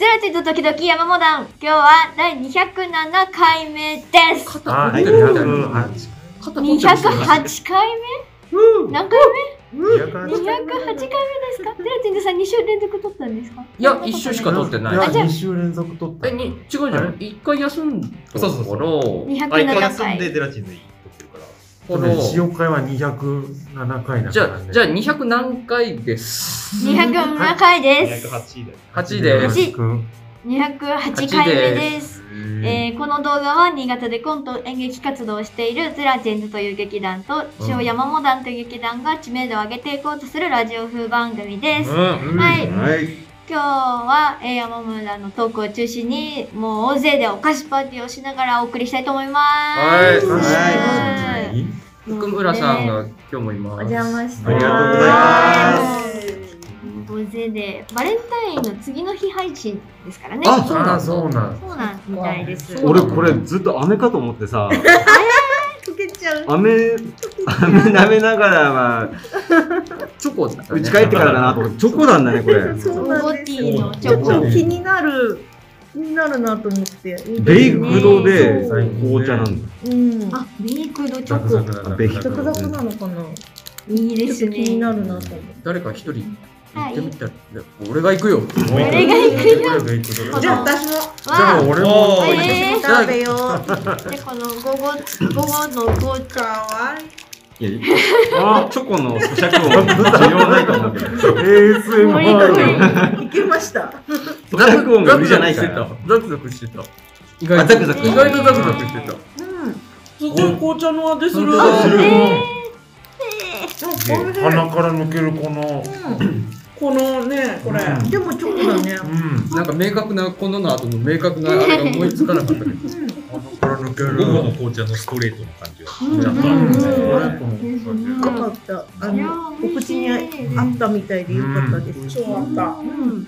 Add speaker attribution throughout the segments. Speaker 1: ラチド時々山モダン今日は第207回目です
Speaker 2: あ
Speaker 3: はい
Speaker 2: ー、208
Speaker 1: 208回目何回目 ?208
Speaker 2: 208
Speaker 1: 回目ですかテラチンさん2週連続取ったんですか
Speaker 3: いや、一週しか取ってない
Speaker 2: いや、
Speaker 1: あじゃあ
Speaker 2: 2週連続取った
Speaker 3: え、に、違うじゃん。一回休んだから、
Speaker 4: そうそうそう
Speaker 1: 207
Speaker 4: あ、一回休ん
Speaker 1: 回
Speaker 4: でゼラチンで撮ってるから。
Speaker 3: こ
Speaker 2: ね使
Speaker 3: の
Speaker 2: 用回は207回だ
Speaker 3: じ
Speaker 2: から
Speaker 3: ゃ
Speaker 2: ね
Speaker 3: あ、じゃあ200何回です。
Speaker 1: 207回です
Speaker 4: 208だ
Speaker 3: 8で
Speaker 4: よ。
Speaker 3: す。
Speaker 2: よろし
Speaker 1: 208回目です
Speaker 3: え
Speaker 1: えーこの動画は新潟でコント演劇活動をしているゼラチェンズという劇団と塩山モダンという劇団が知名度を上げていこうとするラジオ風番組です。
Speaker 3: うん
Speaker 1: はい
Speaker 4: はい。
Speaker 1: 今日は、えー、山村のトークを中心にもう大勢でお菓子パーティーをしながらお送りしたいと思います。
Speaker 3: はい
Speaker 2: く
Speaker 1: は
Speaker 2: はい
Speaker 3: 福村さんが今日もいます。
Speaker 5: お邪魔して
Speaker 4: ありがとうございます
Speaker 1: 大勢でバレンタインの次の日配信ですからね。
Speaker 6: あ
Speaker 1: そ
Speaker 3: そうなんだ
Speaker 2: そうなんだ
Speaker 1: うなんみたいです。
Speaker 3: そう
Speaker 6: 俺これずっと飴かと思ってさ
Speaker 5: 溶けちゃう。
Speaker 6: 飴飴舐めながらは
Speaker 3: チョコだ、ね。
Speaker 6: うち帰ってからだなと思ってチョコなんだねこれ
Speaker 5: そう
Speaker 1: ゴ
Speaker 5: なん
Speaker 1: テ
Speaker 5: です
Speaker 1: ィ
Speaker 5: よ。
Speaker 1: のチ
Speaker 5: ちょ
Speaker 1: ョ
Speaker 5: っ
Speaker 1: コ。
Speaker 5: と気になる、気になるなと思って。
Speaker 6: ベイクドで
Speaker 5: そう
Speaker 6: 紅茶なんだ
Speaker 5: うん。
Speaker 1: あ、ベイクドチ
Speaker 2: ザ
Speaker 1: ョ
Speaker 2: クザ
Speaker 1: コ
Speaker 2: ク。だ
Speaker 6: あベキ
Speaker 5: ザクザクなのかな。
Speaker 1: いいで
Speaker 5: ち
Speaker 1: す
Speaker 5: ょっと気に
Speaker 1: ね。
Speaker 5: なるなと思って。
Speaker 3: 誰か一人行ってみたら、俺が行くよ。
Speaker 1: 俺が行くよ。
Speaker 2: ベイクド
Speaker 1: じ
Speaker 5: じ
Speaker 1: ゃ
Speaker 5: ゃ
Speaker 1: あ
Speaker 5: あ
Speaker 1: 私
Speaker 5: 私
Speaker 2: あ
Speaker 5: も
Speaker 1: わ
Speaker 2: 俺も
Speaker 1: あ、えー、
Speaker 5: 食べよう。
Speaker 1: でこの午後午後の午
Speaker 5: かわいい。
Speaker 6: いやあチョコの咀 嚼音需要ないと思うけど
Speaker 1: 盛り込
Speaker 2: ASMR
Speaker 1: み。
Speaker 5: いけました。
Speaker 6: 咀嚼音が売りじゃないから
Speaker 3: ザクザクしてた。意
Speaker 6: あ
Speaker 3: 外
Speaker 6: ザクザク
Speaker 3: 意外とザクザクしてた。
Speaker 5: うん。
Speaker 3: すごい紅茶の味する。
Speaker 2: する
Speaker 5: おいしい
Speaker 2: 鼻から抜けるこの
Speaker 5: このね、これ
Speaker 2: うん
Speaker 5: でもチョコだね
Speaker 2: う。ん
Speaker 3: なんか明確な、このの後の明確なあれが思いつかなかったけど。
Speaker 2: 鼻から抜ける
Speaker 4: 午後の紅茶のストレートの感じが。ちゃんとあ
Speaker 2: うん
Speaker 4: る
Speaker 2: ス
Speaker 4: ね
Speaker 2: トレート
Speaker 5: よかった。あ
Speaker 1: いや
Speaker 5: の、お口にあったみたいでよかったです。超あった。うん。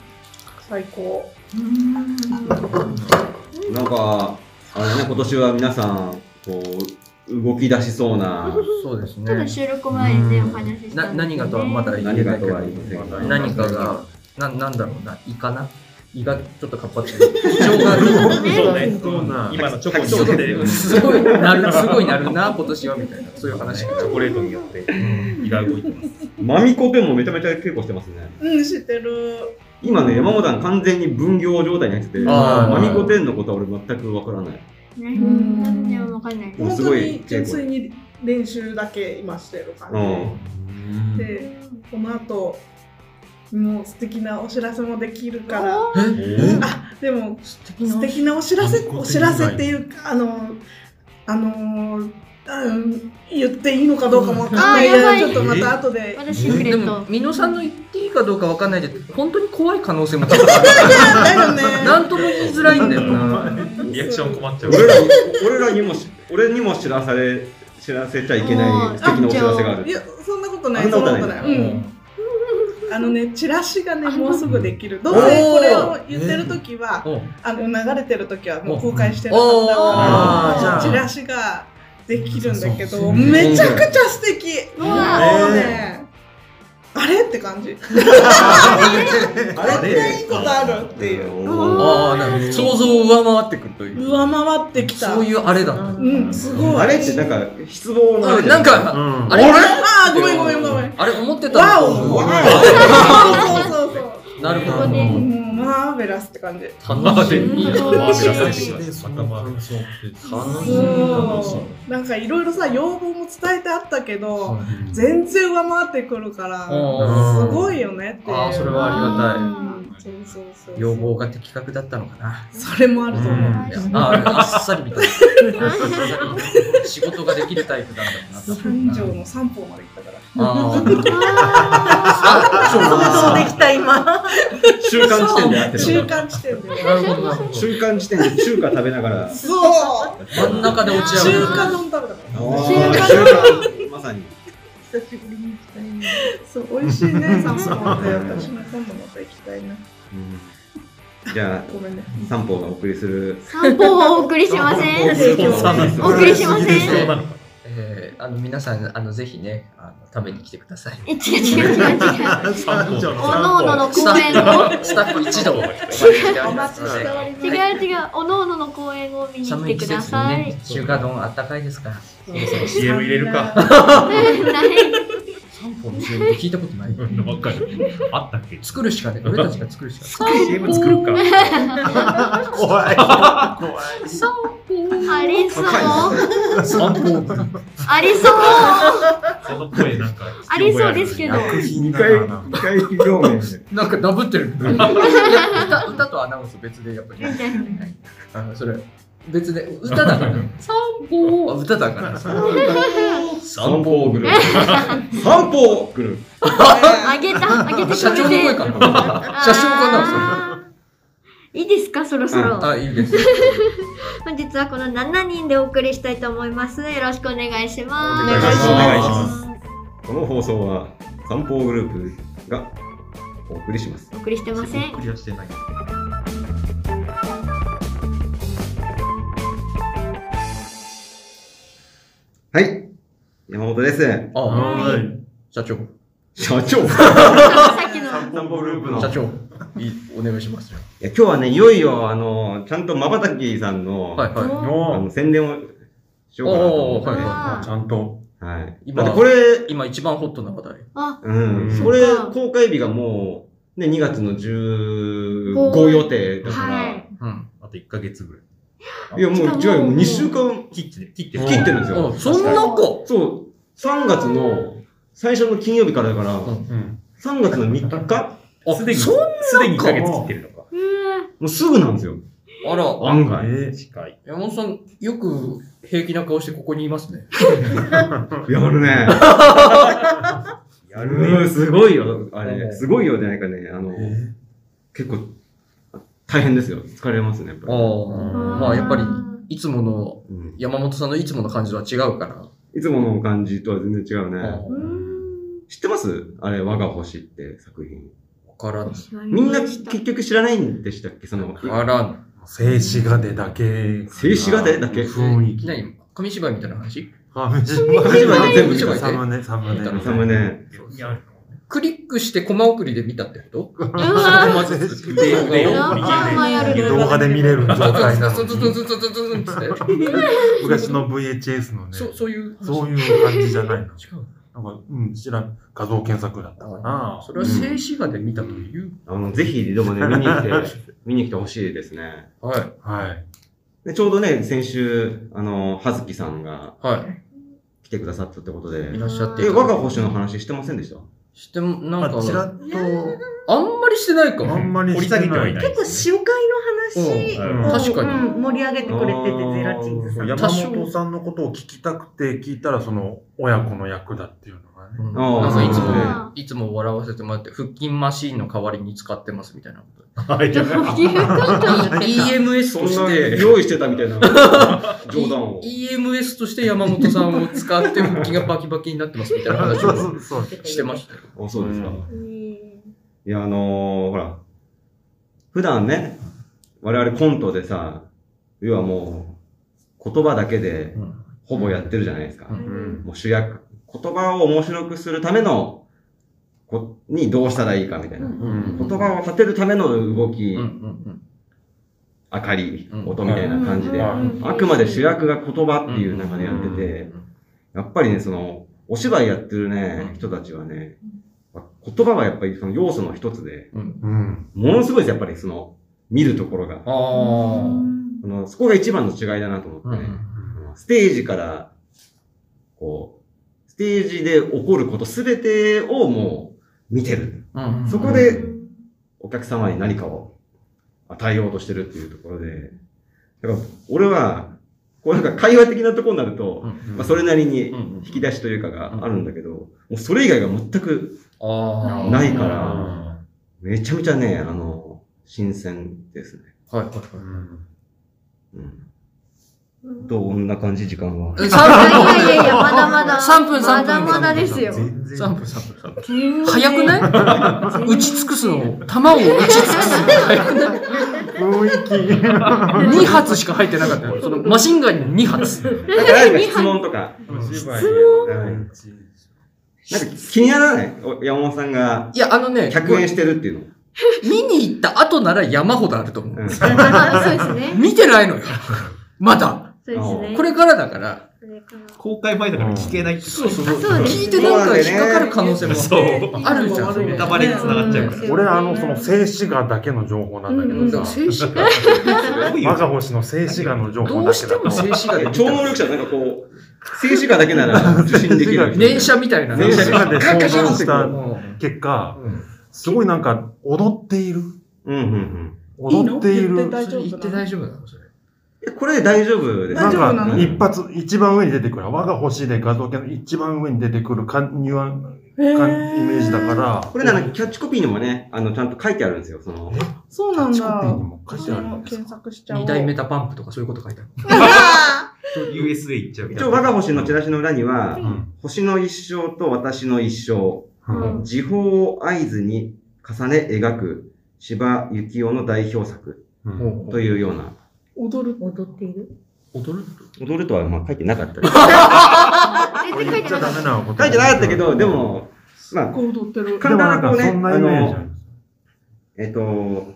Speaker 5: 最高。
Speaker 6: なんかあれね今年は皆さんこう動き出しそうな
Speaker 3: そうです
Speaker 1: ちょっと
Speaker 3: ね。
Speaker 1: 収録前にねお話しした
Speaker 3: なん
Speaker 1: ですよね
Speaker 3: 何がとはまだ言え
Speaker 6: 何
Speaker 3: な
Speaker 6: か
Speaker 3: いけ
Speaker 6: と
Speaker 3: ど
Speaker 6: は、言いませんが
Speaker 3: 何かが、ななんだろうな、胃かな胃がちょっと活発で、胃腸がちょっと。
Speaker 4: そうね。
Speaker 2: そうな
Speaker 4: 今のチョコによって、うんチ
Speaker 3: すごいなる、すごいなるな、今年はみたいな、そういう話が。
Speaker 4: ョコレートによって胃が動いてます。
Speaker 6: マミコペもめちゃめちゃ稽古してますね
Speaker 5: うん、知ってる。
Speaker 6: 今ね山本さん完全に分業状態に入ってて
Speaker 3: あー
Speaker 6: マミコテンのことは俺全くわからない
Speaker 1: ね何にもわかんないです
Speaker 6: もう
Speaker 7: 本
Speaker 6: す
Speaker 7: 当
Speaker 6: ごい
Speaker 7: に純粋に練習だけ今してる感
Speaker 6: う
Speaker 7: じ、
Speaker 6: ん
Speaker 7: でこの後もう素敵なお知らせもできるから
Speaker 6: え
Speaker 7: でも素敵なお知らせお知らせっていうかあのあのうん言っていいのかどうかもわかんない
Speaker 1: あやばい
Speaker 7: ちょっとまた後で
Speaker 1: まだシークレ
Speaker 3: で
Speaker 1: ッ
Speaker 3: も
Speaker 1: ト、
Speaker 3: 美濃さんの言っていいかどうかわかんないで、本当に怖い可能性も高い。
Speaker 7: だよね
Speaker 3: なんとも言いづらいんだよな。
Speaker 4: リアクション困っちゃう。
Speaker 6: 俺らに俺らにもし俺にも知らされ知らせちゃいけない素敵なお知らせがあ
Speaker 7: い
Speaker 6: る
Speaker 7: やそんなことな
Speaker 6: あ
Speaker 7: い
Speaker 6: んな
Speaker 7: そ
Speaker 6: こと
Speaker 7: んな
Speaker 6: ない
Speaker 7: ことない、うんあのねチラシがねもうすぐできるどうせ
Speaker 3: おー
Speaker 7: これを言ってる時は
Speaker 3: お
Speaker 7: あの流れてる時はもう公開してるはずだから
Speaker 3: あーじゃあ
Speaker 7: チラシができるんだけ
Speaker 3: そうそ
Speaker 7: ど
Speaker 3: う
Speaker 7: めちゃくちゃ素敵
Speaker 1: う
Speaker 7: もう
Speaker 1: わ
Speaker 7: ねあれって感じ
Speaker 6: あれっ
Speaker 7: いいことあるっていう
Speaker 6: う
Speaker 3: ああ、なんか想像を上回ってくるという。
Speaker 7: 上回ってきた
Speaker 3: そういうあれだった。
Speaker 7: うんすごい
Speaker 6: あれってなんか失望のあ
Speaker 3: う
Speaker 6: れ
Speaker 3: んなんか、
Speaker 2: うん
Speaker 3: あれ
Speaker 7: ああごめんごめんごめん
Speaker 3: あれ思ってた
Speaker 7: わ
Speaker 3: の
Speaker 7: お
Speaker 3: と
Speaker 7: わおそうそうそう
Speaker 3: なるほ
Speaker 1: ここ
Speaker 3: ど。
Speaker 1: で
Speaker 7: そうもうマーベラスって感じ
Speaker 3: 楽しみ。
Speaker 4: マーベラス
Speaker 2: そ
Speaker 4: で
Speaker 2: し
Speaker 4: す
Speaker 2: てその感想って
Speaker 3: 楽し
Speaker 7: そうなんかいろいろさ要望も伝えてあったけど全然上回ってくるから
Speaker 3: あ
Speaker 7: す
Speaker 2: ー
Speaker 7: ごいよねっていう
Speaker 3: あー、それはありが
Speaker 7: うんそうそうそうそ
Speaker 3: た
Speaker 7: う
Speaker 3: い。要望が的確だったのかな。
Speaker 7: それもあると思う。
Speaker 3: いやあーあっさりみたいな。あっさり仕事ができるタイプなんだろう
Speaker 7: 三
Speaker 3: な。
Speaker 7: 条の三本まで行ったから。
Speaker 3: ああ
Speaker 5: 想像できた今。
Speaker 6: 中間地点でやって
Speaker 7: 中
Speaker 6: る
Speaker 7: 間地点で。
Speaker 3: なるほどなるほど。
Speaker 6: 中間地点で中華食べながら
Speaker 7: そう。
Speaker 3: 真ん中で落ち合う。
Speaker 7: 中華丼食べたから。
Speaker 6: 中華まさに
Speaker 5: 久しぶりに来たいな。
Speaker 7: そう、美味しいね、三本って、私も今度また行きたいな。
Speaker 6: じゃ
Speaker 7: ごめんね。
Speaker 6: あ散歩がお送りする
Speaker 1: 散歩をお送りしません
Speaker 6: 散歩
Speaker 1: お送りしません
Speaker 4: そうなの
Speaker 3: えあの皆さんあのぜひねあの食べに来てください。
Speaker 1: え違う違う違う違う。
Speaker 2: 三条
Speaker 1: お
Speaker 2: の
Speaker 1: のおのの
Speaker 3: ス
Speaker 1: 公
Speaker 3: タ
Speaker 1: 園を
Speaker 3: ッフスタッフ一同お待ちしてお
Speaker 5: お
Speaker 3: りま
Speaker 5: 待
Speaker 3: す
Speaker 5: ち
Speaker 3: の
Speaker 5: して
Speaker 3: で。
Speaker 5: おります。
Speaker 1: 違う違うおのおのの公園を見に来
Speaker 3: 寒
Speaker 1: て
Speaker 3: い季
Speaker 1: くだ
Speaker 3: 節に
Speaker 1: さい
Speaker 3: ね。、中華丼あったかいですから。
Speaker 7: CM 入れるか。
Speaker 1: うん ない
Speaker 3: 三本の CM って聞いたことない。
Speaker 7: うんわかる。あったっ け
Speaker 3: 作るしかね、俺たちが作るしかない。
Speaker 7: ?CM 作るか。
Speaker 2: 怖い。怖い。
Speaker 1: ありそう
Speaker 7: 散歩。
Speaker 1: ありそう
Speaker 7: その声なんか。
Speaker 1: ありそうですけど
Speaker 2: 薬品
Speaker 8: 二
Speaker 2: だ
Speaker 8: 回、
Speaker 2: な。
Speaker 8: 二回表面で。
Speaker 3: なんかダブってる。いや歌歌とアナウンス別でやっぱり。
Speaker 1: みたいな
Speaker 3: あのそれ別で歌だから。 散歩。歌だから。
Speaker 6: 三方グループ。三方グループ。
Speaker 1: あげたあげて
Speaker 3: 社長の
Speaker 1: くれ
Speaker 3: 声
Speaker 1: て
Speaker 3: かな。 社長かなそれ
Speaker 1: なれいいですかそろそろ、
Speaker 3: あ、いいです。
Speaker 1: 本日はこの7人でお送りしたいと思いますよろしくお願いします
Speaker 6: お願いします
Speaker 1: お願い
Speaker 6: この放送は三方グループがお送りします。
Speaker 1: お送りしてません
Speaker 7: クリアしてない。
Speaker 6: はい。山本です。
Speaker 3: あ、
Speaker 2: はい。
Speaker 3: 社長。
Speaker 6: 社長。い
Speaker 1: さっきの
Speaker 2: 三方グループ
Speaker 3: 社長。いいお願いしますよ。
Speaker 6: や今日はね、いよいよ、あの、ちゃんとまばたきさんの,、
Speaker 3: はいは
Speaker 6: あ
Speaker 2: の
Speaker 6: の宣伝をしようかなと思って。
Speaker 3: おー
Speaker 6: は
Speaker 1: あ
Speaker 2: ちゃんと。
Speaker 6: い。
Speaker 3: 今
Speaker 6: だってこれ
Speaker 3: い。、今一番ホットな話題。
Speaker 1: あ
Speaker 6: うん。これ、公開日がもう、ね、2月の15予定だから、
Speaker 1: はいい
Speaker 3: うん。
Speaker 7: あと1ヶ月ぐらい。
Speaker 6: や、もう違うよ、もう2週間
Speaker 7: 切ってね。切って
Speaker 6: 切
Speaker 7: ね
Speaker 6: ってるんですよ。
Speaker 3: そんな子。
Speaker 6: そう、3月の最初の金曜日からだから、
Speaker 3: ん
Speaker 2: うん。
Speaker 6: 3月の3日
Speaker 3: あ、
Speaker 7: すでに、
Speaker 3: そ
Speaker 7: す
Speaker 3: ん
Speaker 7: でに1ヶ月切ってるのか。
Speaker 1: うー
Speaker 6: もうすぐなんですよ。
Speaker 3: あら、
Speaker 6: 案
Speaker 2: え
Speaker 6: 外。
Speaker 2: ー
Speaker 7: 近い。
Speaker 3: 山本さん、よく平気な顔してここにいますね。
Speaker 6: やるね。
Speaker 7: や
Speaker 6: うん、すごいよ、あ
Speaker 3: う
Speaker 6: れ。
Speaker 3: ん
Speaker 6: すごいよじゃないかね。あの、
Speaker 2: え
Speaker 6: 結構、大変ですよ。疲れますね、やっぱ
Speaker 3: あ
Speaker 6: り。
Speaker 3: あ。まあやっぱりいつもの、
Speaker 6: うん
Speaker 3: 山本さんのいつもの感じとは違うから。
Speaker 6: いつもの感じとは全然違う
Speaker 3: あ
Speaker 6: ね。
Speaker 1: うーん
Speaker 6: 知ってますあれ、我が星って作品。
Speaker 3: わからん。
Speaker 6: みんな
Speaker 1: 知
Speaker 6: 結
Speaker 1: らない
Speaker 6: 局知らないんでしたっけそ
Speaker 3: わ
Speaker 6: の、
Speaker 3: からん。
Speaker 2: 静止画でだけ。
Speaker 6: 静止画でだけ
Speaker 2: 雰囲気。
Speaker 3: 何紙芝居みたいな話
Speaker 2: あ、めっちゃ
Speaker 6: 始まり全
Speaker 3: 見
Speaker 6: 部見て
Speaker 3: て
Speaker 6: ま
Speaker 3: ましたた
Speaker 6: し。
Speaker 2: サムネ、サムネ。
Speaker 3: 見
Speaker 6: サムネ。
Speaker 3: クリックしてコマ送りで見たってこと
Speaker 1: うわ
Speaker 2: マジで
Speaker 7: で、で、
Speaker 1: 何回もやる
Speaker 2: 動画で見れる状態なの
Speaker 3: ズズズ
Speaker 2: に
Speaker 3: ズズズズンつって。
Speaker 2: 昔の VHS のね
Speaker 3: そそういう話。
Speaker 2: そういう感じじゃないのなんか
Speaker 3: 違う。
Speaker 2: うん知らん画像検索だったかな
Speaker 3: それは静止画で見たという。
Speaker 6: あの、ぜひ、でもね、見に来 て、見に来てほしいですね。
Speaker 3: はい。
Speaker 2: はい
Speaker 6: で、ちょうどね、先週、あの、はずきさんが
Speaker 3: は
Speaker 6: 来てくださったってこと
Speaker 3: い。い
Speaker 6: で、
Speaker 3: らっしゃって。
Speaker 6: え、我が星の話してませんでした
Speaker 3: しても、な
Speaker 2: ま
Speaker 3: ん
Speaker 2: あちら
Speaker 3: か、
Speaker 2: っと
Speaker 3: あんまりしてないか
Speaker 2: あ
Speaker 3: も。
Speaker 2: んまり
Speaker 7: 掘り
Speaker 2: して
Speaker 7: 下げてはい
Speaker 2: な
Speaker 7: ないい。
Speaker 5: 結構紹介の
Speaker 2: うん
Speaker 5: 話を、
Speaker 3: 確かに
Speaker 5: うん盛り上げてくれてて、ゼラチンズさん。
Speaker 2: 山本さんのことを聞きたくて聞いたらその親子の役だっていうのがね
Speaker 3: うん
Speaker 6: あー
Speaker 3: なんかいつ
Speaker 1: そうですね
Speaker 3: も、いつも笑わせてもらって、腹筋マシーンの代わりに使ってますみたいなこと。
Speaker 7: はい。
Speaker 1: どういうこと
Speaker 3: EMS
Speaker 6: そ
Speaker 3: と
Speaker 6: んな
Speaker 3: して、
Speaker 6: 用意してたみた いな冗談を。
Speaker 3: EMS として山本さんを使って腹筋がバキバキになってますみたいな話
Speaker 2: そう
Speaker 3: を
Speaker 2: そうそう
Speaker 3: してましたよ。
Speaker 6: あ、そうですか。
Speaker 2: うん
Speaker 6: い
Speaker 1: うん
Speaker 6: や、あのー、ほら、普段ね、我々コントでさ、要はもう、言葉だけで
Speaker 3: うん、
Speaker 6: ほぼやってるじゃないですか。
Speaker 3: うん
Speaker 2: うん
Speaker 6: もう主役、言葉を面白くするための、こにどうしたらいいかみたいな。
Speaker 2: うん
Speaker 6: 言葉を立てるための動き、
Speaker 3: うんうん
Speaker 6: 明かり、
Speaker 3: うん
Speaker 6: 音みたいな感じで、
Speaker 2: うん
Speaker 6: あくまで主役が言葉
Speaker 3: うん。
Speaker 6: っていう中でやってて、やっぱりね、その、お芝居やってるね、人たちはね、言葉はやっぱりその要素の一つで、
Speaker 3: うん。
Speaker 2: うん
Speaker 6: ものすごいです、やっぱりその、見るところが。
Speaker 3: ああ。
Speaker 6: あのそこが一番の違いだなと思ってね。ステージから、こう、ステージで起こることすべてをもう見てる。
Speaker 3: うん
Speaker 6: そこでお客様に何かを与えようとしてるっていうところで、だから俺は、こうなんか会話的なところになると、
Speaker 3: うん
Speaker 6: まあそれなりに
Speaker 3: うん
Speaker 6: 引き出しというか
Speaker 3: うん
Speaker 6: があるんだけど、もうそれ以外が全く
Speaker 3: ああ。
Speaker 6: ないか
Speaker 2: う
Speaker 6: ら、
Speaker 2: ん
Speaker 6: めちゃめちゃね、あの、新鮮ですね。
Speaker 3: はいはいはい。
Speaker 2: うん
Speaker 6: うん。どんな感じ時間は。
Speaker 9: 3
Speaker 1: いやいやいや、まだまだ。
Speaker 9: 3分、
Speaker 1: ま
Speaker 9: 3分。
Speaker 1: だまだですよ。
Speaker 2: 全然。
Speaker 9: 3分、3分、3分。早くない打ち尽くすの。弾を打ち尽くすの。早くない雰囲気。2発しか入ってなかったよ。そのマシンガンに2発。
Speaker 6: なんか何か質問とか、はいなんか気にならないお山本さんが
Speaker 9: いや、あのね、
Speaker 6: 100円してるっていうの。
Speaker 9: 見に行った後なら山ほどあると思う。
Speaker 6: うん
Speaker 1: あそうですね。
Speaker 9: 見てないのよ。まだ。
Speaker 1: そうですね。
Speaker 9: これからだから、
Speaker 1: これから。
Speaker 4: 公開前だから聞けないって
Speaker 9: そうそう
Speaker 1: あそうですね
Speaker 9: 聞いてなんか引っかかる可能性も
Speaker 4: そう
Speaker 9: あるじゃん。
Speaker 4: ネタバレに繋がっちゃうから
Speaker 2: 俺、あの、その、静止画だけの情報なんだけ
Speaker 9: うん
Speaker 2: どさ、
Speaker 9: 静止画
Speaker 2: 我が星の静止画の情報
Speaker 9: ど
Speaker 2: だ
Speaker 9: う
Speaker 2: け
Speaker 9: して
Speaker 2: だ
Speaker 9: も静止画で見
Speaker 6: 超能
Speaker 9: たい。
Speaker 6: 力者なんかこう、静止画だけなら受信できる。
Speaker 9: 連射みたいな。
Speaker 6: 連射
Speaker 2: 画で
Speaker 9: ガッガッガッ
Speaker 2: 想像した
Speaker 9: うん
Speaker 2: 結果、すごいなんか、踊っている
Speaker 6: うんうんうん
Speaker 2: 踊ってい
Speaker 7: いいの言
Speaker 2: る
Speaker 7: って。大丈夫
Speaker 9: 言って大丈夫なのそれ。
Speaker 6: え。これで大丈夫です
Speaker 2: な
Speaker 7: 大
Speaker 2: ん
Speaker 7: 丈夫な
Speaker 2: か、
Speaker 7: の
Speaker 2: 一発、一番上に出てくる。我が星で画像系の一番上に出てくるかニュアン、
Speaker 7: へ
Speaker 2: か
Speaker 7: ー
Speaker 2: イメージだから。
Speaker 6: これねあの、キャッチコピーにもね、あの、ちゃんと書いてあるんですよ。その、
Speaker 7: そう
Speaker 2: キャ
Speaker 7: なん
Speaker 2: ッチ
Speaker 7: だ。
Speaker 2: コピーにも書いてあ
Speaker 7: 私
Speaker 2: るん
Speaker 7: も
Speaker 2: です
Speaker 7: 検
Speaker 2: か
Speaker 7: 索しちゃおう。
Speaker 9: 二代メタパンプとかそういうこと書いてある。
Speaker 4: USA 行っちゃうみた
Speaker 6: 一
Speaker 4: い
Speaker 6: 応
Speaker 4: な。
Speaker 6: 我が星のチラシの裏には
Speaker 2: う、ん。
Speaker 6: 星の一生と私の一生、
Speaker 2: うん
Speaker 6: 時報を合図に重ね描く芝幸雄の代表作
Speaker 2: うん
Speaker 6: というような、
Speaker 7: 踊る。
Speaker 5: 踊っている
Speaker 9: 踊る
Speaker 6: 踊るとは まあ書いてなかったです。
Speaker 1: 全
Speaker 2: これ
Speaker 1: 然書い
Speaker 2: 言ってちゃ
Speaker 1: なかっ
Speaker 2: ダメ
Speaker 1: た。
Speaker 2: なこと
Speaker 6: 書いてなかったけど、で、も、まあ、
Speaker 7: こう踊ってる。
Speaker 2: でもなんか、そんなイメージ
Speaker 6: あ
Speaker 2: あ
Speaker 6: の
Speaker 2: る。
Speaker 6: えっと、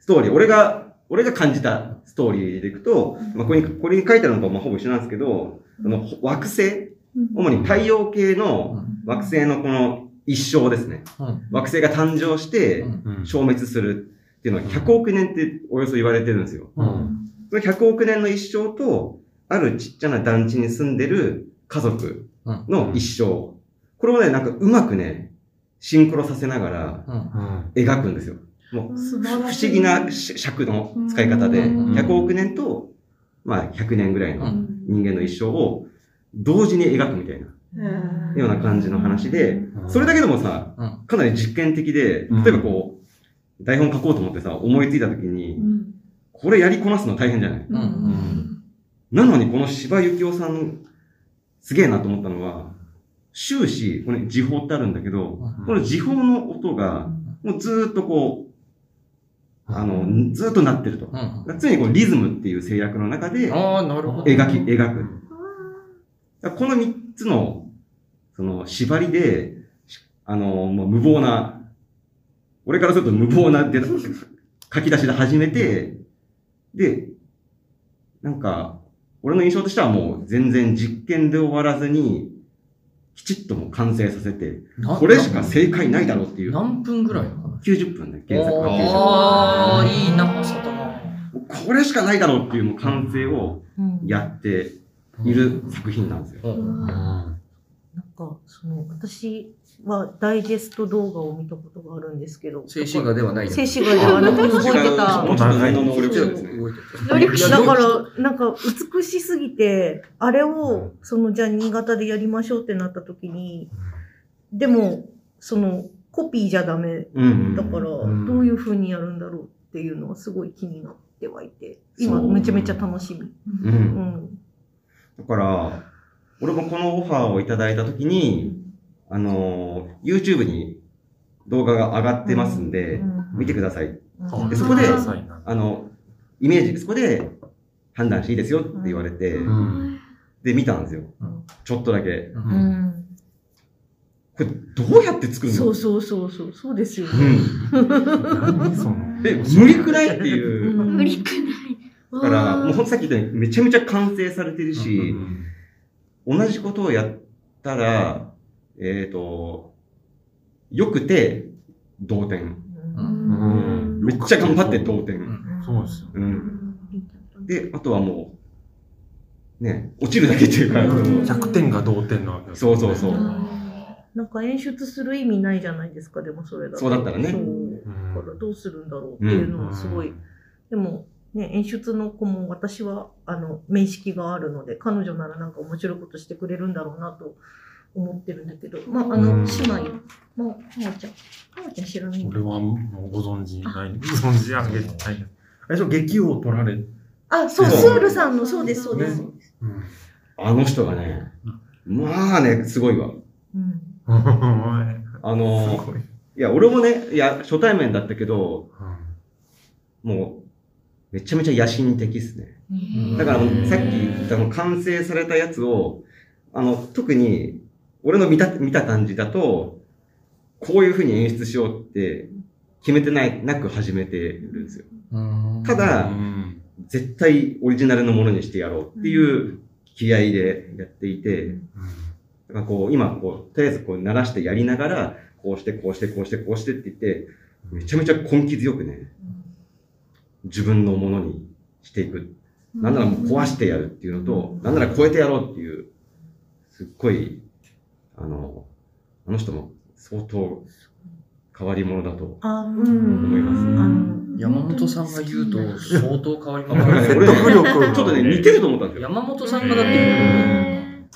Speaker 6: ストーリー、俺が、俺が感じたストーリーでいくと、まあ、これに、これに書いてあるのとまあほぼ一緒なんですけど、その惑星、主に太陽系の惑星のこの一生ですね。
Speaker 9: うん
Speaker 6: 惑星が誕生して
Speaker 2: うん
Speaker 6: 消滅するっていうのは100億年っておよそ言われてるんですよ。
Speaker 2: うん
Speaker 6: その100億年の一生と、あるちっちゃな団地に住んでる家族の一生。これもね、なんかうまくね、シンクロさせながら
Speaker 9: うん
Speaker 2: うん
Speaker 6: 描くんですよ。もう
Speaker 7: 素晴
Speaker 6: 不
Speaker 7: らし
Speaker 6: 思
Speaker 7: い。
Speaker 6: 議なし尺の使い方で、
Speaker 7: うん
Speaker 6: 100億年と、まあ、100年ぐらいうの
Speaker 7: うん。
Speaker 6: 人間の一生を同時に描くみたいな
Speaker 7: へ
Speaker 6: ような感じの話で、それだけでもさ
Speaker 9: うん、
Speaker 6: かなり実験的で、
Speaker 2: うん
Speaker 6: 例えばこう、台本書こうと思ってさ、思いついた時に、
Speaker 7: うん
Speaker 6: これやりこなすの大変じゃない
Speaker 9: うん
Speaker 6: なのにこの芝幸雄さん、すげえなと思ったのは、終始、これ時報ってあるんだけど、
Speaker 9: うん
Speaker 6: この時報の音が、もうずーっとこう、あの、ずーっと鳴ってると。
Speaker 9: うん
Speaker 6: 常にこうリズムっていう制約の中で
Speaker 9: ああ、なるほど。
Speaker 6: 描き、描く。だからこの三つの、その、縛りで、しあの、もう無謀な、俺からすると無謀な出だ 書き出しで始めて、で、なんか、俺の印象としてはもう全然実験で終わらずに、きちっともう完成させて、
Speaker 9: な
Speaker 6: これしか正解ないだろうっていう。
Speaker 9: 何分ぐらいの話
Speaker 6: 90分で原作が90分。
Speaker 9: ああ、いい長さだな。
Speaker 6: これしかないだろうっていうもう完成をやっている作品なんですよ。
Speaker 9: うん
Speaker 5: なんか、その、私はダイジェスト動画を見たことがあるんですけど。
Speaker 9: 静止画ではないよ。
Speaker 5: 静止画ではなく動いてた。
Speaker 6: もうちょっと才能の能力者ですね。
Speaker 9: 動いて
Speaker 1: 能力者
Speaker 5: だか
Speaker 9: いや
Speaker 5: ら、なんか美しすぎて、あれを、その、じゃあ新潟でやりましょうってなった時に、でも、その、コピーじゃダメ
Speaker 6: うんうん
Speaker 5: だから、ど
Speaker 2: ん
Speaker 5: ういう風にやるんだろうっていうのはすごい気になってはいて、今
Speaker 6: そう
Speaker 5: めちゃめちゃ楽しみ。
Speaker 6: う
Speaker 5: うんん。
Speaker 6: だから、俺もこのオファーをいただいたときに、あのー、YouTube に動画が上がってますんで、見てください。
Speaker 2: あ
Speaker 6: でそこで
Speaker 2: ダサいな
Speaker 6: あの、イメージ、そこで判断していいですよって言われて、
Speaker 2: うん
Speaker 6: で、見たんですよ
Speaker 9: うん。
Speaker 6: ちょっとだけ。
Speaker 9: う
Speaker 5: うんん。
Speaker 6: これ、どうやって作るの
Speaker 5: そうそうそうそう、そうですよね。
Speaker 6: う
Speaker 2: 何その
Speaker 6: ん。え、無理くないっていう。
Speaker 1: 無理
Speaker 5: か
Speaker 1: くない。
Speaker 6: だから、もうほんとさっき言ったように、めちゃめちゃ完成されてるし、
Speaker 2: うん
Speaker 6: 同じことをやったら、えっ、と、よくて同点。
Speaker 2: うん
Speaker 6: めっちゃ頑張って同
Speaker 9: う
Speaker 6: 点。
Speaker 9: ん
Speaker 2: そうですよね
Speaker 6: うん。で、あとはもう、ね、落ちるだけっていうか、
Speaker 5: うん
Speaker 2: 100点が同点なわけです
Speaker 6: そうそうそうう。
Speaker 5: なんか演出する意味ないじゃないですか、でもそれだと
Speaker 6: そうだったらね
Speaker 5: そうだから
Speaker 2: ん
Speaker 5: どうするんだろうっていうのはすごい。
Speaker 2: うん
Speaker 5: でも、ね、演出の子も私は、あの、面識があるので、彼女ならなんか面白いことしてくれるんだろうなと思ってるんだけど、まあ、あの、
Speaker 2: うん
Speaker 5: 姉妹、まあ、まおちゃん。まおちゃん知らないんだ
Speaker 2: 俺はもうご存知ない、ご存知あげてない。あれでしょ、劇を取られて、
Speaker 5: ああ、そう、
Speaker 6: そう
Speaker 5: スールさんの、そうです、そうです。
Speaker 2: うん。
Speaker 6: あの人がね、まあね、すごいわ。
Speaker 5: うん。
Speaker 6: あの
Speaker 2: す
Speaker 6: ー、
Speaker 2: ごい
Speaker 6: いや、俺もね、いや、初対面だったけど、もう、めちゃめちゃ野心的っすね。
Speaker 2: ん
Speaker 6: だから、さっき言ったあの、完成されたやつを、あの、特に、俺の見た、見た感じだと、こういう風に演出しようって、決めてない、なく始めてるんですよ。ただ、絶対オリジナルのものにしてやろうっていう気合でやっていて、だからこう、今、こう、とりあえずこう、鳴らしてやりながら、こうして、こうして、こうして、こうしてって言って、めちゃめちゃ根気強くね、自分のものにしていく。なんならもう壊してやるっていうのと、なんなら超えてやろうっていう、すっごい、あの、あの人も相当変わり者だと。
Speaker 5: あ、うん。
Speaker 6: 思います
Speaker 5: あの
Speaker 3: 山本さんが言うと
Speaker 5: 本当に好きな
Speaker 3: 相当変わりま
Speaker 6: なんか
Speaker 3: す
Speaker 6: ね
Speaker 2: 説
Speaker 6: 俺
Speaker 2: 得力が
Speaker 6: ちょっとね、似てると思ったんですよ。
Speaker 3: 山本さんがだっ
Speaker 1: へ
Speaker 3: て
Speaker 1: ー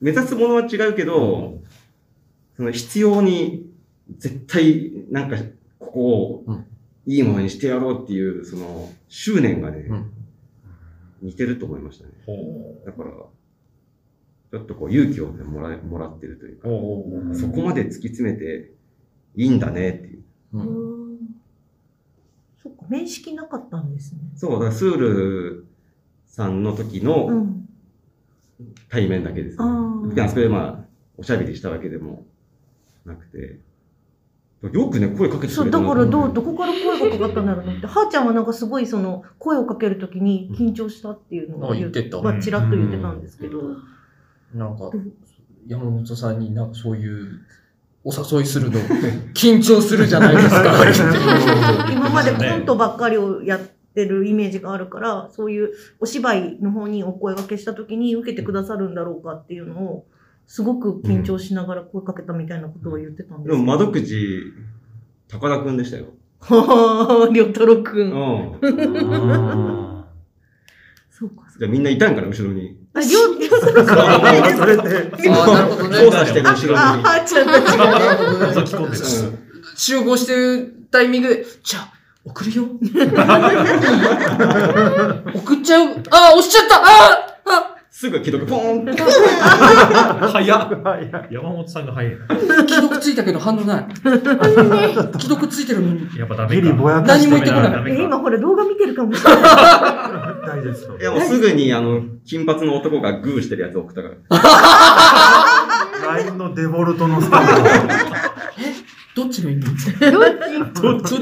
Speaker 6: 目指すものは違うけど、その必要に絶対なんかここを
Speaker 3: うん
Speaker 6: いいものにしてやろうっていうその執念がね、
Speaker 2: ん
Speaker 6: 似てると思いましたね。
Speaker 3: ほ
Speaker 6: だから、ちょっとこう勇気を、ね、もらえもらってるというか、
Speaker 3: う
Speaker 6: そこまで突き詰めていいんだねっていう。
Speaker 5: うんそっか、面識なかったんですね。
Speaker 6: そう、だからスールさんの時
Speaker 5: う
Speaker 6: の
Speaker 5: ん。
Speaker 6: 対面だけですね。
Speaker 5: あ
Speaker 6: で
Speaker 5: あ。
Speaker 6: あそこでまあ、おしゃべりしたわけでもなくて、よくね、声かけてくれた
Speaker 5: そう、だ
Speaker 6: な
Speaker 5: からどう、どこから声がかかったんだろうなって。はーちゃんはなんかすごいその、声をかけるときに緊張したっていうのを
Speaker 3: あ言ってた
Speaker 5: まあ、ちらっと言ってたんですけど。
Speaker 3: なんか、山本さんになんかそういう、お誘いす るの、緊張するじゃないですか。
Speaker 5: 今までコントばっかりをやってるイメージがあるから、そういうお芝居の方にお声掛けした時に受けてくださるんだろうかっていうのを、すごく緊張しながら声かけたみたいなことを言ってたんで
Speaker 6: ですも
Speaker 5: けど。
Speaker 6: 窓口、高田くんでしたよ。
Speaker 5: はぁ、りょとろく。
Speaker 6: うんん。
Speaker 5: そうか。
Speaker 6: じゃあみんないたんかな、後ろに。
Speaker 5: あ、りょりょとろくんはないです
Speaker 2: それで、
Speaker 3: ああ、なるほどね
Speaker 6: 操。作してる後
Speaker 5: あ、
Speaker 6: ろに。
Speaker 5: はーちゃんたちが。
Speaker 4: 覗き込んでた。
Speaker 9: 集合してるタイミングで、じゃあ、送るよ。送っちゃう。ああ、押しちゃったあああ
Speaker 6: すぐ既読ポーンって。
Speaker 4: 早っ山本さんが早いな。
Speaker 9: 既読ついたけど反応 ない。既読ついてるのに。
Speaker 4: やっぱダメ
Speaker 2: ギ
Speaker 4: か。
Speaker 2: リぼやか
Speaker 9: 何
Speaker 2: し
Speaker 9: も言ってこ
Speaker 4: ダ
Speaker 9: ない。
Speaker 4: メ
Speaker 5: え
Speaker 4: か
Speaker 5: 今ほら動画見てるかもしれない。
Speaker 2: たいですよ
Speaker 6: いや、 もうすぐに、あの、金髪の男がグーしてるやつ送ったから。
Speaker 2: LINE のデフォルトのスタンド。
Speaker 9: どっちの意味
Speaker 4: どっちの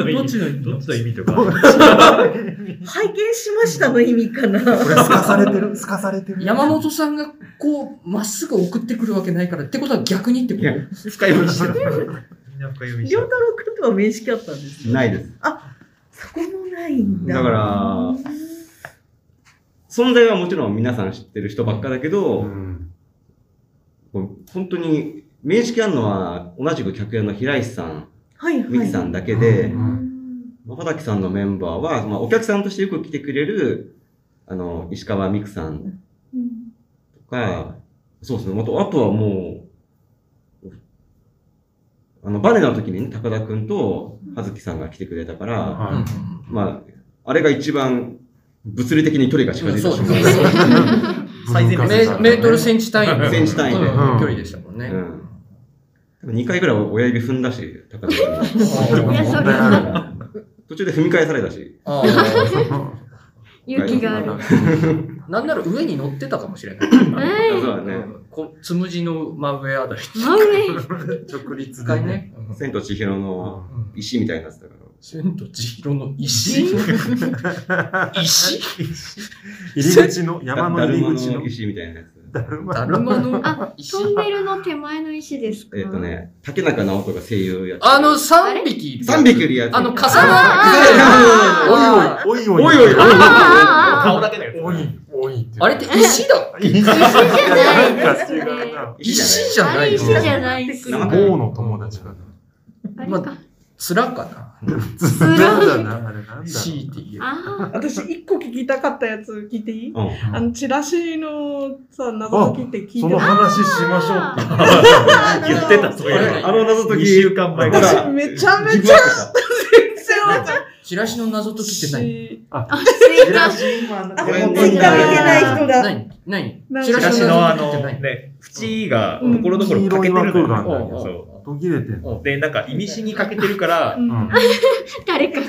Speaker 4: 意
Speaker 9: どっち
Speaker 4: 味
Speaker 9: の意味
Speaker 4: どっちの意味とか。
Speaker 5: 拝見しましたの意味かな。
Speaker 2: これ、すかされてる、すかされてる。
Speaker 9: 山本さんがこう、まっすぐ送ってくるわけないから。ってことは逆にってこ
Speaker 6: いや
Speaker 9: と
Speaker 6: 深読みしてる。
Speaker 4: みんな深読みし
Speaker 5: り
Speaker 4: て
Speaker 5: ょ
Speaker 4: る
Speaker 5: う。たろくんとは面識あったんですね
Speaker 6: ないです。
Speaker 5: そこもないんだ。
Speaker 6: だから、存在はもちろん皆さん知ってる人ばっかだけど、こう本当に、面識あるのは、同じく客屋の平石さん、
Speaker 5: はいはい。
Speaker 6: 三木さんだけで、
Speaker 2: う
Speaker 5: うんん
Speaker 6: まばたきさんのメンバーは、まあ、お客さんとしてよく来てくれる、あの、石川美久さん
Speaker 5: うん
Speaker 6: とか、そうですね、あとあとはもう、あの、バネの時にね、高田くんと葉月さんが来てくれたから、
Speaker 2: はい
Speaker 6: まあ、あれが一番物理的に距離が近づいた
Speaker 9: そう
Speaker 6: 瞬
Speaker 9: で
Speaker 6: 間ですす。
Speaker 9: ね。
Speaker 4: 最前
Speaker 9: メ
Speaker 4: 列
Speaker 9: ーメートルセンチ単位の
Speaker 6: センチ単位で
Speaker 9: うん距離でしたもんね。
Speaker 6: うん多分2回ぐらい親指踏んだし、高田く
Speaker 1: いや、それは
Speaker 6: ん。途中で踏み返されたし。
Speaker 9: あー
Speaker 1: 勇気がある。
Speaker 9: なんなら上に乗ってたかもしれない。
Speaker 1: え
Speaker 6: そうだね。
Speaker 9: こうつむじの真上あたり。
Speaker 1: 真上。
Speaker 2: 直立
Speaker 9: 一
Speaker 2: で
Speaker 9: 回
Speaker 2: ね。
Speaker 9: ね。うん
Speaker 6: 千と千尋の石みたいになってたから。
Speaker 9: 千と千尋の石石
Speaker 2: 入り口の、山の入り口
Speaker 6: だるま
Speaker 2: の。
Speaker 6: 石みたいなやつ。
Speaker 9: だるまの
Speaker 1: あ、
Speaker 9: 石
Speaker 1: トンネルの手前の石ですか
Speaker 6: えっ、とね、竹中直人が声優やって
Speaker 9: あの、三匹いる。
Speaker 6: 3匹いるやつ。
Speaker 9: あの、
Speaker 6: か
Speaker 9: 重
Speaker 2: おいおい。
Speaker 6: おい
Speaker 9: なる。
Speaker 6: おいおい
Speaker 4: 顔だけだよ。
Speaker 2: おいおいって。
Speaker 9: あれって石だ。
Speaker 2: いいじゃないですね。
Speaker 6: いいじゃない
Speaker 9: 石じゃ
Speaker 1: あ
Speaker 9: な
Speaker 1: れ
Speaker 9: い
Speaker 1: 石じゃないです。
Speaker 6: な
Speaker 1: あ
Speaker 6: んか
Speaker 2: 某の友達だな。
Speaker 1: れ
Speaker 9: ま
Speaker 1: か。
Speaker 9: 面かな。
Speaker 2: つらだな、あれなんだ。
Speaker 9: 強いて言えば。
Speaker 1: あ
Speaker 7: 私、一個聞きたかったやつ聞いていい
Speaker 6: うん。
Speaker 7: あの、チラシのさ、謎解きって聞い
Speaker 2: そ
Speaker 7: て
Speaker 2: の
Speaker 7: た。
Speaker 2: 話しましょうって。
Speaker 4: 言ってた、そうい
Speaker 6: あ
Speaker 4: う
Speaker 6: の謎解
Speaker 4: 2
Speaker 6: き。
Speaker 4: 週間前ぐらい。
Speaker 7: 私、めちゃめちゃ
Speaker 6: ゃ
Speaker 7: 全然わかんない。
Speaker 3: チラシの謎解きって何
Speaker 2: チラシ
Speaker 5: あ、もうツイッター見てない人だ。
Speaker 3: 何何
Speaker 5: なん
Speaker 3: チ
Speaker 5: か
Speaker 4: チ
Speaker 3: ラ
Speaker 4: ラ
Speaker 3: シ
Speaker 4: シ
Speaker 3: の
Speaker 4: のあ
Speaker 3: 謎解きって
Speaker 4: の、
Speaker 3: 何
Speaker 4: ね、縁がところどころ欠けてるの
Speaker 2: 黄色い枠が
Speaker 4: よ
Speaker 2: あ
Speaker 4: ね。そ
Speaker 2: 途切れてんの。
Speaker 4: う。で、なんか意味しに欠けてるから、
Speaker 2: うん。
Speaker 1: 誰か。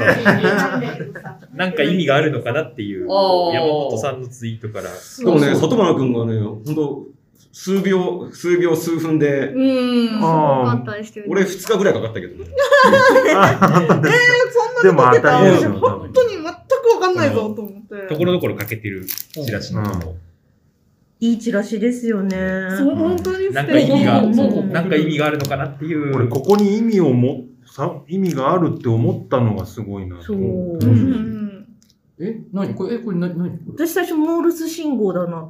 Speaker 4: なんか意味があるのかなっていう、
Speaker 3: あー
Speaker 4: 山本さんのツイートから。
Speaker 6: でもね、里村くんがね、ほんと、数秒、数秒、数分で、
Speaker 7: うん。
Speaker 1: 多か
Speaker 2: あ
Speaker 1: ったですけど。
Speaker 6: 俺2日ぐらいかかったけどね。
Speaker 2: あ。
Speaker 7: そ
Speaker 2: で
Speaker 7: んな
Speaker 2: も当
Speaker 7: に出てた
Speaker 2: たりですよ、多
Speaker 7: 本
Speaker 2: 分。
Speaker 7: 当に全くわかんないぞと思って。
Speaker 4: ところどころ欠けてるチラシのものを
Speaker 5: いいチラシですよね。
Speaker 7: そう、本当に
Speaker 4: な
Speaker 7: 素
Speaker 4: んか意味
Speaker 7: 敵。
Speaker 4: が、
Speaker 5: うん
Speaker 4: そうなんか意味があるのかなっていう。
Speaker 2: 俺、ここに意味をも、さ意味があるって思ったのがすごいなと
Speaker 5: そう
Speaker 2: 思う。
Speaker 5: う
Speaker 7: うんん
Speaker 3: え何これ、え、これ何何これ
Speaker 5: 私最初モールス信号だな、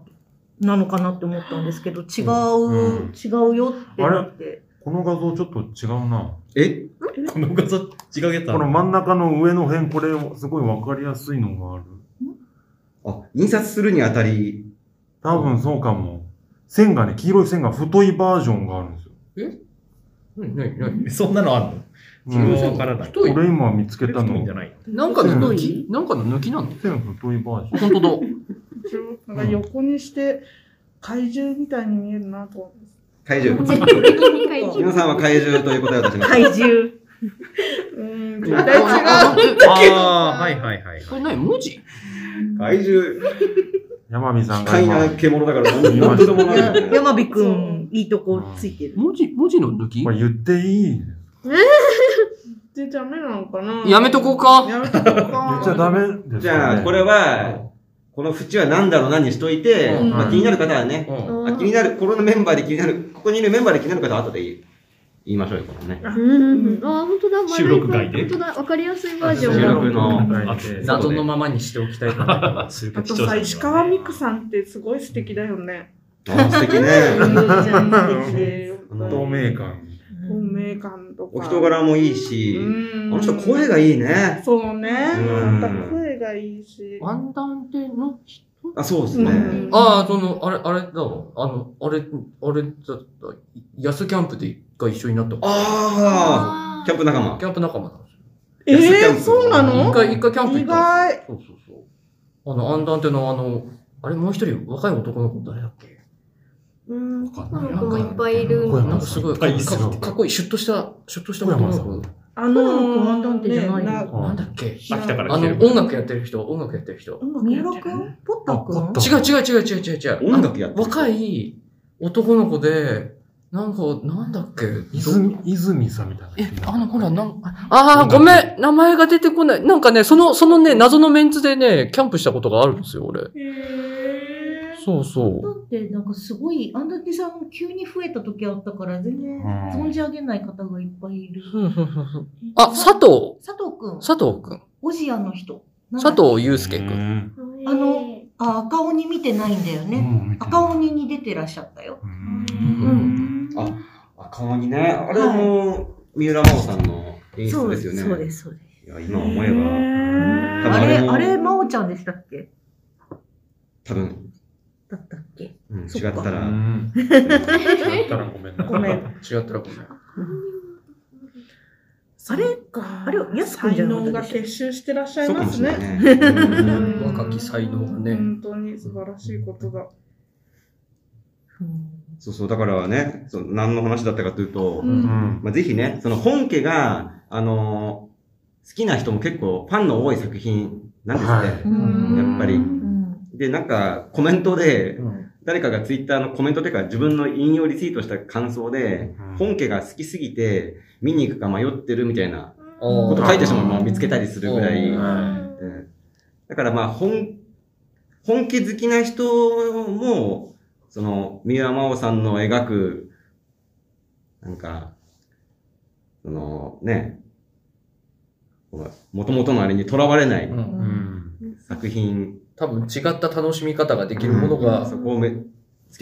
Speaker 5: なのかなって思ったんですけど、違
Speaker 2: う
Speaker 5: う、
Speaker 2: ん
Speaker 5: 違うよってなって。
Speaker 2: この画像ちょっと違うな。
Speaker 6: え
Speaker 4: この画像違うやつあ
Speaker 2: こ
Speaker 4: る
Speaker 2: の真ん中の上の辺、これ、すごいわかりやすいのがある。
Speaker 6: あ、印刷するにあたり、
Speaker 2: 多分そうかも。線がね、黄色い線が太いバージョンがあるんですよ。
Speaker 3: 何何何
Speaker 4: そんなのあんのそれはわからない。
Speaker 3: 太い
Speaker 2: これ今見つけ
Speaker 4: これ
Speaker 2: た
Speaker 4: 太いん
Speaker 2: の
Speaker 4: じゃ、ない
Speaker 3: なんかの抜
Speaker 5: 太
Speaker 3: きなんかの抜きなの
Speaker 2: 線太いバージョ
Speaker 3: 本当
Speaker 2: ン。
Speaker 3: だ。
Speaker 7: なんか横にして怪獣みたいに見えるなと思って。
Speaker 6: 怪 獣。
Speaker 1: 絶対的に怪獣
Speaker 6: 皆さんは怪獣という答えを出しました。
Speaker 5: 怪獣。
Speaker 7: うん、
Speaker 3: あ
Speaker 7: 絶対違う。
Speaker 4: ああ、はいはい はい。
Speaker 3: これ何文字
Speaker 6: 怪獣、
Speaker 2: 山美さん
Speaker 6: 機
Speaker 2: が
Speaker 6: 械
Speaker 2: 今。
Speaker 6: な獣だから、何とでもないよね。
Speaker 5: 山火くん、いいとこついてる。
Speaker 3: 文字、文字の抜き
Speaker 2: これ言っていい
Speaker 7: で、ダメなのかな
Speaker 3: やめとこうか
Speaker 7: やめとこ
Speaker 2: 言
Speaker 7: うか
Speaker 2: っちゃダメですよね。
Speaker 6: じゃあ、これは、この縁は何だろう何にしといて、
Speaker 3: うん
Speaker 6: まあ、気になる方はね、
Speaker 3: うん
Speaker 6: あ気になる、このメンバーで気になる、ここにいるメンバーで気になる方は後で言い言いましょうよ、このね。
Speaker 1: うん。ああ、本当だ。丸い
Speaker 4: 収録外で
Speaker 1: 本当だ。わかりやすいバージョ
Speaker 6: 収
Speaker 1: ンが。
Speaker 6: 録の
Speaker 4: あそうね
Speaker 3: 謎のままにしておきたいかな。
Speaker 4: あする
Speaker 7: あ
Speaker 4: と
Speaker 7: と
Speaker 4: 視聴
Speaker 7: さ、
Speaker 4: 者にはね
Speaker 7: 石川美久さんってすごい素敵だよね。
Speaker 6: あ素敵
Speaker 7: う
Speaker 6: ね。
Speaker 7: ん素敵
Speaker 6: うん
Speaker 2: 透明感。
Speaker 7: 透明感とか。
Speaker 6: お人柄もいいし、あ
Speaker 7: うん
Speaker 6: の人声がいいね。
Speaker 7: そうね。
Speaker 6: うん
Speaker 7: また声がいいし。
Speaker 3: ワンダンテの人
Speaker 6: あ、そうです
Speaker 7: う
Speaker 6: ね。
Speaker 7: ん
Speaker 3: ああ、その、あれ、あれだわ。あの、あれ、あれだった。安キャンプでが一緒になった。
Speaker 6: ああ、キャンプ仲間。
Speaker 3: キャンプ仲間なんですよ。
Speaker 7: えー、そうな
Speaker 6: お
Speaker 7: の
Speaker 3: 一回、一回キャンプ行
Speaker 7: 意
Speaker 3: ったんですよ。
Speaker 7: 外。
Speaker 3: そうそうそう。あの、アンダンテのあの、あれもう一人若い男の子誰だっけ
Speaker 1: うん。こ
Speaker 3: わかん
Speaker 1: の
Speaker 3: ない
Speaker 1: 子もいっぱいいる。
Speaker 2: 小
Speaker 3: なん
Speaker 2: 山
Speaker 3: か
Speaker 2: さ
Speaker 3: す
Speaker 2: ん。
Speaker 3: ごい、
Speaker 4: いっぱ
Speaker 3: か
Speaker 4: いいる
Speaker 3: かかっこいい、シュッとした、シュッとした
Speaker 2: 小
Speaker 3: 男
Speaker 2: 山
Speaker 3: の
Speaker 2: さ
Speaker 3: 子
Speaker 2: ん。。
Speaker 7: あの
Speaker 5: コマンダンテじゃないの
Speaker 7: な
Speaker 3: なんだっけ
Speaker 4: 秋田か
Speaker 3: あの
Speaker 4: ら来て、る。
Speaker 3: 音楽やってる人、音楽やってる人。
Speaker 5: 三浦くんポッタくん
Speaker 2: あ
Speaker 3: 違う違う違う違う違う違う。
Speaker 6: 音楽やっ
Speaker 3: あ
Speaker 6: てる
Speaker 3: の若い男の子で、なんか、なんだっけ
Speaker 2: 泉、泉さんみたいな。
Speaker 3: え、あの、ほら、なん、ああ、ごめん、名前が出てこない。なんかね、その、そのね、謎のメンツでね、キャンプしたことがあるんですよ、俺。
Speaker 7: へ
Speaker 3: そうそ
Speaker 5: だ
Speaker 3: う。
Speaker 5: ってなんかすごい、アンダンテさん急に増えた時あったから、全然存じ上げない方がいっぱいいる。
Speaker 3: ふんふんふんふんあ、佐藤、
Speaker 5: 佐藤くん、
Speaker 3: 佐藤くん。
Speaker 5: オジアの人。なんだっけ
Speaker 3: 佐藤祐介くん。
Speaker 2: ん。
Speaker 5: あの、あ、赤鬼見てないんだよ
Speaker 2: う
Speaker 5: ね。
Speaker 2: ん
Speaker 5: 赤。鬼に出てらっしゃったよ。
Speaker 2: うん
Speaker 3: うん
Speaker 6: あ、顔にね、あれも、三浦真央さんの演出ですよね。
Speaker 5: そうです、そうです。
Speaker 6: いや、今思えば、
Speaker 7: え
Speaker 6: 多分
Speaker 5: あ
Speaker 6: あ
Speaker 5: れ、
Speaker 6: れも
Speaker 5: あれ、真央ちゃんでしたっけ
Speaker 6: 多分、
Speaker 5: だったっけ
Speaker 6: うん違っ、
Speaker 5: そったから
Speaker 2: ん。だったらごめ んな。
Speaker 5: ごめん。
Speaker 3: 違ったらごめん。
Speaker 7: あれか。
Speaker 5: あれやすくんじゃなか
Speaker 7: 才
Speaker 5: った
Speaker 7: 能が
Speaker 5: でしたっけ
Speaker 7: 結集してらっしゃい
Speaker 6: そうか
Speaker 7: ま
Speaker 6: も
Speaker 7: す
Speaker 6: しれない
Speaker 7: ね。
Speaker 6: ね。
Speaker 7: うん
Speaker 3: 若き才能がね
Speaker 7: 本当に素晴らしいことだ。
Speaker 6: そうそう、だからね、そう何の話だったかというと、
Speaker 7: う
Speaker 2: うんん。
Speaker 6: まあ、ぜひね、その本家が、あのー好きな人も結構ファンの多い作品なんです
Speaker 2: は
Speaker 6: って、
Speaker 2: い
Speaker 5: うん
Speaker 6: やっぱり
Speaker 5: うん
Speaker 6: で、なんかコメントで、
Speaker 3: うん
Speaker 6: 誰かがツイッターのコメントというか自分の引用リツイートした感想で
Speaker 2: うん、
Speaker 6: 本家が好きすぎて見に行くか迷ってるみたいなこ
Speaker 3: お
Speaker 6: と
Speaker 3: ー
Speaker 6: 書いてしまう、まあ、見つけたりするぐらい。
Speaker 3: うん
Speaker 2: は
Speaker 6: うんだからまあ本、本気好きな人も、その、三浦真央さんの描く、なんか、そのね、もともとのあれにとらわれない
Speaker 3: うん
Speaker 2: い。うん。
Speaker 6: 作品、
Speaker 3: 多分違った楽しみ方ができるものが、
Speaker 6: そこをめ突き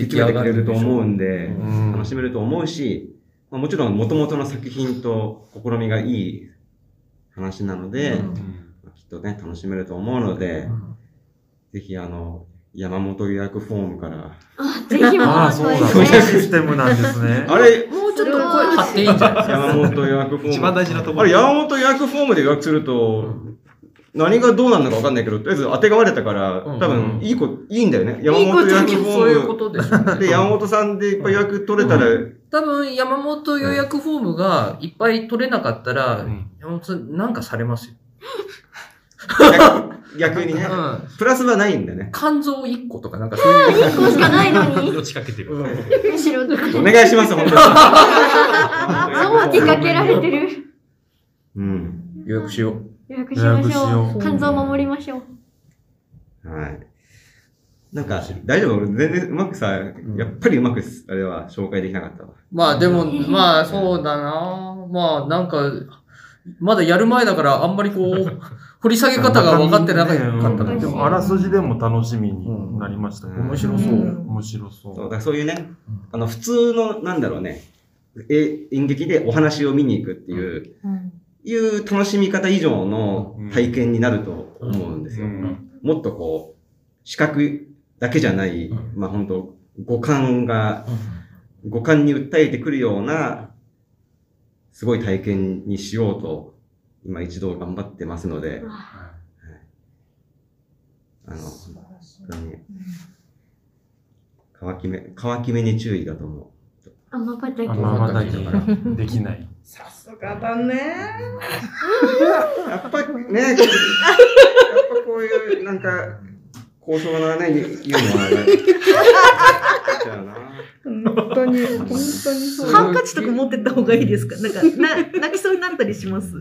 Speaker 6: 詰めてくれると思うんで、
Speaker 2: うん
Speaker 6: 楽しめると思うし、まあ、もちろんもともとの作品と試みがいい話なので、
Speaker 3: うん
Speaker 6: きっとね、楽しめると思うので、
Speaker 3: うん
Speaker 6: ぜひあの、山本予約フォームから。
Speaker 1: ぜひも
Speaker 2: ああ、そうだ。そういう
Speaker 1: ね。
Speaker 2: システムなんですね。
Speaker 6: あれ
Speaker 3: もうちょっと声張っていいんじゃないですか
Speaker 6: 山本予約フォーム。
Speaker 4: 一番大事なところ。
Speaker 6: あれ、山本予約フォームで予約すると、何がどうなんのかわかんないけど、とりあえず当てがわれたから、
Speaker 3: うん
Speaker 6: 多分、いいこ、いいんだよね。山
Speaker 3: いいこ
Speaker 6: 本
Speaker 3: と
Speaker 6: 予約
Speaker 3: に
Speaker 6: フ
Speaker 3: そういうこ
Speaker 6: ォー
Speaker 3: とでしょうね
Speaker 6: ム。で、山本さんでいっぱい予約取れたら、
Speaker 3: 多分、山本予約フォームがいっぱい取れなかったら、
Speaker 2: うん
Speaker 3: 山本さんなんかされますよ。
Speaker 6: 逆逆にね、
Speaker 3: うん。
Speaker 6: プラスはないんだよね。
Speaker 3: 肝臓1個とかなんかそういう。
Speaker 1: 1個しかないのに、
Speaker 4: 命かけてる。
Speaker 1: むしろ、
Speaker 6: お願いします、
Speaker 1: そう引
Speaker 6: 本当に。
Speaker 1: っ掛けられてる。
Speaker 6: うん。
Speaker 3: 予約しよう。
Speaker 1: 予約しまし
Speaker 2: 予
Speaker 1: ょ
Speaker 2: 約し
Speaker 1: う。
Speaker 2: よう
Speaker 1: 肝臓守りましょう。
Speaker 6: はい。なんか、大丈夫俺全然うまくさ、やっぱりうまくす、あれは紹介できなかったわ。
Speaker 3: まあでも、まあそうだなまあなんか、まだやる前だからあんまりこう、掘り下げ方が分かってなかった
Speaker 2: う
Speaker 3: の
Speaker 2: ん
Speaker 3: で
Speaker 2: でもあらすじでも楽しみになりましたね。
Speaker 3: 面白
Speaker 5: う
Speaker 3: そ
Speaker 5: ん
Speaker 3: う。
Speaker 2: 面白そう。
Speaker 6: そうだからそういうね、あの、普通の、なんだろうね、え演劇でお話を見に行くっていう、
Speaker 5: うん
Speaker 6: いう楽しみ方以上の体験になると思うんですよ。
Speaker 2: うん
Speaker 6: もっとこう、視覚だけじゃない、
Speaker 3: うん
Speaker 6: まあ本当五感が、五感に訴えてくるような、すごい体験にしようと、今一度頑張ってますので、あの、本当に、乾き目、乾き目に注意だと思
Speaker 1: 甘かったけ
Speaker 2: 甘まだ
Speaker 3: だか
Speaker 2: けできない。
Speaker 7: さすがだね。
Speaker 6: う。やっぱね、やっぱこういう、なんか、高尚なね、ユーモアが。 だよな。
Speaker 7: 本当に、本当にそう。
Speaker 5: ハンカチとか持ってった方がいいですかなんか、な、 泣きそうになったりします。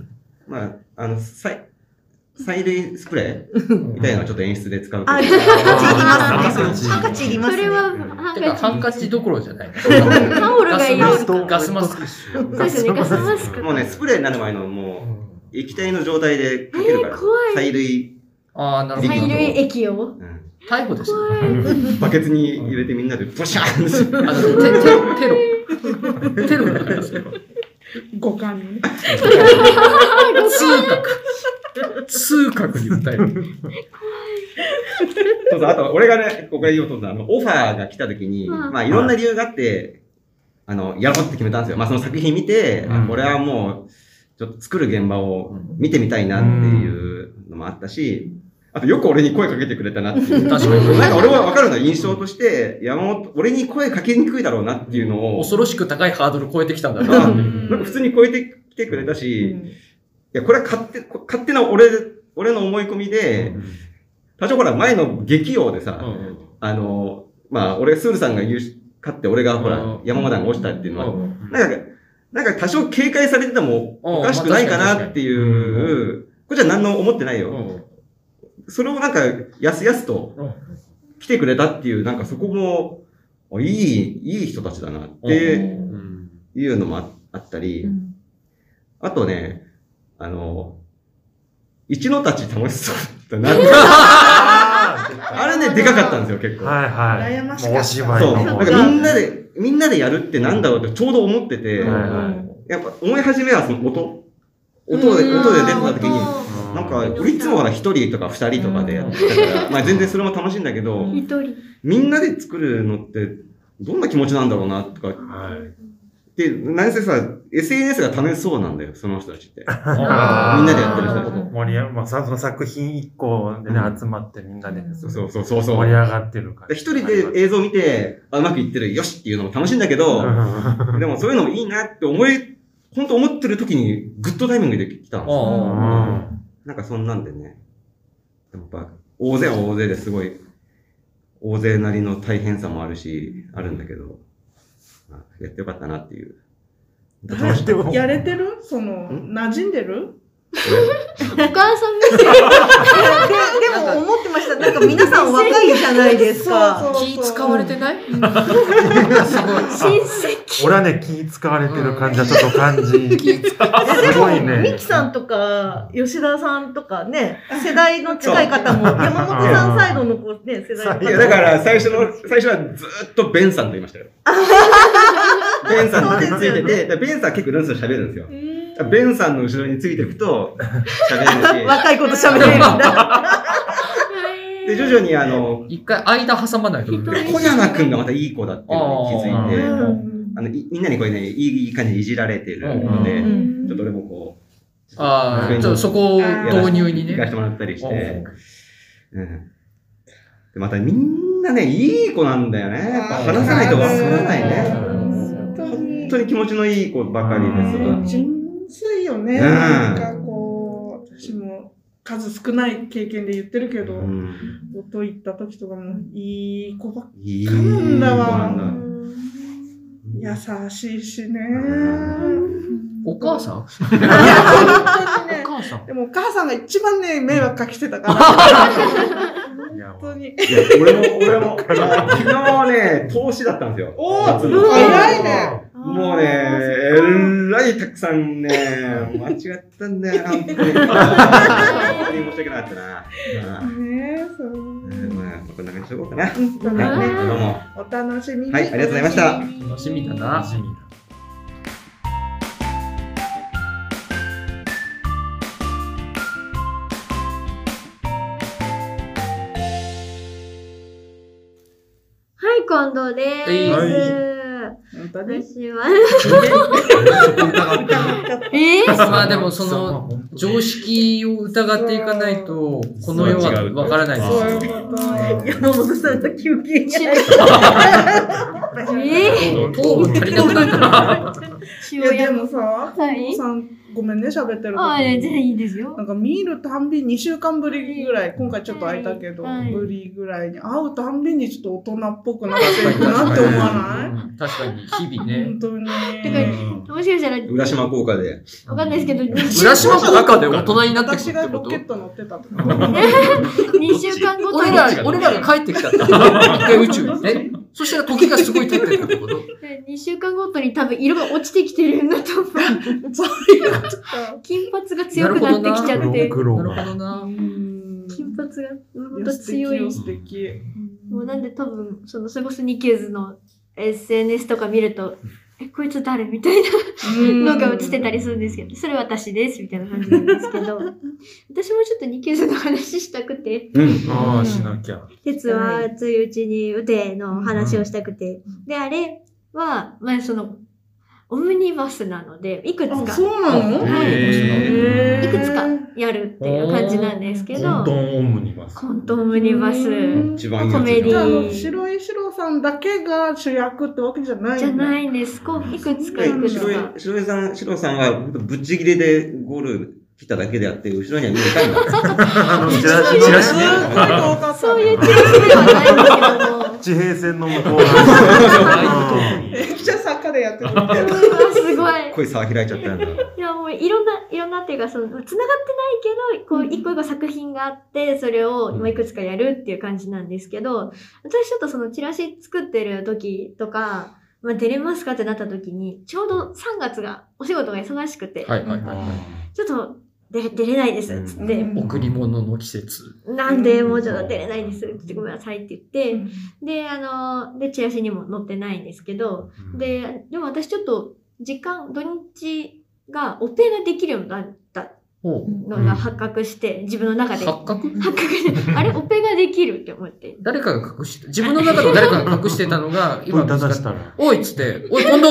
Speaker 6: まあ、あの、さい催涙スプレーみたいなのをちょっと演出で使うと
Speaker 5: あ、
Speaker 6: か
Speaker 5: ハンカチいりますね。ハンカチ
Speaker 1: それは、
Speaker 3: て
Speaker 5: いりますね。
Speaker 3: か、ハ
Speaker 1: ハン
Speaker 3: ン
Speaker 1: カ
Speaker 3: カ
Speaker 1: チ
Speaker 3: チ。どころじゃない。
Speaker 1: タオルがいる
Speaker 3: ガスマスクガスマスク。
Speaker 1: そうですよね、ガスマスク。
Speaker 6: もうね、スプレーになる前のもう、液体の状態でかけるから。
Speaker 1: えー怖
Speaker 6: 催涙、
Speaker 3: ああ、なるほど。
Speaker 1: 催涙液を。
Speaker 6: うん
Speaker 3: 逮捕ですよ。
Speaker 1: 怖い。
Speaker 6: バケツに入れてみんなで、ポシャーン
Speaker 3: あの、テ テテロ。テロだからそれは
Speaker 7: 五感にね。
Speaker 3: 通覚。通覚に訴える。
Speaker 6: そうそう、あと、俺がね、ここで言おうと思ったのは、あの、オファーが来た時に、
Speaker 1: うん
Speaker 6: まあ、いろんな理由があって、あの、やろうって決めたんですよ。まあ、その作品見て、
Speaker 2: うん
Speaker 6: これはもう、ちょっと作る現場を見てみたいなっていうのもあったし、あと、よく俺に声かけてくれたなって いう。
Speaker 3: 確かに
Speaker 6: なんか俺はわかるの印象として、山本、俺に声かけにくいだろうなっていうのを、
Speaker 3: 恐ろしく高いハードル超えてきたんだ
Speaker 6: あ
Speaker 3: な。
Speaker 6: なんか普通に超えてきてくれた
Speaker 5: う
Speaker 6: し、い
Speaker 5: ん
Speaker 6: や、これは勝手、こ勝手な俺、俺の思い込みで、多少ほら、前の劇王でさ、あの、まあ、俺、スールさんが優勝って、俺がほ
Speaker 3: うん
Speaker 6: ら、山形が落ちたっていうのは、
Speaker 3: うん
Speaker 6: なんか、なんか多少警戒されててもおかしくないかなっていう、こっちは何の思ってないうよ。
Speaker 3: ん
Speaker 6: それをなんか、やすやすと
Speaker 3: うん
Speaker 6: 来てくれたっていう、なんかそこも、あいい、いい人たちだなっていうのもああったり、あとね、あの、一のたち楽しそうだなって。 あれね、でかかったんですよ、結構。
Speaker 2: はいはい。
Speaker 7: 羨ましかった
Speaker 2: もうお芝居
Speaker 6: そう。
Speaker 2: の
Speaker 6: なんかみんなで、みんなでやるってなんだろうってちょうど思ってて、
Speaker 2: はい
Speaker 6: やっぱ思い始めはその音。音で、音で出てた時に、なんか、俺いつもほら一人とか二人とかでやってたから、まあ全然それも楽しいんだけど、
Speaker 1: 一人。
Speaker 6: みんなで作るのってどんな気持ちなんだろうなとか、
Speaker 2: はい。
Speaker 6: で、何せさ、SNS が楽しそうなんだよ、その人たちって。
Speaker 2: あー
Speaker 6: みんなでやってる人たち。
Speaker 2: 盛り上がまあ、さその作品一個でね
Speaker 6: う、ん
Speaker 2: 集まってみんなで
Speaker 6: そうそうそうそうそ
Speaker 2: 盛
Speaker 6: う。
Speaker 2: り
Speaker 6: で
Speaker 2: 上がってるから。
Speaker 6: 一人で映像見て、あうまくいってる、よしっていうのも楽しいんだけど、
Speaker 2: うん
Speaker 6: でもそういうのもいいなって思い、本当思ってる時にグッドタイミングで来たんですよ。
Speaker 3: ああ
Speaker 2: うん
Speaker 6: なんかそんなんでね。やっぱ、大勢は大勢ですごい、大勢なりの大変さもあるし、あるんだけど、まあやってよかったなっていう。楽しい。
Speaker 7: やれてるその、
Speaker 6: ん
Speaker 7: 馴染んでる
Speaker 1: お母さん目線。
Speaker 5: ででも思ってました。なんか皆さん若いじゃないですか。
Speaker 7: そうそう
Speaker 3: 気使われてないすごい。
Speaker 1: 親戚。
Speaker 2: 俺はね、気使われてる感じはちょっと感じ。
Speaker 5: いや
Speaker 2: すごい
Speaker 5: でも、ミ
Speaker 2: ね
Speaker 5: キ。さんとか、吉田さんとかね、世代の近い方も、山本さんサイドのこうね、世代 の
Speaker 6: い
Speaker 5: 方
Speaker 6: や、
Speaker 5: も
Speaker 6: だから最初の、最初はずーっとベンさんと言いました よ。ベンさんについてて、だからベンさん結構ルンスと喋るんですよ。だからベンさんの後ろについていくと、喋 るし、
Speaker 5: 若い子と喋れるんだ。
Speaker 6: で、徐々にあの、
Speaker 3: 一回間挟まないと。
Speaker 6: 小山くんがまたいい子だっていうのに気づいて、
Speaker 5: うん
Speaker 6: あの、いみんなにこういうね、いいいい感じにいじられてるので、
Speaker 5: うん
Speaker 6: ちょっと俺もこう、
Speaker 3: あ
Speaker 6: う
Speaker 3: あ、
Speaker 6: ん
Speaker 3: ちょっとそこを導入に
Speaker 6: 行か
Speaker 3: ね
Speaker 6: せ。てもらったりし
Speaker 3: お
Speaker 6: て。うん。で、またみんなね、いい子なんだよね。やっぱ話さないとわからないね。
Speaker 7: 本当
Speaker 6: 本
Speaker 7: に
Speaker 6: 当に気持ちのいい子ばかりです
Speaker 2: う
Speaker 6: わ。
Speaker 7: 純粋よね、
Speaker 6: うん
Speaker 7: なんかこう私も数少ない経験で言ってるけど、
Speaker 6: うん
Speaker 7: 音行った時とかもいい子ばっか
Speaker 6: いい子
Speaker 7: なんだ
Speaker 6: な
Speaker 7: わ
Speaker 6: んだ。
Speaker 7: 優しいしね
Speaker 6: ん
Speaker 3: お母さんお
Speaker 7: いや本当にね
Speaker 3: 母さん
Speaker 7: でもお母さんが一番ね迷惑かけてたから
Speaker 2: いや
Speaker 7: 本当
Speaker 6: い
Speaker 7: に
Speaker 6: や、俺も、俺も、 昨日はね、投資だったんですよ。
Speaker 7: おー
Speaker 6: 夏の
Speaker 7: 早いね
Speaker 6: もうね、えらいたくさ んね、間違ったん だよ、本当に。本当に申し訳なかったな。うん
Speaker 7: ねそう
Speaker 6: うんまあ、こんな感じにしとこうかな。はい、
Speaker 7: 本当に
Speaker 6: ね
Speaker 7: ね
Speaker 6: どうも。
Speaker 7: お楽しみに
Speaker 6: はい、ありがとうございました。
Speaker 3: 楽しみだな。
Speaker 1: はい、近藤で
Speaker 3: は
Speaker 1: ー
Speaker 7: 本当ね
Speaker 1: す。私は、えー
Speaker 3: まあでもその、常識を疑っていかないと、この世はわからないで
Speaker 7: そう
Speaker 3: す
Speaker 7: い
Speaker 3: よ。
Speaker 7: うこと
Speaker 5: 山本さんが休憩しない。
Speaker 1: え
Speaker 3: 糖分足りなくないかな。
Speaker 1: ー
Speaker 7: いやで
Speaker 1: 塩
Speaker 7: も
Speaker 1: 山
Speaker 7: さ、
Speaker 1: はい
Speaker 7: 近藤さんごめんね喋ってる
Speaker 1: ああ、全
Speaker 7: 時
Speaker 1: 然いいですよ
Speaker 7: な。んか見るたんび2週間ぶりぐらい今回ちょっと空いたけど、
Speaker 1: はい
Speaker 7: ぶりぐらいに会うたんびにちょっと大人っぽくなっていくなって思わない
Speaker 3: うん確かに、日々ね
Speaker 7: 本。当に
Speaker 1: てかもしかしたら、
Speaker 6: 浦島効果で。
Speaker 1: わかんないですけど、
Speaker 3: 浦島の中で大人になってく
Speaker 7: 私
Speaker 3: るっ
Speaker 7: が
Speaker 3: てこ
Speaker 7: ロ
Speaker 3: と
Speaker 7: ケット乗ってたとか
Speaker 1: 2週間後と
Speaker 3: 俺
Speaker 1: に
Speaker 3: ら、俺らが帰ってきたんだ。一回宇宙にね。そしたら時がすごい経ってるってこと
Speaker 1: 2週間ごとに多分色が落ちてきてるんだと思う。
Speaker 7: そういうことか
Speaker 1: 金髪が強くなってきちゃ
Speaker 2: ロ
Speaker 1: って
Speaker 2: ッ。クロ
Speaker 3: な
Speaker 2: ー
Speaker 3: る
Speaker 2: が
Speaker 3: ほどな。
Speaker 1: 金髪が、ほん
Speaker 7: い
Speaker 1: と
Speaker 7: や素敵
Speaker 1: 強い
Speaker 7: よ。素敵
Speaker 1: もうなんで多分、その、それこそニキューズの SNS とか見ると、え、こいつ誰みたいなのが映ってたりするんですけど、それ私です、みたいな感じなんです けど、私もちょっとニキューズの話したくて、
Speaker 6: うん。
Speaker 2: ああ、しなきゃ。
Speaker 1: 鉄は熱いうちにウテの話をしたくて、で、あれは、まあその、オムニバスなので、いくつ
Speaker 7: あ
Speaker 1: か、
Speaker 7: そうなの
Speaker 1: はい
Speaker 7: へ
Speaker 1: い
Speaker 7: ー
Speaker 1: くつかやるっていう感じなんですけ
Speaker 2: 混
Speaker 1: ど、
Speaker 2: 沌オムニバス。
Speaker 1: コントオムニバス。
Speaker 7: うん
Speaker 6: 一番いいやつだ
Speaker 1: コメデ
Speaker 7: じゃああ
Speaker 1: ィ
Speaker 7: の白井白さんだけが主役ってわけじゃない
Speaker 1: じゃないいんです。こう、いくつかいくつ
Speaker 6: 白
Speaker 1: か。
Speaker 6: い、白いさん、白さんは、ぶっちぎりでゴール来ただけであって、後ろには見えたいんだ。
Speaker 2: あの、チラ
Speaker 7: す
Speaker 2: シ、
Speaker 7: ご
Speaker 2: チ
Speaker 7: い
Speaker 2: ラシ
Speaker 7: すごい
Speaker 2: ね。
Speaker 7: 遠かった
Speaker 1: そういうチームではないんですけども。
Speaker 2: 地平線の向こう側に。
Speaker 7: めっちゃ坂でやってるみたいな
Speaker 1: すごい。
Speaker 6: 声差開いちゃったんだ。
Speaker 1: いや、もういろんな、いろんなっていうか、その、繋がってないけど、こう、一個一個作品があって、それを、まあいくつかやるっていう感じなんですけど、私ちょっとそのチラシ作ってる時とか、まあ、出れますかってなった時に、ちょうど3月がお仕事が忙しくて、
Speaker 3: はいはいはい。
Speaker 1: ちょっと出出れないです、つって。
Speaker 7: うん
Speaker 3: 贈り物の季節。
Speaker 1: なんで
Speaker 7: うん
Speaker 1: もうちょっと出れないですってごめんなさいって言って、で、あの、で、チラシにも載ってないんですけど、で、でも私ちょっと時間、土日がオペができるようになった
Speaker 3: ほう
Speaker 1: のが発覚して、自分の中で。
Speaker 3: 発
Speaker 1: 発
Speaker 3: 覚
Speaker 1: 覚 して、あれ、オペができるって思って。
Speaker 3: 誰かが隠して、自分の中の誰かが隠してたのが、
Speaker 2: 今
Speaker 3: 今
Speaker 2: 出
Speaker 3: 見つかっ
Speaker 2: したら。
Speaker 3: おいっつって、おい、近藤、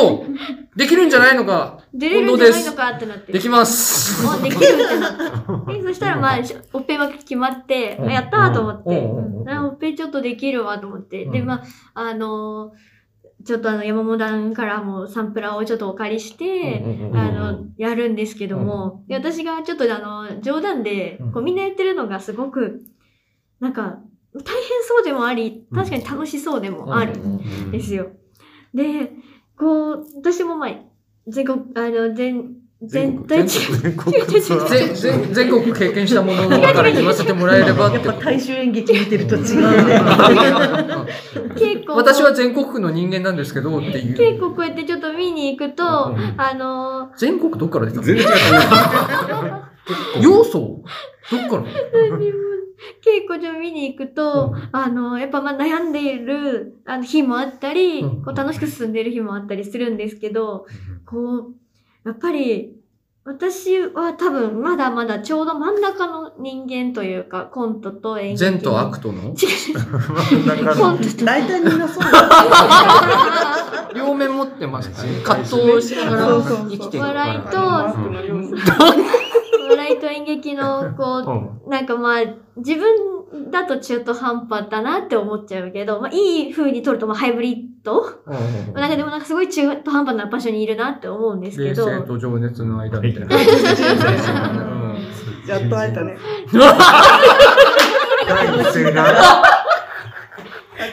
Speaker 3: できるんじゃないのか、
Speaker 1: 出れるんじゃないのかってなって。
Speaker 3: で きます。
Speaker 1: おできるみたいな。でそしたら、まあ、オペが決まって、
Speaker 3: うん
Speaker 1: やったーと思っ
Speaker 3: うん
Speaker 1: て。
Speaker 3: うんう
Speaker 1: あ、
Speaker 3: ん
Speaker 1: オペちょっとできるわと思って。
Speaker 3: うん
Speaker 1: で、まあ、あのーちょっとあの、山本さんからもサンプラーをちょっとお借りして、
Speaker 3: うんうんうん
Speaker 1: あの、やるんですけども、で私がちょっとあの、冗談で
Speaker 3: うん、
Speaker 1: こうみんなやってるのがすごく、なんか、大変そうでもあり、
Speaker 2: うん
Speaker 1: 確かに楽しそうでもあるん
Speaker 2: うん
Speaker 1: ですよ。で、こう、私もまあ、全国、あの、全、全体違う。
Speaker 2: 全国ツアー
Speaker 3: 全全全国経験したものから言わせてもらえれば
Speaker 5: や
Speaker 3: っ
Speaker 5: ってぱ
Speaker 3: こと。
Speaker 5: 大衆演劇見てると違うね。
Speaker 3: うん
Speaker 1: 結構。
Speaker 3: 私は全国区の人間なんですけどってい
Speaker 1: 結
Speaker 3: う。
Speaker 1: 構こうやってちょっと見に行くと、
Speaker 3: うん
Speaker 1: あの
Speaker 3: 全国どっから出たの
Speaker 6: 全然違ったね。
Speaker 3: 要素どっから
Speaker 1: 稽古場見に行くと、あのやっぱまあ悩んでいるあの日もあったり、
Speaker 3: うん
Speaker 1: こう楽しく進んでいる日もあったりするんですけど、こうやっぱり私は多分まだまだちょうど真ん中の人間というかコントと演劇
Speaker 3: 善と悪との
Speaker 2: 中
Speaker 1: コン
Speaker 2: の
Speaker 1: ト
Speaker 7: 大体みんなそうだ
Speaker 3: 両面持ってますからね。葛藤しながら生きていくか
Speaker 1: 笑い
Speaker 3: ら。
Speaker 1: と
Speaker 7: マスクの量
Speaker 1: う
Speaker 7: 産
Speaker 9: のライト演劇の、こ
Speaker 2: うん。
Speaker 9: う、なんかまあ、自分だと中途半端だなって思っちゃうけど、まあ、いい風に撮ると、まあ、ハイブリッド
Speaker 2: うん
Speaker 9: なんかでもなんかすごい中途半端な場所にいるなって思うんですけ
Speaker 3: 冷
Speaker 9: ど、
Speaker 3: 静と情熱の間みたい な。
Speaker 7: やっと会えたね。
Speaker 2: 第一声が、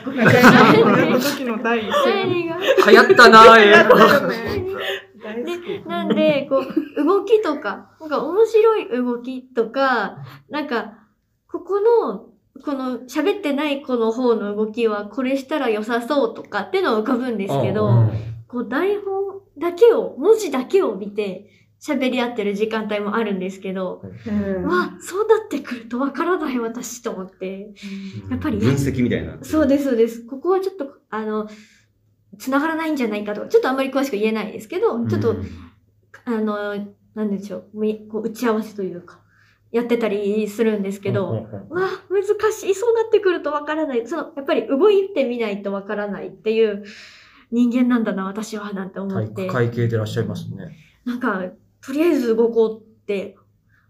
Speaker 7: 仲良くなった時の第一声。
Speaker 9: 何が
Speaker 3: 流行ったなぁ、
Speaker 7: や
Speaker 3: 映
Speaker 7: っ
Speaker 3: 画。
Speaker 7: たよ ね。大好き。
Speaker 9: なんで、こう、動きとか、なんか面白い動きとか、なんか、ここの、この喋ってない子の方の動きはこれしたら良さそうとかってのを浮かぶんですけ
Speaker 3: う
Speaker 9: ど、こう台本だけを、文字だけを見て喋り合ってる時間帯もあるんですけど、
Speaker 7: うん
Speaker 9: わあ、そうなってくるとわからない私と思って、やっぱり
Speaker 6: 分析みたいな。
Speaker 9: そうです、そうです。ここはちょっと、あの、繋がらないんじゃないかとか、ちょっとあんまり詳しく言えないですけど、ちょっと、あの、なんでしょう、みこう打ち合わせというか、やってたりするんですけど、わあ、難しい、そうなってくるとわからない。その、やっぱり動いてみないとわからないっていう人間なんだな、私は、なんて思
Speaker 3: 体
Speaker 9: っ
Speaker 3: 育
Speaker 9: て。
Speaker 3: 会系でいらっしゃいますね。
Speaker 9: なんか、とりあえず動こうって、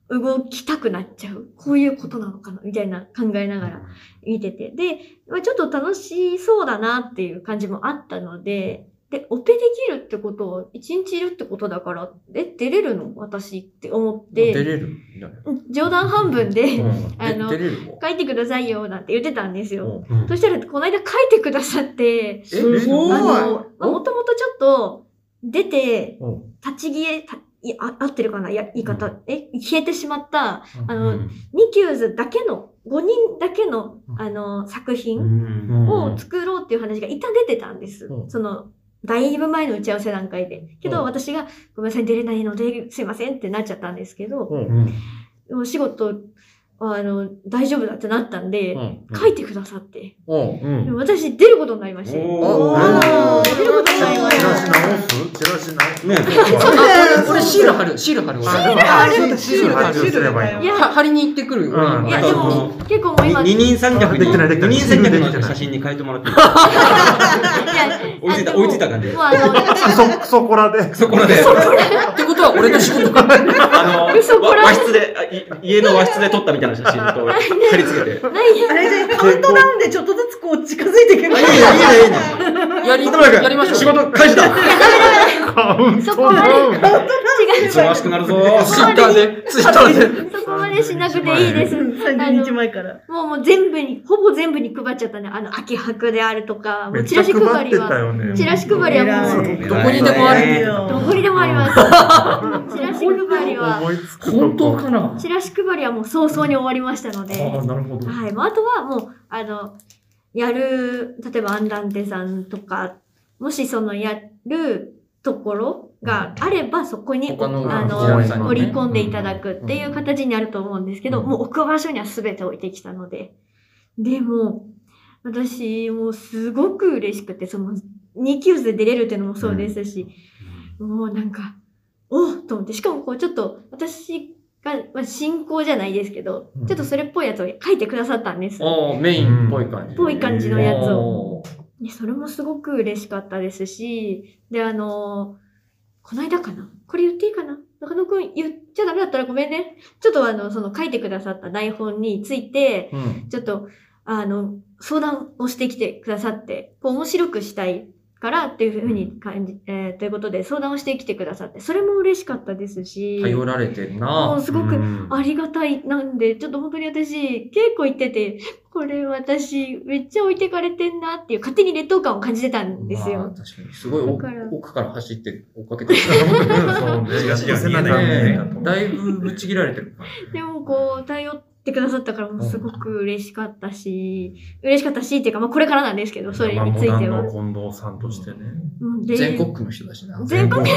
Speaker 9: 動きたくなっちゃう。こういうことなのかなみたいな考えながら見てて。で、まあちょっと楽しそうだなっていう感じもあったので、で、オペできるってことは、一日いるってことだから、え、出れるの私って思っ
Speaker 3: 出
Speaker 9: て、
Speaker 3: れるみたいな
Speaker 9: 冗談半分で、あ
Speaker 3: うん
Speaker 9: の
Speaker 3: で出れるも
Speaker 9: 書いてくださいよ、なんて言ってたんですよ。
Speaker 3: ん。
Speaker 2: うん
Speaker 9: そしたら、この間書いてくださって、
Speaker 7: すごい。
Speaker 9: あの、まあもともとちょっと、出て
Speaker 3: う、
Speaker 9: 立ち消え、たいあ合ってるかないや、言い方、え、消えてしまった、あ
Speaker 2: う
Speaker 9: の、
Speaker 2: ん
Speaker 9: ニキューズだけの、5人だけの
Speaker 3: う、ん
Speaker 9: あの、作
Speaker 2: う
Speaker 9: 品
Speaker 2: ん
Speaker 9: を作ろうっていう話が一旦出てたんです
Speaker 3: う。ん
Speaker 9: その、だいぶ前の打ち合わせ段階で。け
Speaker 3: う
Speaker 9: ど、
Speaker 3: ん
Speaker 9: 私が、ごめんなさい、出れないので、すいませんってなっちゃったんですけど、
Speaker 2: うん
Speaker 9: お仕事、あの、大丈夫だってなったんで
Speaker 3: う、ん。
Speaker 9: 書いてくださって。
Speaker 3: うん。
Speaker 2: う
Speaker 9: で
Speaker 2: ん
Speaker 9: も私、出ることになりまして。
Speaker 6: お
Speaker 3: あ
Speaker 6: ー。
Speaker 9: 出ることになりま
Speaker 2: チラ
Speaker 9: し
Speaker 2: シ
Speaker 9: た。
Speaker 2: 直すチラシ直す
Speaker 6: ね
Speaker 3: あ、これ、こ
Speaker 7: そう
Speaker 3: れシール貼る、シール貼る。俺
Speaker 7: あ
Speaker 2: シ
Speaker 7: れ
Speaker 2: ールシール貼りをすればいいの
Speaker 9: いや
Speaker 3: は貼りに行ってくる。俺
Speaker 2: うん
Speaker 9: いや、でも、結構もう今、
Speaker 6: 二人三脚
Speaker 2: できてないで
Speaker 6: に
Speaker 2: きて
Speaker 6: 二
Speaker 2: ない
Speaker 6: 人三脚の写真に変えてもらっていい追いついた、追いついた感じで
Speaker 9: もう。あ の、
Speaker 2: クソ、クソコラで。
Speaker 6: そこらで、
Speaker 3: ってことは俺の仕 事か。
Speaker 6: あ
Speaker 9: 嘘
Speaker 6: の、
Speaker 9: こ
Speaker 6: わ
Speaker 9: ら
Speaker 6: 和室で、あい家の和室で撮ったみたいな写真と貼り付けて。
Speaker 9: 何や
Speaker 5: あれじゃカウントダウンでちょっとずつこう近づいていけばいい
Speaker 6: いいね、いいね、いいね。
Speaker 3: やり、やりましょう。
Speaker 6: 仕事開始だ
Speaker 2: カウン
Speaker 9: そ
Speaker 2: ト
Speaker 9: こ
Speaker 2: ダ
Speaker 9: まで
Speaker 2: ウン。
Speaker 6: 忙しくなるぞ
Speaker 3: ツイッターで、ツイッターで。
Speaker 9: そこまでしなくていいです。
Speaker 5: 30日前から。
Speaker 9: もうもう全部に、ほぼ全部に配っちゃったね。あの、秋白であるとか、も
Speaker 2: め
Speaker 9: う
Speaker 2: っ
Speaker 9: チ
Speaker 2: ちゃ
Speaker 9: ラシ配
Speaker 2: 配っ
Speaker 9: り
Speaker 2: てた
Speaker 9: は、
Speaker 2: よね。
Speaker 9: チラシ配りはもう、
Speaker 5: 偉い
Speaker 3: どこにでもある。
Speaker 5: る
Speaker 9: どこにでもあります。チラシ配りは、
Speaker 2: 思いつくとこ
Speaker 3: 本当かな
Speaker 9: チラシ配りはもう早々に終わりましたので、
Speaker 2: ああ、なるほど。
Speaker 9: はい。まあ、あとはもう、あの、やる、例えばアンダンテさんとか、もしそのやるところがあれば、そこに、
Speaker 3: 他の
Speaker 9: あ
Speaker 2: お公
Speaker 9: の
Speaker 2: 園、さんにね
Speaker 9: 織り込んでいただくっていう形になると思うんですけど、もう置く場所には全て置いてきたので。でも、私、もうすごく嬉しくて、その、2級で出れるっていうのもそうですし、もうなんか、おっと思って、しかもこうちょっと、私が、まあ、進行じゃないですけど、ちょっとそれっぽいやつを書いてくださったんです。
Speaker 3: おーメインっぽい感じ。
Speaker 9: ぽい感じのやつを
Speaker 3: お
Speaker 9: でそれもすごく嬉しかったですし、で、あのこの間かなこれ言っていいかな中野くん言っちゃダメだったらごめんね。ちょっとあの、その書いてくださった台本について、
Speaker 3: ー。うん。
Speaker 9: ちょっと、あの、相談をしてきてくださって、こう面白くしたいからっていうふうに感じ、えーということで相談をしてきてくださって、それも嬉しかったですし、
Speaker 3: 頼られてん
Speaker 9: も
Speaker 3: な
Speaker 9: うすごく
Speaker 2: うん
Speaker 9: ありがたい。なんで、ちょっと本当に私、稽古行ってて、これ私、めっちゃ置いてかれてんなっていう、勝手に劣等感を感じてたんです
Speaker 3: まあ
Speaker 9: よ。
Speaker 3: 確かに。すごい
Speaker 9: だから
Speaker 3: 奥奥から走って追っかけ てる。
Speaker 2: そうね。
Speaker 4: チラシが
Speaker 2: 背
Speaker 4: 見え
Speaker 2: 中
Speaker 4: な
Speaker 2: 見え
Speaker 3: ね
Speaker 2: ないと。
Speaker 3: だいぶぶち切られてるから。
Speaker 9: でも、こう、頼ってくださったから、もうすごく嬉しかったし、嬉しかったし、っていうか、まあ、これからなんですけど、それについて
Speaker 2: まあ
Speaker 9: は。
Speaker 2: モダンの近藤さんとしてね。
Speaker 9: うんで
Speaker 3: 全国区の人だしな。
Speaker 9: 全国
Speaker 2: 全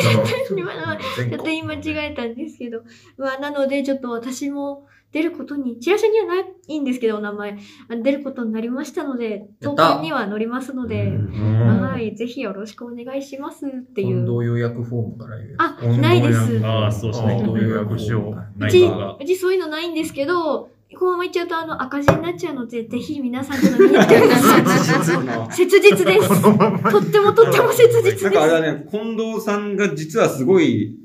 Speaker 2: 国
Speaker 9: 今のはちょっと言い間違えたんですけど、まあ、なので、ちょっと私も出ることに、チラシにはないんですけど、お名前、あ出ることになりましたので、
Speaker 3: やっ
Speaker 9: 当
Speaker 3: た
Speaker 9: 館には乗りますので、
Speaker 2: うん
Speaker 9: はい、ぜひよろしくお願いしますってい
Speaker 3: 運
Speaker 9: う。
Speaker 3: 動予約フォームから言う。
Speaker 9: あ、ないです。
Speaker 4: ああ、そうしない
Speaker 2: ど
Speaker 4: と
Speaker 2: ういう役しよう
Speaker 4: ない
Speaker 9: ち
Speaker 4: かが。
Speaker 9: うちそういうのないんですけど、このままいっちゃうとあの赤字になっちゃうので、ぜひ皆さんちょっと見に来 てください。切実です。とってもとっても切
Speaker 6: な
Speaker 9: 実
Speaker 6: んかあれ
Speaker 9: で
Speaker 6: だね、近藤さんが実はすごい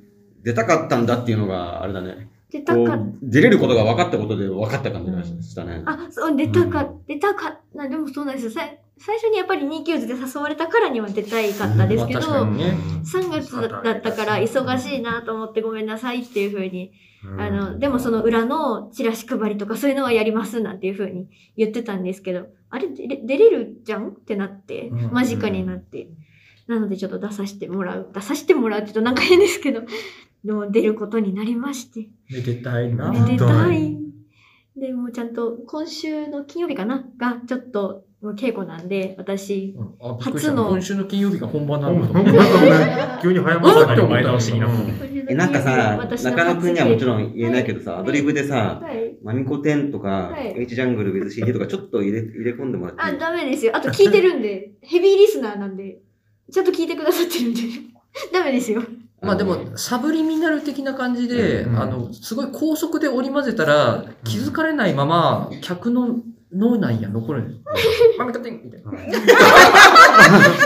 Speaker 6: 出たかったんだっていうのが、あれだね。
Speaker 1: 出た
Speaker 6: こ
Speaker 1: か
Speaker 6: う、出れることが分かったことで分かった感じがしたね。
Speaker 1: あ、そう、出たか、出たか、なでもそうなんですよ。さい最初にやっぱり2級図で誘われたからには出たいかったですけど、
Speaker 3: うんまあ確かにね
Speaker 1: 3月だったから忙しいなと思ってごめんなさいっていうふうに、
Speaker 2: うん
Speaker 1: あの、でもその裏のチラシ配りとかそういうのはやりますなんていうふうに言ってたんですけど、あれ出れ出れるじゃんってなって、
Speaker 3: うん
Speaker 1: 間近になって。なのでちょっと出させてもらう。出させてもらうって言うとなんか変ですけど、でも出ることになりまして。
Speaker 3: めでたいな。
Speaker 1: めでた。
Speaker 2: はい
Speaker 1: で、もうちゃんと今週の金曜日かながちょっともう稽古なんで、私、
Speaker 3: うんあ、びっくりした。
Speaker 1: 初の
Speaker 3: 今週の金曜日が本番なんだと
Speaker 2: う
Speaker 3: 思
Speaker 2: ん
Speaker 3: っ
Speaker 2: な
Speaker 3: た
Speaker 2: んかね、急に早まった
Speaker 3: うん
Speaker 4: 前倒しになった
Speaker 6: え、なんかさ、中野くんにはもちろ
Speaker 1: ん。
Speaker 6: ん言えないけどさ、アドリブでさ、
Speaker 1: はい。
Speaker 6: マミコテンとか、
Speaker 1: はい
Speaker 6: ウィチジャングルウィズ CD とかちょっと入れ入れ込んでもらって
Speaker 1: あ、
Speaker 6: いい。
Speaker 1: ダメですよ。あと聞いてるん で、ヘビーリスナーなんで、ちゃんと聞いてくださってるんで、 ダメです よ。
Speaker 6: あの
Speaker 3: まあでも、サブリミナル的な感じで、
Speaker 2: うん
Speaker 3: あの、すごい高速で織り交ぜたら、気づかれないまま、客の脳内が残るんです。 マミカテンみたいな。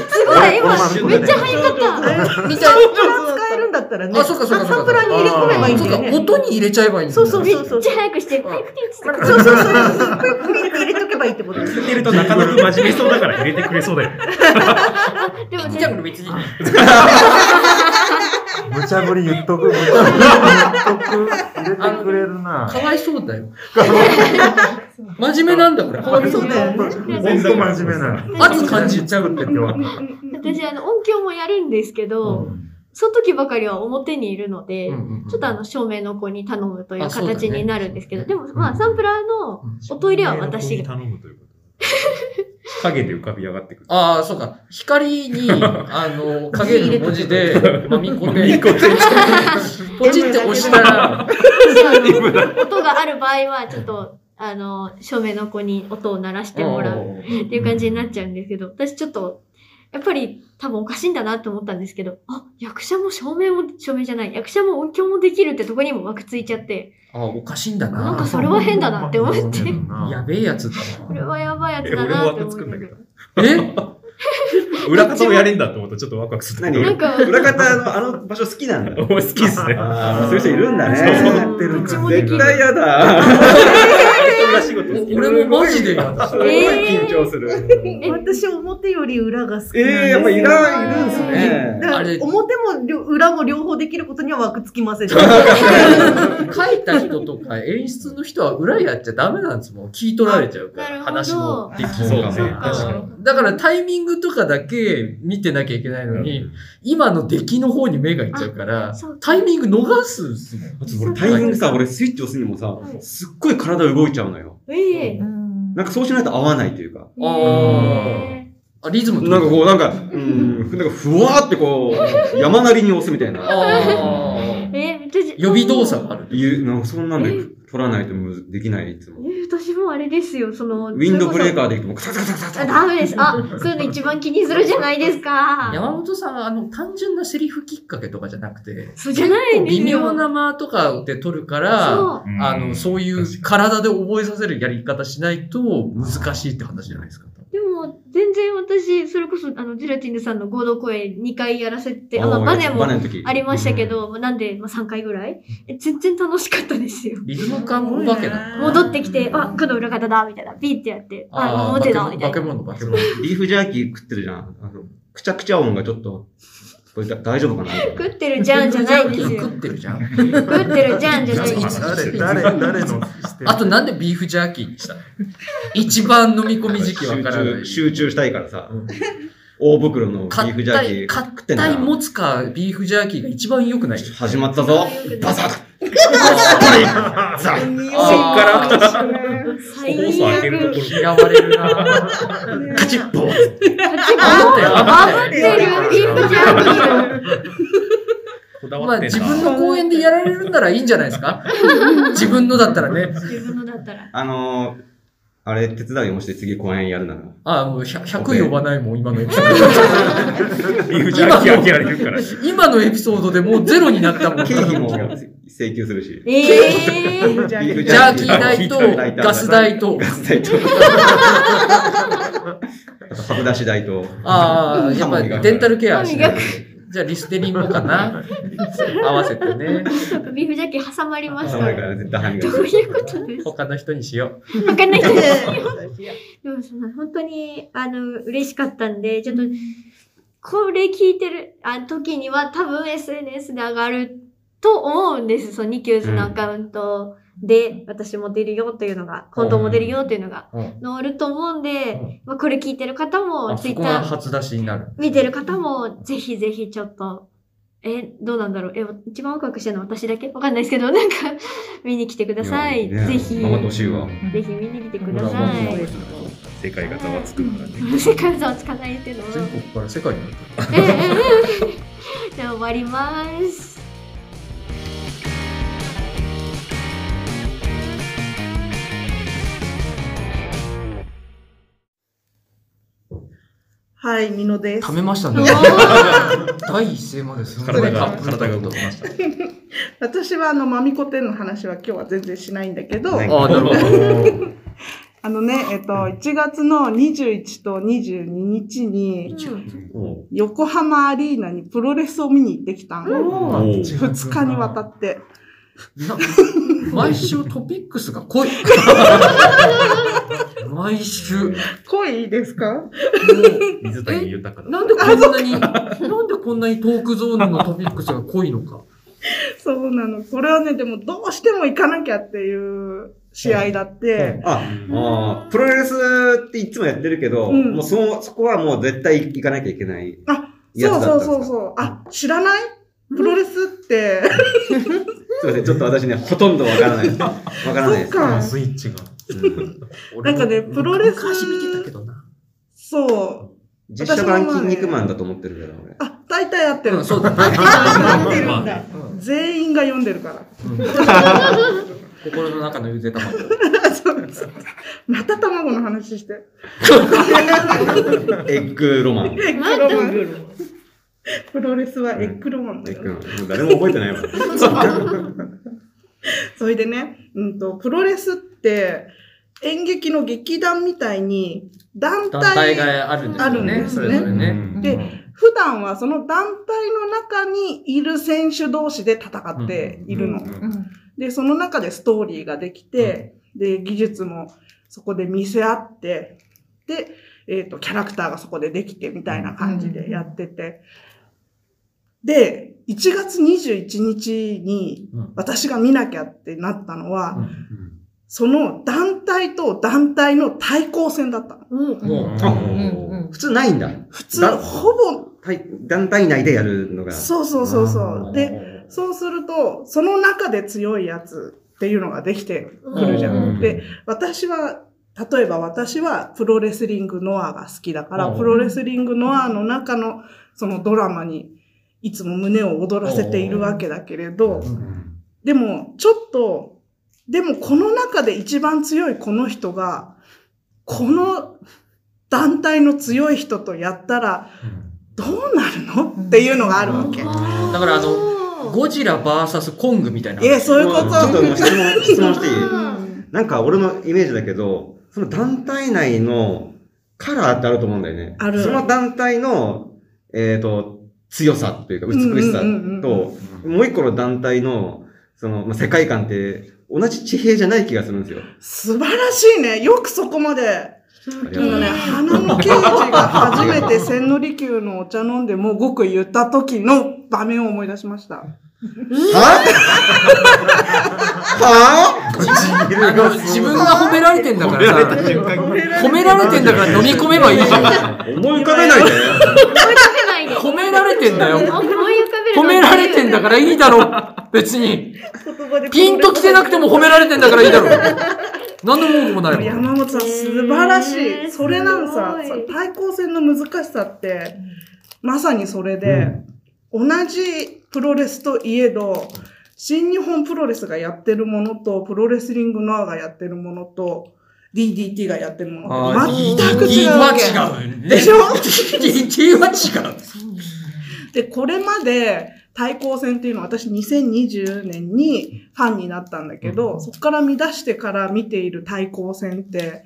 Speaker 1: すごい今、
Speaker 2: あ
Speaker 1: めっちゃ早かった。
Speaker 5: みたいな。サンプラ使えるんだったらね。
Speaker 3: あそうかそうかそうか
Speaker 5: サンプラに入れ込めばいいん
Speaker 3: そ
Speaker 5: だ
Speaker 3: う
Speaker 5: よ
Speaker 3: か、
Speaker 5: ね。
Speaker 3: 音に入れちゃえばいいんだ
Speaker 5: そうそう
Speaker 1: め
Speaker 5: そうそ
Speaker 1: っ
Speaker 5: う。
Speaker 1: ち
Speaker 5: そ
Speaker 1: ゃ早くして、早くてっつって。
Speaker 5: うそうそう。クイック入れとけばいいってことです。
Speaker 4: 入れてるとなかなか真面目そうだから入れてくれそうだよ。
Speaker 1: でも
Speaker 3: じゃあ
Speaker 1: ね、
Speaker 3: これ別に。
Speaker 2: 無茶ぶり言っとく、無茶ぶり言っとく。入れてくれるな。
Speaker 3: かわいそうだよ。真面目なんだから。
Speaker 5: そうだよね。
Speaker 2: 本当真面目なの。
Speaker 3: 圧感じちゃうんだよ。
Speaker 1: 私、あの、音響もやるんですけど、その時ばかりは表にいるので、ちょっとあの、照明の子に頼むという
Speaker 3: あそうだね
Speaker 1: 形になるんですけど、でも、
Speaker 2: ん
Speaker 1: まあ、サンプラーの、おトイレは私が
Speaker 4: 頼むということ。影で浮かび上がってくる。
Speaker 3: ああ、そうか。光に、あの、影の文字で、まみこ で、ポチって押したら、
Speaker 1: 音がある場合は、ちょっと、あの、照明の子に音を鳴らしてもらうっていう感じになっちゃうんですけど、私ちょっと、やっぱり多分おかしいんだなと思ったんですけど、あ、役者も照明も、照明じゃない、役者も音響もできるってとこにも枠ついちゃって、
Speaker 3: ああ、おかしいんだ
Speaker 1: なんか
Speaker 3: な。
Speaker 1: それは変だなって思って
Speaker 3: やべえやつだ
Speaker 1: これ
Speaker 3: な。
Speaker 1: はやばいやつ
Speaker 4: え、
Speaker 1: だ
Speaker 4: 俺も
Speaker 1: なって
Speaker 4: 枠
Speaker 1: 思
Speaker 4: 作
Speaker 1: っ
Speaker 4: るんだけ
Speaker 1: て
Speaker 4: ど。。
Speaker 3: え
Speaker 4: 裏方をやれんだと思うとちょっとワクワクする。
Speaker 6: 何
Speaker 1: な
Speaker 4: 俺
Speaker 1: んか、
Speaker 6: 裏方のあの場所好きなんだ。
Speaker 4: 好きっすね。
Speaker 6: あーそういう人いるんだ
Speaker 4: そう
Speaker 6: ね
Speaker 4: そ。
Speaker 1: どっちもでき
Speaker 6: 絶
Speaker 1: る。
Speaker 6: 対やだ。
Speaker 4: 裏仕事好き。
Speaker 3: 俺もマジでやだ。
Speaker 6: すごい緊張する。
Speaker 1: え
Speaker 5: 私、表より裏が好きなん
Speaker 6: え
Speaker 5: です。
Speaker 6: え、やっぱいらいるんす
Speaker 5: だ
Speaker 6: ね。
Speaker 5: から
Speaker 3: あれ
Speaker 5: 表も両裏も両方できることには枠つきません。
Speaker 3: 書いた人とか演出の人は裏やっちゃダメなんですもん。聞い取られちゃうか
Speaker 1: なる
Speaker 3: ら、
Speaker 1: ほど
Speaker 3: 話の出来
Speaker 4: そうね。
Speaker 1: そっ
Speaker 4: 確
Speaker 1: か
Speaker 4: かに。
Speaker 3: だからタイミングとかだけ見てなきゃいけないのに、今の出来の方に目がいっちゃうから
Speaker 1: そう、
Speaker 3: タイミング逃すんすもん。
Speaker 6: あと俺タイミングさ、俺スイッチ押すにもさ、すっごい体動いちゃうのよ。
Speaker 1: ええ
Speaker 5: うん
Speaker 6: なんかそうしないと合わないというか。
Speaker 3: あ
Speaker 1: え
Speaker 3: あ、リズム
Speaker 6: なんかこう、
Speaker 3: う、
Speaker 6: なんか、うん、なんかふわーって こう、山なりに押すみたいな。
Speaker 3: あ
Speaker 1: ー
Speaker 3: あ、
Speaker 1: え私
Speaker 3: 予備動作がある。
Speaker 6: いう、なんかそんなんで取らないとむずできない、いつも。
Speaker 1: え私もあれですよ、その、
Speaker 6: ウィンドブレー
Speaker 1: ー。
Speaker 6: カーでいくともう、カタカタカタカ
Speaker 1: あ
Speaker 6: タ。
Speaker 1: ダメです。あ、そういうの一番気にするじゃないです か。
Speaker 3: 山本さん、あの、単純なセリフきっかけとかじゃなくて、
Speaker 1: そうじゃないんです
Speaker 3: 微
Speaker 1: よ。
Speaker 3: 妙な間とかで取るから、
Speaker 1: そう。
Speaker 4: うん
Speaker 3: あの、そういう体で覚えさせるやり方しないと難しいって話じゃないですか。
Speaker 1: でも、全然私、それこそ、あの、ジェラティンヌさんの合同公演2回やらせて、あの、バネも
Speaker 6: バネの時。
Speaker 1: ありましたけど、なんで、まあ、3回ぐらいえ全然楽しかったですよ。
Speaker 3: リズム感お化けだ。
Speaker 1: 戻ってきて、あ、この裏方だ、みたいな。ピーってやって、あ、表だ、みたい
Speaker 3: 化け
Speaker 1: な。
Speaker 3: 物、化け物。
Speaker 6: ビーフジャーキー食ってるじゃん。あの、くちゃくちゃ音がちょっと、これだ大丈夫かな
Speaker 1: 食ってるじゃんじゃないんですよ
Speaker 3: 食。ってるじゃん。
Speaker 1: 食ってるじゃんじゃないんですよ。
Speaker 2: 誰、誰、誰のして
Speaker 3: あとなんでビーフジャーキーにしたの一番飲み込み時期わからな
Speaker 6: 集中
Speaker 3: い。
Speaker 6: 集中したいからさ、大袋のビーフジャーキー
Speaker 3: 買
Speaker 6: 食っ
Speaker 3: 一
Speaker 6: てんだ
Speaker 3: 体持つか、ビーフジャーキーが一番良くない。
Speaker 6: 始まったぞバサッ
Speaker 3: あー
Speaker 6: ザッ
Speaker 1: 最
Speaker 4: 放送開けるところ。
Speaker 3: 嫌われるなぁ。
Speaker 6: カチッポー
Speaker 3: あって
Speaker 1: あぶっ
Speaker 3: あって
Speaker 1: るビーフジャーキー
Speaker 4: こだ
Speaker 3: ま
Speaker 4: わ
Speaker 3: あ
Speaker 4: ってん
Speaker 3: 自
Speaker 4: な。
Speaker 3: 分の公演でやられるんならいいんじゃないですか自分のだったらね。
Speaker 1: 自分のだった ら。
Speaker 6: あのー、あれ、手伝いもして次公演やるなら。
Speaker 3: あもう100 100呼ばないもん、今のエピソー
Speaker 4: ビーフジャーキー開けられる から。
Speaker 3: ド。今のエピソードでもうゼロになったもん。
Speaker 6: 経費も請求するし。
Speaker 1: え え
Speaker 6: ビーフ
Speaker 3: ジャーキー代と
Speaker 6: 代、
Speaker 3: ガス代と
Speaker 6: ガ、ス代と。あと、白出し代と。
Speaker 3: ああ、やっぱデンタルケアして
Speaker 1: 歯磨く。
Speaker 3: じゃあリステリンもかな合わせてね。
Speaker 1: ビーフジャーキー挟ま りまし
Speaker 6: そ
Speaker 1: た。
Speaker 6: うだ
Speaker 1: ど
Speaker 6: から絶対歯
Speaker 1: う
Speaker 6: 磨き。
Speaker 1: いうことです
Speaker 3: 他の人にしよ
Speaker 1: わかんないけど。
Speaker 5: ね
Speaker 1: でもその本当に、あの、嬉しかったんで、ちょっと、これ聞いてるあ時には多分 SNS で上がると思うんです。そのニキューズのアカウントで、私も出るよというのが、今度も出るよというのが
Speaker 3: う。うん。
Speaker 1: 載ると思うんで、
Speaker 3: うん
Speaker 1: まあ、これ聞いてる方も、
Speaker 3: あ
Speaker 1: ツ
Speaker 3: そ
Speaker 1: イッ
Speaker 3: こ
Speaker 1: ター
Speaker 3: が初出しになる。
Speaker 1: 見てる方も、ぜひぜひちょっと、え、どうなんだろうえ、一番ワクワクしてるの私だけわかんないですけど、なんか、見に来てください。
Speaker 6: や
Speaker 1: ぜひ、
Speaker 6: 頑張ってほしいわ。
Speaker 1: ぜひ見に来てく
Speaker 3: ほ
Speaker 1: だ
Speaker 3: ら
Speaker 1: さ
Speaker 3: ほら
Speaker 1: い。
Speaker 4: 世界型は作るからね。
Speaker 1: 世界嘘はつかないっていうの
Speaker 3: 全
Speaker 1: は。
Speaker 3: 国から世界になる。
Speaker 1: ええええじゃあ終わります。
Speaker 7: はい、ニノです
Speaker 3: 食。べました ね。第一声まですごい
Speaker 4: 体が、
Speaker 3: たっぷりと
Speaker 4: 体が動きました。
Speaker 7: 私はあの、まみこ店の話は今日は全然しないんだけど、
Speaker 6: ない
Speaker 3: あ あ、なるほど。
Speaker 7: あのね、えっと、1月の21と22日に、
Speaker 6: おう
Speaker 7: 横浜アリーナにプロレスを見に行ってきた
Speaker 6: お
Speaker 7: の。
Speaker 6: う
Speaker 7: 2日にわたって。
Speaker 3: な毎週トピックスが濃 い。毎週。も
Speaker 7: 恋ですか
Speaker 3: う
Speaker 4: 水谷豊だ。
Speaker 3: なんでこんなに、なんでこんなにトークゾーンのトピックスが濃いのか。
Speaker 7: そうなの。これはね、でもどうしても行かなきゃっていう試合だって、
Speaker 6: あ、あープロレスっていつもやってるけど、
Speaker 7: うん
Speaker 6: もうそそこはもう絶対行かなきゃいけない。
Speaker 7: あ
Speaker 6: や
Speaker 7: そう
Speaker 6: つだ
Speaker 7: そ
Speaker 6: ったんですか
Speaker 7: うそうそう。あ、知らないプロレスって、
Speaker 6: すいません、ちょっと私 ね、ほとんどわからない。わからない
Speaker 7: そ
Speaker 6: で
Speaker 7: っ
Speaker 6: す。
Speaker 7: か。
Speaker 4: スイッチが。
Speaker 7: なんかね
Speaker 3: 俺も
Speaker 7: プロレス
Speaker 3: 昔見てたけどな。
Speaker 7: そう。
Speaker 6: 実写版筋肉マンだと思ってるから、俺。
Speaker 7: あ、大体合って
Speaker 3: う
Speaker 7: る
Speaker 3: ん、。そうだね。
Speaker 7: 合ってるん
Speaker 4: まあ
Speaker 7: だ。全員が読んでるから。
Speaker 3: 心の中のゆで 卵。
Speaker 7: そうそうまた卵の話して。
Speaker 6: エッグロマン。エ
Speaker 7: エッグロマン。プロレスはエッグロマンだ
Speaker 6: ッ
Speaker 7: よ
Speaker 6: グ。ロマン。もう誰も覚えて ないわ。
Speaker 7: それでね、うんと、プロレスって演劇の劇団みたいに団
Speaker 3: 団体
Speaker 7: 体
Speaker 3: があるんですよ
Speaker 7: あるん
Speaker 3: ね。
Speaker 7: ですね
Speaker 3: それぞれね。
Speaker 2: ん
Speaker 7: で普段はその団体の中にいる選手同士で戦っているの。で、その中でストーリーができて、で、技術もそこで見せ合って、で、えっ、と、キャラクターがそこでできてみたいな感じでやってて。で、1月21日に
Speaker 3: うん
Speaker 7: 私が見なきゃってなったのは、
Speaker 3: うん
Speaker 7: その団体と団体の対抗戦だったの。
Speaker 3: も
Speaker 6: あ
Speaker 5: んうん
Speaker 6: 普通ないんだ。
Speaker 7: 普通、
Speaker 6: だ
Speaker 7: ほぼ、
Speaker 6: はい団体内でやるのが。
Speaker 7: そうそうそうそう。で、
Speaker 6: で、
Speaker 7: そうすると、その中で強いやつっていうのができてくるじゃ
Speaker 3: うん
Speaker 7: ん。で、私は、例えば私はプロレスリングノアが好きだから、
Speaker 3: うん
Speaker 7: プロレスリングノアの中のそのドラマにいつも胸を躍らせているわけだけれど、でもちょっと、でもこの中で一番強いこの人が、この団体の強い人とやったらどうなるのっていうのがあるわけ。
Speaker 3: うだからあの、ゴジラ VS コングみたいな。
Speaker 7: え、そういうこ
Speaker 6: ちょっ
Speaker 7: と。
Speaker 6: ともう質問、質問していい
Speaker 7: うん
Speaker 6: なんか俺のイメージだけど、その団体内のカラーってあると思うんだよね。
Speaker 7: ある
Speaker 6: その団体の、えっ、と、強さというか美しさ
Speaker 7: うんうんうん
Speaker 6: と、もう一個の団体の、その、まあ、世界観って、同じ地平じゃない気がするんですよ。
Speaker 7: 素晴らしいね。よくそこまで。
Speaker 6: あり
Speaker 7: なんかね、
Speaker 6: が
Speaker 7: 花の刑事が初めて千利休のお茶飲んでもうごく言った時の場面を思い出しました。
Speaker 6: は
Speaker 3: あの自分が褒められてんだからさ、褒められてんだから飲み込めばいいじゃん。
Speaker 6: ぁ思い浮かべない
Speaker 1: 思
Speaker 6: で。
Speaker 1: い浮かべないで。
Speaker 3: 褒められてんだよ。
Speaker 1: 思い浮かべる。。
Speaker 3: 褒められてんだかららいいだろ。別に。
Speaker 5: 言葉で
Speaker 3: ピンと来てなくても褒められてんだからいいだろ。何の文句もないもん。
Speaker 7: 山本さん素晴らし
Speaker 1: えー
Speaker 7: い。それなのさ、
Speaker 1: すごい
Speaker 7: 対抗戦の難しさって、まさにそれで、同じプロレスといえど、新日本プロレスがやってるものと、プロレスリングノアがやってるものと、DDT がやってるものと、全く違うわけ。
Speaker 3: は違う。
Speaker 7: でしょ
Speaker 3: DT は違う。
Speaker 7: で、これまで対抗戦っていうのは私2020年にファンになったんだけど、そこから見出してから見ている対抗戦って、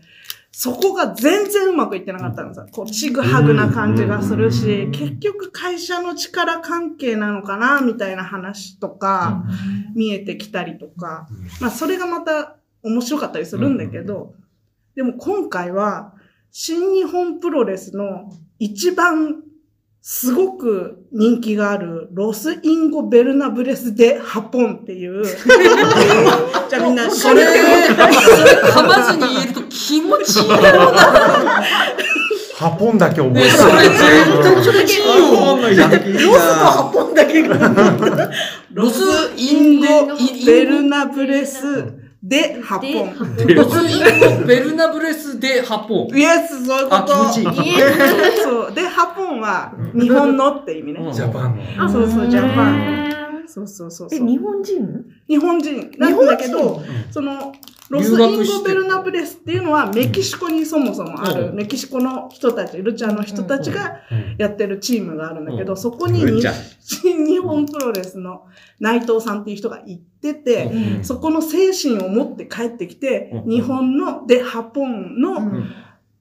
Speaker 7: そこが全然うまくいってなかったんですよ。こう、ちぐはぐな感じがする
Speaker 3: う
Speaker 7: し
Speaker 3: ん、
Speaker 7: 結局会社の力関係なのかな、みたいな話とか、見えてきたりとか、まあ、それがまた面白かったりするんだけど、でも今回は、新日本プロレスの一番すごく人気がある、ロス・インゴ・ベルナブレス・デ・ハポンっていう、 じゃあみんな、
Speaker 3: それ、噛まずに言えると気持ちいいだろうな。
Speaker 2: ハポンだけ覚え
Speaker 3: ね
Speaker 2: て
Speaker 3: それ絶対気持ちいいよ。
Speaker 6: よ。
Speaker 5: ポンだけが。
Speaker 3: ロスイン
Speaker 7: イン
Speaker 3: ゴ、
Speaker 7: ゴ
Speaker 3: イ、
Speaker 7: ベルナブレスでハポ
Speaker 1: で、
Speaker 7: ン。
Speaker 3: ロスインゴ、ベルナブレスで発砲。
Speaker 7: イエス、そういうこと。
Speaker 3: あ、気持ちいい。
Speaker 7: そう。で、ハポンは日本のって意味ね。
Speaker 2: ジャパンの。
Speaker 1: あ
Speaker 7: そうそう、ジャパン。
Speaker 1: ン。
Speaker 7: そうそうそうそ
Speaker 5: え、
Speaker 7: う。
Speaker 5: 日本人
Speaker 7: 日本人なんだけど、その、ロス・イン
Speaker 3: 留学し
Speaker 7: ゴ・
Speaker 3: て
Speaker 7: ベルナブレスっていうのはメキシコにそもそもある、
Speaker 3: う
Speaker 7: メキシコの人たち、ルチャの人たちがやってるチームがあるんだけど、そこに
Speaker 6: ルチャ
Speaker 7: 新日本プロレスの内藤さんっていう人が行ってて、
Speaker 3: うん
Speaker 7: そこの精神を持って帰ってきて、
Speaker 3: うん
Speaker 7: 日本のでハポン
Speaker 5: う
Speaker 7: の
Speaker 5: ん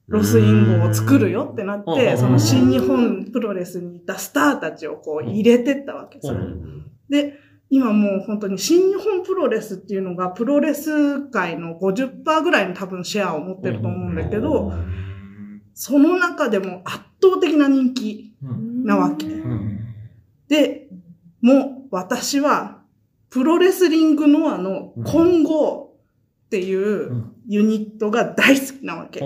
Speaker 7: ロスインゴを作るよってなって、
Speaker 3: うん
Speaker 7: その新日本プロレスにいたスターたちをこう入れてったわけ、それで、今もう本当に新日本プロレスっていうのがプロレス界の50%ぐらいの多分シェアを持ってると思うんだけど、その中でも圧倒的な人気なわけ。で、もう私はプロレスリングノアの今後っていうユニットが大好きなわけ。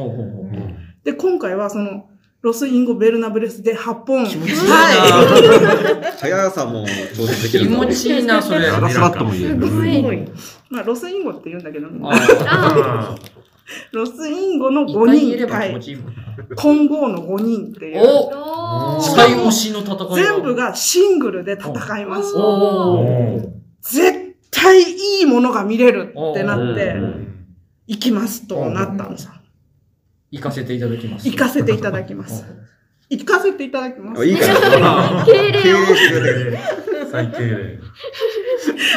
Speaker 7: で、今回はそのロスインゴベルナブレスで8本。
Speaker 3: 気持ちいい
Speaker 7: はい。
Speaker 3: な。
Speaker 6: 速さも調節でき
Speaker 3: 気
Speaker 6: る
Speaker 3: 持ちいいな、それ。
Speaker 4: ガ
Speaker 6: ガラ
Speaker 4: ラス
Speaker 6: ス
Speaker 4: ラ
Speaker 6: ラ
Speaker 4: ッ
Speaker 6: ッ
Speaker 4: ト
Speaker 6: ト
Speaker 4: も
Speaker 6: も
Speaker 4: 言
Speaker 6: 言
Speaker 4: え
Speaker 6: え
Speaker 4: る
Speaker 1: すごい。
Speaker 7: まあ、ロスインゴって言うんだけど、
Speaker 1: あ
Speaker 7: ロスインゴの
Speaker 3: 5
Speaker 7: 5
Speaker 3: 人いれ
Speaker 7: 人
Speaker 3: ば気
Speaker 7: 対
Speaker 3: 持ちいいもん。
Speaker 7: 混合の5人っていう、
Speaker 3: お
Speaker 1: おー
Speaker 3: 使い推しの戦いだ。
Speaker 7: 全部がシングルで戦います。
Speaker 3: おー
Speaker 7: 絶対いいものが見れるってなっ
Speaker 6: う
Speaker 7: て、
Speaker 6: ん
Speaker 7: 行きますとなったんですよ。
Speaker 3: 行かせていただきます。
Speaker 7: 行かせていただきます。行かせていただきま
Speaker 6: あ
Speaker 7: す。
Speaker 6: いいから。
Speaker 1: 敬
Speaker 6: 敬
Speaker 1: 礼を
Speaker 6: 礼してくれて
Speaker 2: 最低例。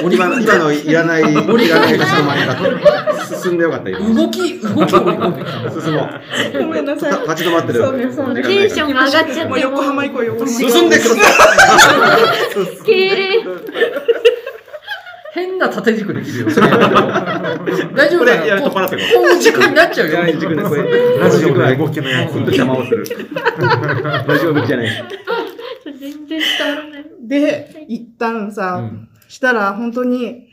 Speaker 3: 折り
Speaker 6: 今
Speaker 3: 込
Speaker 6: の
Speaker 3: ん
Speaker 6: 今
Speaker 3: で
Speaker 6: のいらない、いらない立ち止まり方。進んでよかった、今。
Speaker 3: 動き、動き折り込んできた。
Speaker 6: 進もう。
Speaker 7: ごめんなさい。
Speaker 6: 立ち止まってる。
Speaker 7: そうねそうね
Speaker 1: テンション上がっちゃって
Speaker 7: もう横浜行こう、横浜行こう。
Speaker 6: 進んでくだ さい。
Speaker 1: 敬礼。
Speaker 3: 変な縦軸できるよ。それ大丈夫
Speaker 6: こ
Speaker 3: だ
Speaker 6: れ、
Speaker 3: よ。
Speaker 6: やる
Speaker 3: ことう
Speaker 6: パラってこ
Speaker 3: こういう軸になっちゃう
Speaker 6: れ。
Speaker 3: よ。
Speaker 6: やらない軸ね、これ。
Speaker 2: ラジオの動きのやつ
Speaker 6: ずっと。邪魔をする。ラジオ向きじゃない。
Speaker 1: 全然伝わらない。
Speaker 7: で、一旦
Speaker 3: う
Speaker 7: さ、
Speaker 3: ん
Speaker 7: したら本当に、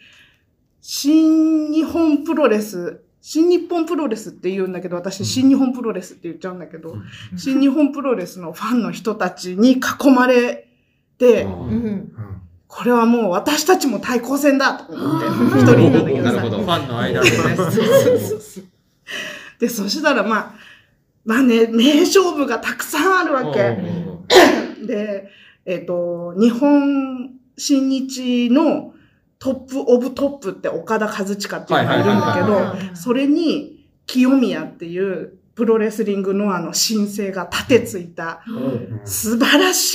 Speaker 7: 新日本プロレス、新日本プロレスって言うんだけど、私新日本プロレスって言っちゃうんだけど、新日本プロレスのファンの人たちに囲まれて、
Speaker 5: うん。
Speaker 7: これはもう私たちも対抗戦だと思って、一人になる ん
Speaker 6: な
Speaker 7: だけど
Speaker 6: る
Speaker 7: さ
Speaker 6: ほ。
Speaker 3: フ
Speaker 6: ど。
Speaker 3: ァンの間でね。
Speaker 7: で、そしたらまあ、まあね、名勝負がたくさんあるわけ。で、えっ、と、日本新日のトップオブトップって岡田和親っていうのがいるんだけ
Speaker 5: はい
Speaker 7: ど、
Speaker 5: はいはいはい
Speaker 7: それに清宮っていうプロレスリングのあの新星が立てついた素晴らし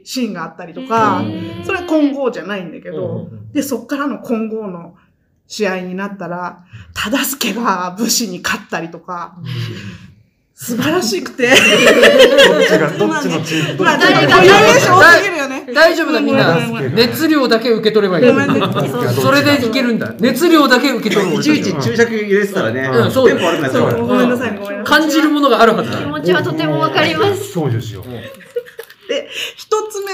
Speaker 7: いシーンがあったりとか、それは混合じゃないんだけど、で、そっからの混合の試合になったら、忠助が武士に勝ったりとか、素晴らしくて、
Speaker 2: どっちが、どっちのチーム、どっ
Speaker 7: まあ、
Speaker 2: ち
Speaker 7: ちょっと
Speaker 2: が
Speaker 7: こういう名称多すぎるよね。
Speaker 3: 大丈夫だ、みんな。
Speaker 7: ごめん
Speaker 3: 熱量だけ受け取ればいい
Speaker 7: ごめんね
Speaker 3: んだ。それでいけるんだ。熱量だけ受け取る。
Speaker 6: いちいち注釈入れてたらね、
Speaker 3: うんそう
Speaker 6: テンポ悪くなっちゃうから。
Speaker 7: ごめんなさい、ごめんなさい。
Speaker 3: 感じるものがあるはずだ
Speaker 1: 気。持ちはとてもわかります。
Speaker 2: 享受しよう。
Speaker 7: 一つ目、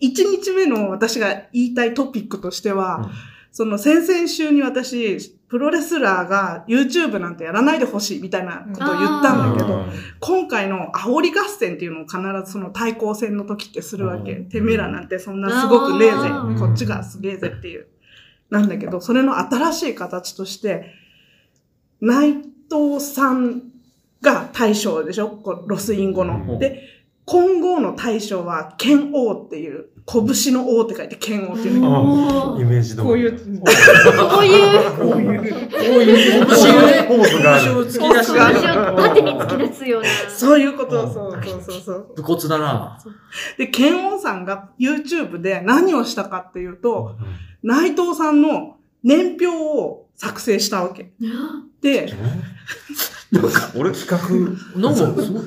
Speaker 7: 一日目の私が言いたいトピックとしては、その先々週に私、プロレスラーが YouTube なんてやらないでほしいみたいなことを言ったんだけど、今回の煽り合戦っていうのを必ずその対抗戦の時ってするわけ。てめえらなんてそんなすごくねえぜ
Speaker 1: あ。ー
Speaker 7: こっちがすげえぜっていう。なんだけど、それの新しい形として、内藤さんが大将でしょこうロスインゴの。で、今後の大将は剣王っていう、拳の王って書いて剣王っていうね。
Speaker 2: イメージ通り。
Speaker 7: こういう、
Speaker 1: こういう、
Speaker 2: こういう。
Speaker 3: こういう
Speaker 2: ポ
Speaker 3: 拳をね、
Speaker 2: ーズがある。
Speaker 3: を突き出し
Speaker 1: こうい
Speaker 3: て。
Speaker 1: う縦に突き出すような。
Speaker 7: そういうこと、そうそうそうそう。
Speaker 3: 武骨だな。
Speaker 7: で、剣王さんが YouTube で何をしたかっていうと、内藤さんの年表を作成したわけ。で、
Speaker 6: 俺企画、
Speaker 3: なんか、すごい。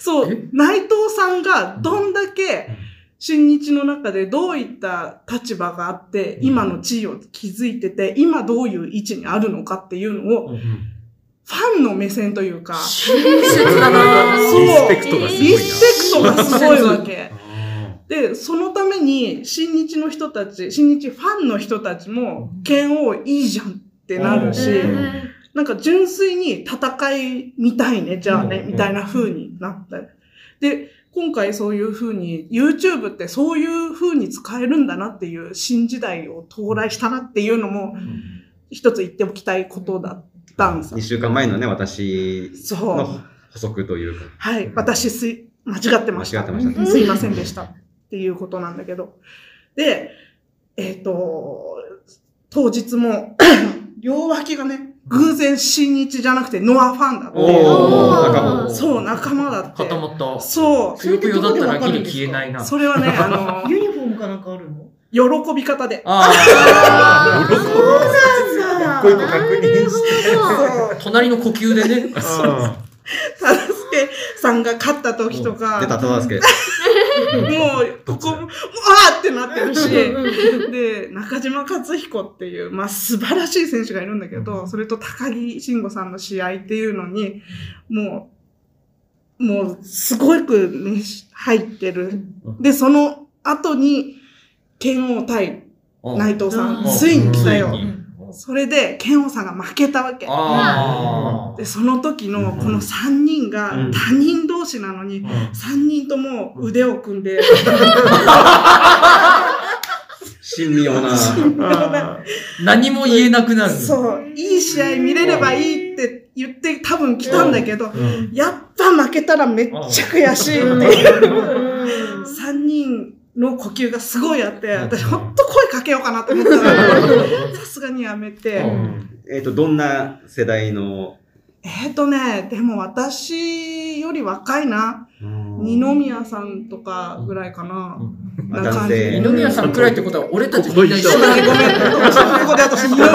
Speaker 7: そう
Speaker 3: え、
Speaker 7: 内藤さんがどんだけ、新日の中でどういった立場があって、
Speaker 4: うん
Speaker 7: 今の地位を築いてて、今どういう位置にあるのかっていうのを、
Speaker 4: うん
Speaker 7: ファンの目線というか、
Speaker 3: 親切だな
Speaker 7: そう
Speaker 6: リスペクトがすごい
Speaker 7: リ
Speaker 6: な。
Speaker 7: スペクトがすごいわけ。
Speaker 2: あ
Speaker 7: で、そのために、新日の人たち、新日ファンの人たちも、剣王いいじゃんってなるし、
Speaker 6: うん
Speaker 7: なんか純粋に戦いみたいね、じゃあね、
Speaker 6: うん
Speaker 7: みたいな風になったり。で、今回そういう風に、YouTube ってそういう風に使えるんだなっていう新時代を到来したなっていうのも、一つ言っておきたいことだったんです
Speaker 6: 2。週間前のね、私
Speaker 7: そう
Speaker 6: の。補足というか。
Speaker 7: はい、私すい、間違ってました。
Speaker 6: 間違ってましたね
Speaker 7: すいませんでした。っていうことなんだけど。で、えっ、と、当日も、 両脇がね、偶然新日じゃなくてノアファンだっ
Speaker 6: お
Speaker 1: おー
Speaker 6: ー、仲間。
Speaker 7: て。そう、仲間だって。
Speaker 3: 固まった。
Speaker 7: そ
Speaker 3: ぷよぷよだったらギリ消えないな
Speaker 7: う。。それは ね、あ
Speaker 5: ユニフォームかなんかあるの
Speaker 7: の、喜び方で。
Speaker 3: あ
Speaker 1: そうなんだ。
Speaker 6: 一個一個確認
Speaker 1: して。
Speaker 3: あ、隣の呼吸でね。
Speaker 2: あ
Speaker 7: サスケさんが勝った時とか、
Speaker 6: 出た、忠介。
Speaker 7: もう、ここ、うわーってなってるし、で、中島克彦っていう、まあ、素晴らしい選手がいるんだけど、それと高木慎吾さんの試合っていうのに、もう、もう、すごく、ね、入ってる。で、その後に、剣王対内藤さん、
Speaker 5: うん
Speaker 7: ついに来たよ
Speaker 4: つい。に
Speaker 7: それで、剣王さんが負けたわけ。
Speaker 3: あ
Speaker 7: で、その時のこの3人が
Speaker 6: うん
Speaker 7: 他人同士なのに、3人とも腕を組んで、
Speaker 6: 神妙な。
Speaker 2: あ
Speaker 3: あ。何も言えなくなる。
Speaker 7: そう、いい試合見れればいいって言って多分来たんだけど、
Speaker 4: うん
Speaker 7: やっぱ負けたらめっちゃ悔しいっていう。3人の呼吸がすごいあって、私ほんと声かけようかなと思ったら、さすがにやめ
Speaker 3: う
Speaker 7: て。
Speaker 6: えっと、どんな世代の、
Speaker 7: えっとね、でも私より若いな。二宮さんとかぐらいかな。
Speaker 6: あ男性。
Speaker 3: 二宮さんくらいってことは、俺たちみんな一
Speaker 7: ご
Speaker 3: 緒
Speaker 7: めん
Speaker 3: だ
Speaker 7: ごめん。そういうことで私二宮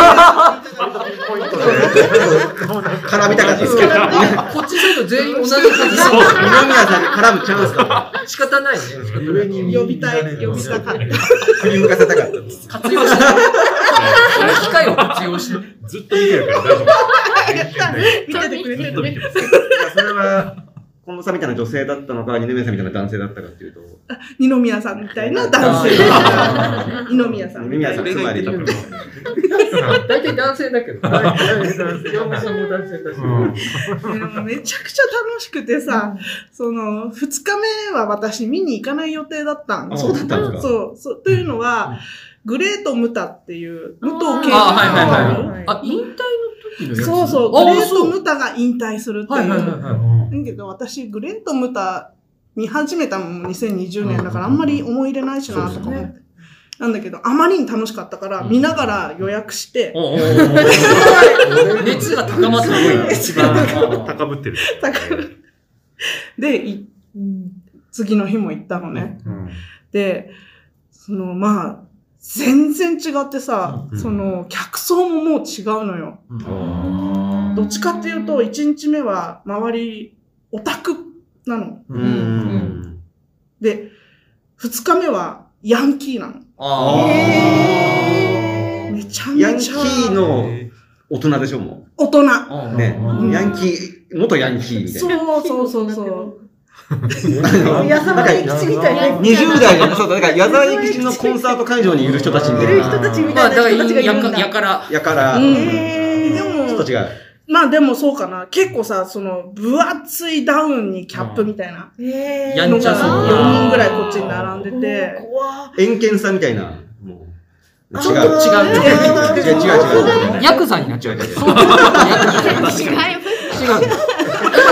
Speaker 6: 絡みたかったですけど。二
Speaker 3: こっちサイド全員同じ感じ。
Speaker 6: 宮さんに絡むチャンスだ
Speaker 3: 仕方ないね。
Speaker 2: 上に
Speaker 7: 呼びたい、呼びたかった。
Speaker 6: 振り向かせたかったです。
Speaker 3: 活用して。この機会を活用して。
Speaker 4: ずっと見てるから大丈
Speaker 7: 見ててくれ
Speaker 4: 夫。
Speaker 7: て
Speaker 4: ずっと
Speaker 7: る
Speaker 4: 見
Speaker 7: ね。
Speaker 4: てます。
Speaker 6: いやそれは、近藤さんみたいな女性だったのか、二宮さんみたいな男性だったかっていうと、
Speaker 7: 二宮さんみたいな男性。二宮さん
Speaker 6: 二
Speaker 7: みた
Speaker 6: 宮
Speaker 7: い
Speaker 6: さん
Speaker 7: な。
Speaker 6: つまり、
Speaker 3: 大体男性だけど。山さんも男性だし。
Speaker 7: でもめちゃくちゃ楽しくてさ、その、二日目は私見に行かない予定だったん
Speaker 6: あそうだったんですか
Speaker 7: そう、そう、というのは、グレート・ムタっていう、武藤敬司
Speaker 3: あはいはい
Speaker 7: の、
Speaker 3: はいあ、引退の時のやつ
Speaker 7: そうそう、
Speaker 3: あ
Speaker 7: グレー
Speaker 3: そ
Speaker 7: ト・
Speaker 3: う
Speaker 7: ムタが引退するって
Speaker 3: はい
Speaker 7: い。
Speaker 3: はいはいうはい。
Speaker 7: だけど私、グレート・ムタ見始めたのも2020年だから、あんまり思い入れないしなとか思って。なんだけど、あまりに楽しかったから、見ながら予約して、
Speaker 3: おお熱が高まってる。
Speaker 7: す
Speaker 3: 一番。
Speaker 4: 高ぶってる。
Speaker 7: だからで、い次の日も行ったのね。で、その、まあ、全然違ってさ、
Speaker 4: うん
Speaker 7: その、客層ももう違うのよ。どっちかっていうと、1日目は周り、オタクなの。
Speaker 6: うーん。
Speaker 7: で、2日目はヤンキーなの。めちゃめ
Speaker 6: ヤンキ
Speaker 7: ちゃ
Speaker 6: ーの大人でしょ、も
Speaker 7: 大人。
Speaker 6: う。ね。ヤンキー、元ヤンキーみたいな。
Speaker 7: そうそうそうそう。
Speaker 5: 矢沢永吉みたいな。
Speaker 6: 20代じゃなそうだ。だから、矢沢永吉のコンサート会場にいる人たちみ
Speaker 5: い
Speaker 6: たい
Speaker 5: る人
Speaker 6: な。
Speaker 5: たちみ
Speaker 3: ま
Speaker 5: た
Speaker 3: あ、
Speaker 5: い
Speaker 3: だから、
Speaker 5: な人たちがい
Speaker 3: や
Speaker 5: るん
Speaker 3: か、や
Speaker 5: だ。
Speaker 3: から。
Speaker 6: やから、
Speaker 7: うん
Speaker 6: ち
Speaker 7: で
Speaker 6: ょっ
Speaker 7: も
Speaker 6: と、違う。
Speaker 7: まあでもそうかな。結構さ、その、分厚いダウンにキャップみたいな
Speaker 5: え
Speaker 3: や
Speaker 5: ー
Speaker 7: の
Speaker 3: んち
Speaker 7: が
Speaker 3: ゃそう
Speaker 7: 4人ぐらいこっちに並んでて。
Speaker 5: 怖
Speaker 6: 遠見さんみたいな。もう違う。
Speaker 3: 違う
Speaker 6: 違う違う違 う違う。
Speaker 3: ヤクザになっちゃう。
Speaker 6: 違う違う違う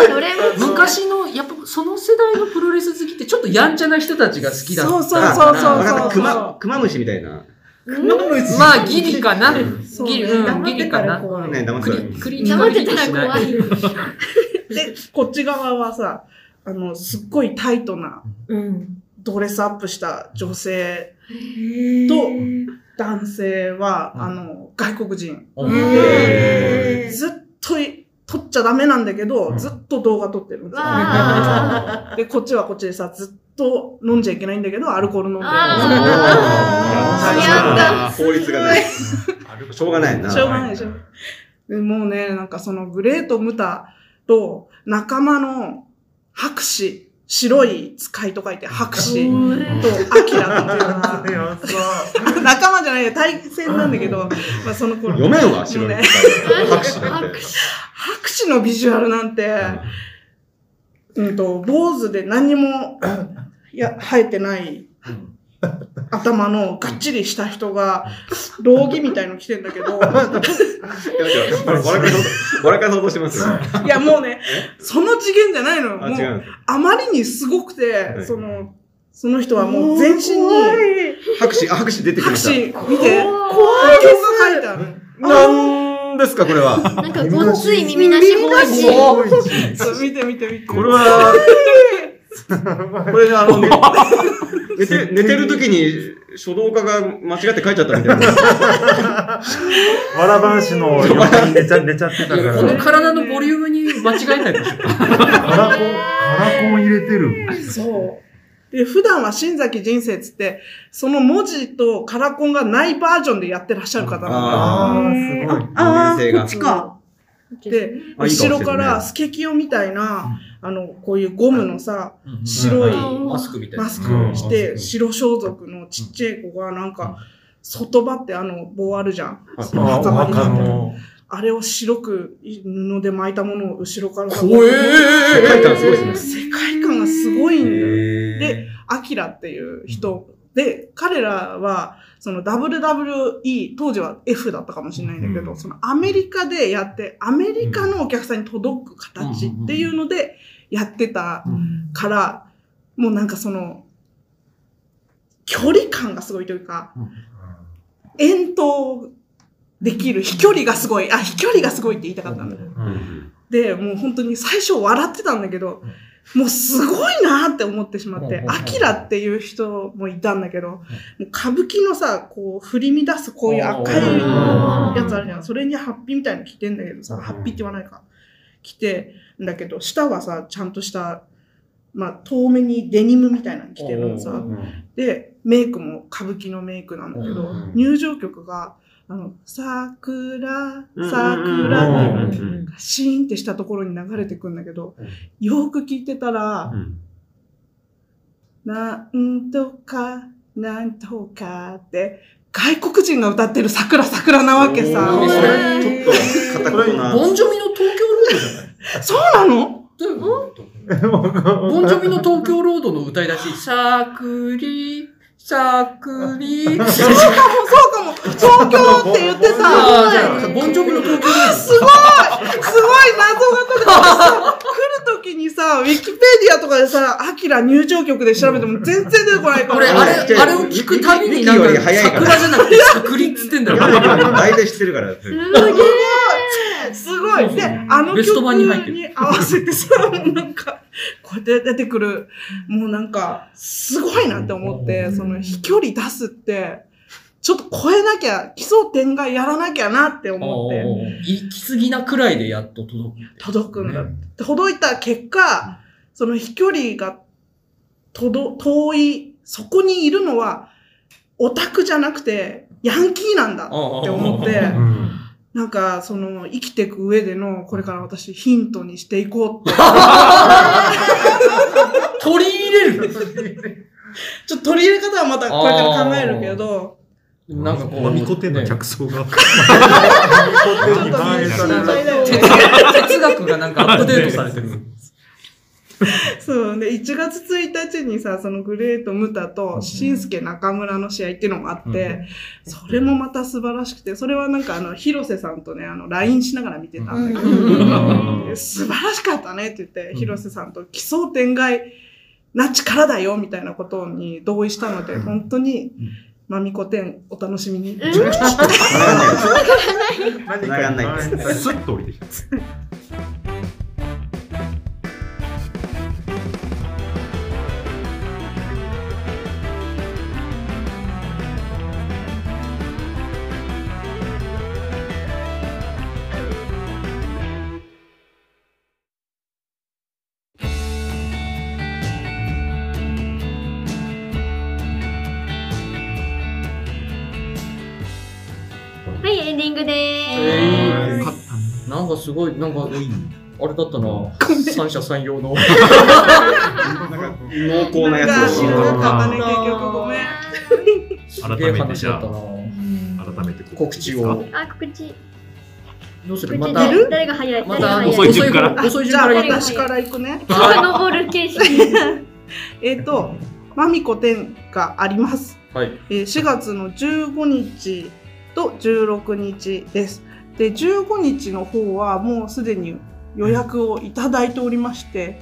Speaker 1: それも
Speaker 3: 昔の、やっぱその世代のプロレス好きって、ちょっとやんちゃな人たちが好きだ
Speaker 7: そうそう
Speaker 6: あ
Speaker 7: そう
Speaker 6: あわか
Speaker 7: そ
Speaker 6: っ
Speaker 7: う
Speaker 6: た
Speaker 7: そう。
Speaker 6: 熊、熊虫みたいな。
Speaker 3: まあ、ギリかな。
Speaker 5: そう
Speaker 3: ギリ、
Speaker 5: ね
Speaker 3: うん、
Speaker 5: 黙
Speaker 3: ギ
Speaker 5: っ
Speaker 3: リ
Speaker 5: て
Speaker 3: か
Speaker 5: たら
Speaker 3: な。
Speaker 5: 怖い
Speaker 6: ね、騙
Speaker 3: ク
Speaker 6: す。
Speaker 3: リ、クリ
Speaker 1: 黙ってたら怖い。
Speaker 7: で、こっち側はさ、あの、すっごいタイトな
Speaker 5: うん。
Speaker 7: ドレスアップした女性、
Speaker 5: と、
Speaker 7: 男性は、
Speaker 3: うん
Speaker 7: あの、外国人。
Speaker 3: うん
Speaker 5: へー
Speaker 7: ずっとい、とっちゃダメなんだけど、
Speaker 2: うん
Speaker 7: ずっと動画撮ってるんですよ。
Speaker 1: わ
Speaker 7: で、こっちはこっちでさ、ずっと飲んじゃいけないんだけど、アルコール飲んでる。
Speaker 1: あ
Speaker 6: 法律がない。しょうがないな。
Speaker 7: しょうがないでしょ。でもうね、なんかそのグレート・ムタと仲間の白紙、白い使いと書いて白紙とアキラっていうのは、仲間じゃないよ、対戦なんだけど、まあその頃、
Speaker 6: 読めんわ、白い
Speaker 7: ね
Speaker 6: 機械。拍手なんて。
Speaker 7: 白紙のビジュアルなんて、うんと、坊主で何にも、いや、生えてない、頭のがっちりした人が、道着みたいの着てんだけど、
Speaker 6: やめて笑いから想像笑いから想像してますよ。
Speaker 7: いや、もうね、その次元じゃないのよ。
Speaker 6: あ、
Speaker 7: も
Speaker 6: 違
Speaker 7: う、
Speaker 6: うんです。
Speaker 7: あまりにすごくて、
Speaker 6: い
Speaker 7: その、その人はもう全身に、
Speaker 6: 拍手、あ、拍手出てきま
Speaker 7: 拍
Speaker 6: した。
Speaker 7: 手見
Speaker 1: 怖
Speaker 7: て、
Speaker 1: い
Speaker 7: 怖い曲が書いてある。
Speaker 6: なんですか、これは。
Speaker 1: なんかごっつい耳なし方式。
Speaker 7: そう、見て見て見て。
Speaker 2: これは、
Speaker 6: これ、あの、ね寝て、寝てる時に書道家が間違って書いちゃったみたいな。
Speaker 2: わらばんしの横に寝ちゃ寝ちゃってたか
Speaker 3: いや
Speaker 2: ら、
Speaker 3: こ
Speaker 2: カ
Speaker 3: の体のボリュームに間違えないでしょ。
Speaker 2: ラコン、カラコン入れてる。
Speaker 7: そう。で、普段は新崎人生つって、その文字とカラコンがないバージョンでやってらっしゃる方な
Speaker 6: あ
Speaker 2: あー、すごい。
Speaker 5: ああ、
Speaker 6: 人生が
Speaker 5: こっちか。
Speaker 7: んで、
Speaker 6: あいいかもしれ
Speaker 7: 後
Speaker 6: ない
Speaker 7: ろからスケキヨみたいな、あの、こういうゴムのさ、白い
Speaker 3: マスクみたいな
Speaker 7: マ。スクをして、白装束のちっちゃい子がなんか、外場ってあの棒あるじゃん。
Speaker 2: ああ、お墓の。
Speaker 7: あれを白く布で巻いたものを後ろからさ
Speaker 3: 怖え
Speaker 6: 世界観すごいですね。
Speaker 7: 世界観がすごいんだよ。
Speaker 6: で
Speaker 7: で、アキラっていう人。で、彼らは、その WWE、当時は F だったかもしれないんだけど、
Speaker 2: うん
Speaker 7: そのアメリカでやって、アメリカのお客さんに届く形っていうのでやってたから、もうなんかその、距離感がすごいというか、遠投できる飛距離がすごい。あ、飛距離がすごいって言いたかったんだ。で、もう本当に最初笑ってたんだけど、もうすごいなって思ってしまっ
Speaker 3: うんう
Speaker 7: て
Speaker 3: ん、うん
Speaker 7: アキラっていう人もいたんだけど、もう歌舞伎のさ、こう振り乱すこういう赤いやつあるじゃん。それにハッピーみたいの着てんだけどさ、ハッピーって言わないか。着てんだけど、下はさ、ちゃんとした、まあ、遠目にデニムみたいなの着てるのさ。で、メイクも歌舞伎のメイクなんだけど、入場曲が、あの、桜、桜っていう
Speaker 2: うん
Speaker 7: シーンってしたところに流れてくんだけど、
Speaker 2: うん
Speaker 7: よーく聞いてたら、
Speaker 6: うん
Speaker 7: なんとか、なんとかって、外国人が歌ってる桜桜なわけさ。
Speaker 3: おー
Speaker 6: そ
Speaker 7: そ
Speaker 6: れ、ちょっと、片言な。
Speaker 3: ボンジョビの東京ロードじゃないう
Speaker 7: なの
Speaker 3: どういうことボンジョビの東京ロードの歌い出 し、さくり、さくり。
Speaker 7: そうかも東京って言ってさ、
Speaker 3: ああ、じゃあ、ボンジョビの東京ロード。
Speaker 7: すごいすごい謎が高くてさ、来る時にさ、ウィキペディアとかでさ、アキラ入場曲で調べても全然出てこないから。
Speaker 3: 俺、あ
Speaker 6: ちっち
Speaker 3: れ、
Speaker 6: ゃい
Speaker 3: あれを聞くたびになんか
Speaker 6: ミキより、早いから
Speaker 3: 桜じゃなくて、桜りっつってんだよ。
Speaker 6: やだけど大体知ってるから。
Speaker 7: すごい。で、
Speaker 3: うん
Speaker 7: あの
Speaker 3: ベスト
Speaker 7: 曲
Speaker 3: 版に入ってる
Speaker 7: に合わせてさ、もうなんか、こうやって出てくる、もうなんか、すごいなって思って、その飛距離出すって、ちょっと超えなきゃ、奇想天外やらなきゃなって思って、
Speaker 3: 行き過ぎなくらいでやっと届く。
Speaker 7: 届くんだって。届いた結果、その飛距離が、とど、遠い、そこにいるのは、オタクじゃなくて、ヤンキーなんだって思って、なんか、その、生きていく上での、これから私、ヒントにしていこうって。
Speaker 3: 取り入れる
Speaker 7: ちょっと取り入れ方はまたこれから考えるけど、
Speaker 3: なんかこう、
Speaker 4: まみこてんの
Speaker 3: ね
Speaker 4: 客層が。
Speaker 7: ちょっと心配だよね。
Speaker 3: 哲学がなんかアップデートされてる。
Speaker 7: そうね、1月1日にさ、そのグレート・ムタと、シンスケ・中村の試合っていうのもあって、それもまた素晴らしくて、それはなんかあの、広瀬さんとね、あの、LINE しながら見てたんだけど、素晴らしかったねって言って、広瀬さんと奇想天外な力だよみたいなことに同意したので、本当に、まみこ展お楽しみに。
Speaker 2: 何
Speaker 6: 繋がんないで
Speaker 2: スッと降りてきた。
Speaker 1: はい、エンディングで
Speaker 3: え
Speaker 1: ーす。
Speaker 3: いなんかすごい、なんか、あれだったな。三者三様の。
Speaker 6: 濃厚なや
Speaker 7: なんか
Speaker 6: つ
Speaker 7: 知
Speaker 6: を。
Speaker 7: らなかったね、
Speaker 3: うん
Speaker 7: 結局ごめん。
Speaker 3: す
Speaker 4: 改めて
Speaker 3: げえ話だったな。
Speaker 4: 改めて
Speaker 3: 告知を。
Speaker 1: あ、告知。
Speaker 3: どうする
Speaker 1: 告
Speaker 3: ま
Speaker 1: 知
Speaker 3: た、
Speaker 1: 誰誰が早い
Speaker 3: ま
Speaker 1: 誰が
Speaker 3: た
Speaker 1: 早い
Speaker 4: 遅い順から
Speaker 3: 遅い遅い
Speaker 7: じ
Speaker 3: 順
Speaker 7: ゃあ
Speaker 3: から言う
Speaker 7: 私から行くね。
Speaker 1: 遡る形式。
Speaker 7: えっ、と、まみこ展があります。
Speaker 3: はい。
Speaker 7: えー4月の15日と16日です。で、15日の方はもうすでに予約をいただいておりまして、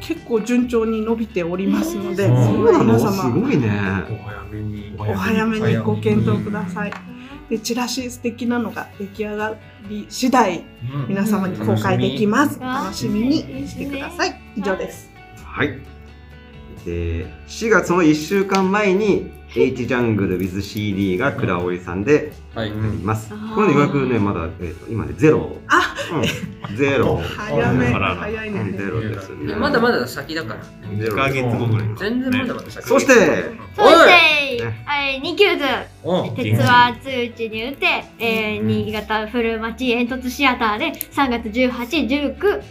Speaker 7: 結構順調に伸びておりますので、
Speaker 2: えー
Speaker 6: そうな
Speaker 7: 皆
Speaker 6: のす
Speaker 7: 様、
Speaker 6: ごいね。
Speaker 2: お早めに。
Speaker 7: お早めにご検討ください。で、チラシ素敵なのが出来上がり次第、
Speaker 3: うん
Speaker 7: 皆様に公開できます。
Speaker 1: うん
Speaker 7: 楽しみにしてください。以上です。
Speaker 6: はい。で、4月の1週間前に、H ジャングル WithCD が倉織さんで
Speaker 3: はい。
Speaker 6: やります。
Speaker 1: うん
Speaker 6: これね、予約ね、まだ、えーと今ね、ゼロ。
Speaker 7: あ
Speaker 6: うんゼロ。
Speaker 7: 早め、
Speaker 4: あらら
Speaker 7: 早いね。
Speaker 6: ゼロですね。
Speaker 3: まだまだ先だから。
Speaker 6: ゼロです
Speaker 4: 後ぐらい
Speaker 3: 全然まだまだ先。
Speaker 6: そして、
Speaker 1: そし
Speaker 6: お
Speaker 1: て
Speaker 6: い、
Speaker 1: はい、ニキューズ、
Speaker 3: うん。
Speaker 1: 鉄は通知に打って、えー、新潟古町煙突シアターで3月18、19、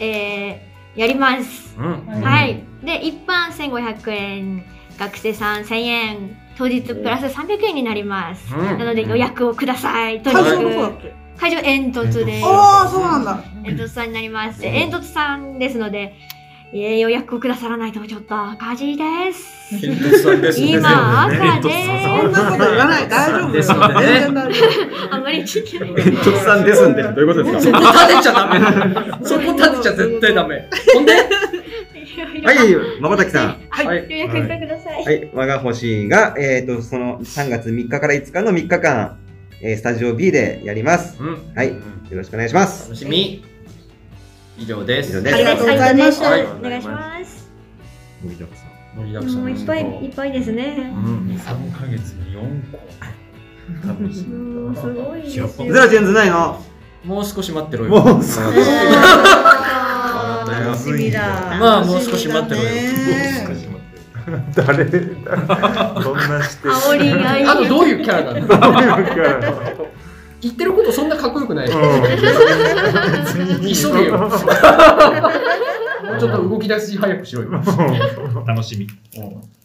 Speaker 1: えー、やります。
Speaker 3: うん。
Speaker 1: はい。で、一般1500円、学生さん1000円、当日プラス300円になります。
Speaker 3: うん
Speaker 1: なので予約をください。と
Speaker 7: 会
Speaker 1: にか
Speaker 7: 場の方だ
Speaker 1: く
Speaker 7: っけ
Speaker 1: 会場煙突です。
Speaker 7: ああ、そうなんだ。
Speaker 1: 煙突さんになります。で煙突さんですので、えー予約をくださらないとちょっと赤字です。
Speaker 3: 検討さんですね。
Speaker 1: 今、
Speaker 3: 全
Speaker 1: 赤
Speaker 3: 然
Speaker 1: で
Speaker 7: そん
Speaker 1: ーす。
Speaker 7: なこと言わない。大丈夫
Speaker 3: ですのでね
Speaker 7: 全然大丈
Speaker 1: あんまり聞けない。
Speaker 6: 煙突さんですんで、どういうことです
Speaker 3: そ
Speaker 6: か
Speaker 3: こ立てちゃダ メ。そこ立てちゃ絶対ダメ。ほんで、
Speaker 6: はい、まばたきさん。
Speaker 1: は、
Speaker 3: はいい
Speaker 1: 予約してください。
Speaker 6: はい、我が星が、えっ、と、その3月3日から5日の3日間、えースタジオ B でやります。
Speaker 3: うん。
Speaker 6: はい、よろしくお願いします。
Speaker 3: 楽しみ。以上で
Speaker 6: 以
Speaker 3: す
Speaker 6: 上。で
Speaker 7: ありがとうございました
Speaker 1: はいお願いします。
Speaker 3: 盛りだくさ
Speaker 1: も
Speaker 3: ん
Speaker 1: う
Speaker 3: で
Speaker 1: いっ
Speaker 3: す
Speaker 1: ぱいいっぱいですね
Speaker 3: う。ん。
Speaker 2: 三ヶ月に四個。多分
Speaker 1: うーん、すごいですよ。
Speaker 6: す。ゼラチェンズないの
Speaker 3: もう少し待ってろよ。
Speaker 2: もう、
Speaker 1: え
Speaker 2: さ
Speaker 1: ー
Speaker 5: 楽しみだ。
Speaker 3: まあもう少し待ってろよ
Speaker 5: 楽しみだね
Speaker 2: 誰どんなしてる。
Speaker 1: 煽りがいい。
Speaker 3: あとどういうキャラなの
Speaker 2: どういうキャラ
Speaker 3: 言ってることそんなかっこよくない。もう
Speaker 2: うん
Speaker 3: 急げよちょっと動き出し早くしろよ。
Speaker 4: 楽しみ。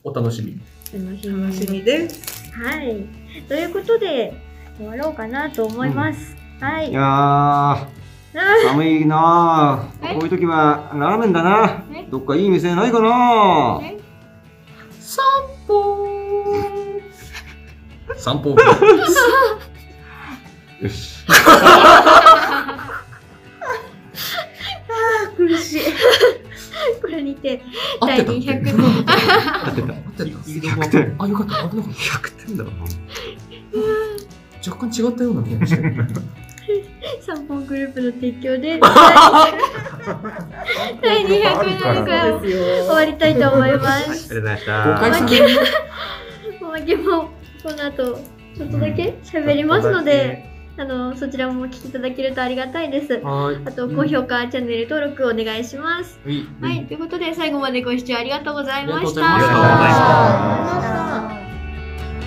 Speaker 3: お楽しみ。
Speaker 7: 夫。
Speaker 1: 楽
Speaker 7: 楽しみです。
Speaker 1: はい。ということで、終わろうかなと思います。はい。
Speaker 6: や
Speaker 1: あ
Speaker 6: 寒いなぁ
Speaker 1: え
Speaker 6: ういう時は、ラーメンだな
Speaker 1: え
Speaker 6: どっかいい店ないかな
Speaker 1: え
Speaker 3: 散歩。散歩。
Speaker 6: よし。
Speaker 1: ー苦しい。これにて、
Speaker 3: 合って
Speaker 1: 第
Speaker 3: た。
Speaker 1: 200回。
Speaker 6: 合ってた。
Speaker 3: 合ってた。
Speaker 6: 100点。
Speaker 3: あ、よかった。危なかっ
Speaker 6: 100点だろ。
Speaker 3: た。若干違ったような気がして。
Speaker 1: 三本グループの提供で第207回を終わりたいと思いま
Speaker 6: はい、ありが
Speaker 1: す。
Speaker 6: とうございまし
Speaker 3: 誤解
Speaker 6: た。
Speaker 3: さ
Speaker 1: さ
Speaker 3: れる。
Speaker 1: おまけもこの後ちょっとだけ喋りますので、あのそちらもお聞きいただけるとありがたいです。
Speaker 3: はい。
Speaker 1: あと高評価、チャンネル登録お願いします。
Speaker 3: は
Speaker 1: はい、ということで最後までご視聴ありがとうございました。
Speaker 3: ありがとうご
Speaker 1: あり
Speaker 3: ざいました
Speaker 1: がとうございました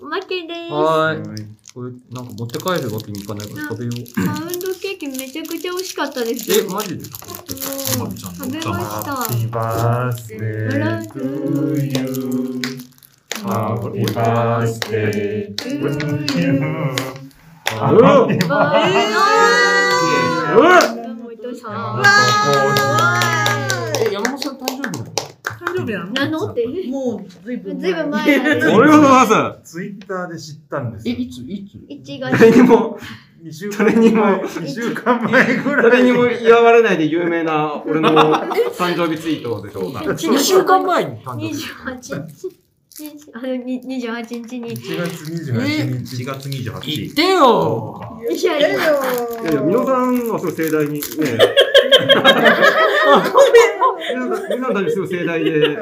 Speaker 1: おまけです。パ
Speaker 3: はい。これなんか持って帰るわけにいかないから食べよう。
Speaker 1: ウンドケーキめちゃくちゃ美味しかったです。
Speaker 3: え、マジですか
Speaker 1: もう食べました。
Speaker 2: Happy birthday to you. Happy birthday to you. Happy
Speaker 1: バイバイどうも伊藤さん。
Speaker 3: え、山本さん誕生日なの
Speaker 7: 大丈夫やん。
Speaker 1: なのって。ず
Speaker 5: もうずいぶん
Speaker 1: いぶん前だ
Speaker 6: ありがと
Speaker 1: ね。
Speaker 6: うございま
Speaker 2: ツイッターで知ったんです
Speaker 3: え、
Speaker 2: よ。
Speaker 3: いつ、いつ
Speaker 1: 1
Speaker 6: す。
Speaker 1: 月
Speaker 6: 誰にも、
Speaker 2: 2週間
Speaker 6: 誰にも
Speaker 2: 前、2週間前ぐら
Speaker 6: 誰
Speaker 2: い
Speaker 6: に
Speaker 2: に
Speaker 6: も祝われないで有名な俺の誕生日ツイートでしょう。
Speaker 3: ?2 週間前に誕生日。
Speaker 1: 28日。日、あの、に28日に。
Speaker 2: 1月28日。
Speaker 4: 1月28
Speaker 3: 言っ
Speaker 4: 日。
Speaker 3: てよ
Speaker 1: いやいや
Speaker 6: いやいや、皆さんはすごい盛大にね。皆さん、皆さんすごい盛大で。
Speaker 3: 言っ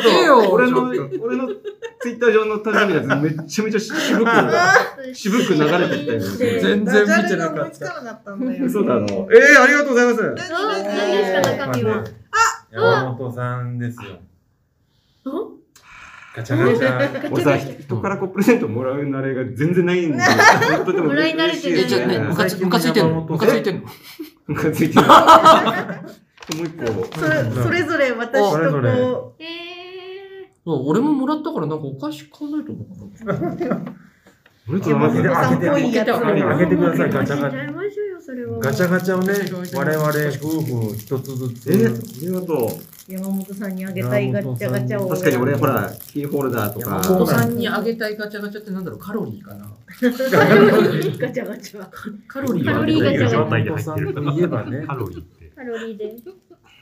Speaker 3: てよ
Speaker 6: 俺の、俺のツイッター上の誕生日のやつめちゃめちゃ渋く、渋く流れてったよ。
Speaker 3: 全然見てなか
Speaker 5: 思い
Speaker 3: っ
Speaker 5: つか
Speaker 3: た。
Speaker 5: なかったんだよ。
Speaker 6: そうだの。えー、ありがとうございます。
Speaker 1: そうなんですか、中身は。
Speaker 2: 山本さんですよ。
Speaker 1: お
Speaker 2: ガチャガチャ。
Speaker 6: 俺さ、人からこうプレゼントもらう慣れが全然ないんだよ。本当でも
Speaker 1: もらい慣れてない
Speaker 6: 嬉
Speaker 3: え、
Speaker 6: し
Speaker 3: ちょっ
Speaker 6: い
Speaker 3: と
Speaker 6: ね
Speaker 3: ね、ムカつ、ムカついてんのムカついてんの
Speaker 6: ムカついてる。もう一個。
Speaker 5: それそれぞれ私
Speaker 2: それぞ
Speaker 5: と
Speaker 2: れ
Speaker 5: こ
Speaker 1: ええ
Speaker 3: うん俺ももらったからなんかおかしく考えと思う。
Speaker 6: 俺と
Speaker 2: マジで
Speaker 5: う、
Speaker 2: 開
Speaker 5: さ
Speaker 2: け
Speaker 5: ん
Speaker 2: て
Speaker 5: っぽいやつを
Speaker 2: 開けて開けてください、ガチャ
Speaker 1: やっ
Speaker 2: ガ
Speaker 1: ち
Speaker 2: チ
Speaker 1: ゃ
Speaker 2: ャ。
Speaker 1: いましょうよ、それは。
Speaker 2: ガチャガチャをね
Speaker 3: お願いし、ます
Speaker 2: 我々夫婦一つずつ。
Speaker 6: え、ありがと
Speaker 5: 山本さんにあげたいガチャガチャ
Speaker 6: う。
Speaker 5: を。
Speaker 6: 確かに俺、ほら、キーホルダーと
Speaker 3: 山
Speaker 6: か。
Speaker 3: 本さんにあげたいガチャガチャってなんだろうカロリーかな
Speaker 5: ガチャガチャ。
Speaker 3: カロリー
Speaker 1: カロリー
Speaker 4: が
Speaker 1: ガチャ
Speaker 4: 状
Speaker 1: ガチャ
Speaker 4: 態で入ってる。
Speaker 2: 山本さんといえばね
Speaker 4: カロリーって。
Speaker 1: カロリーで。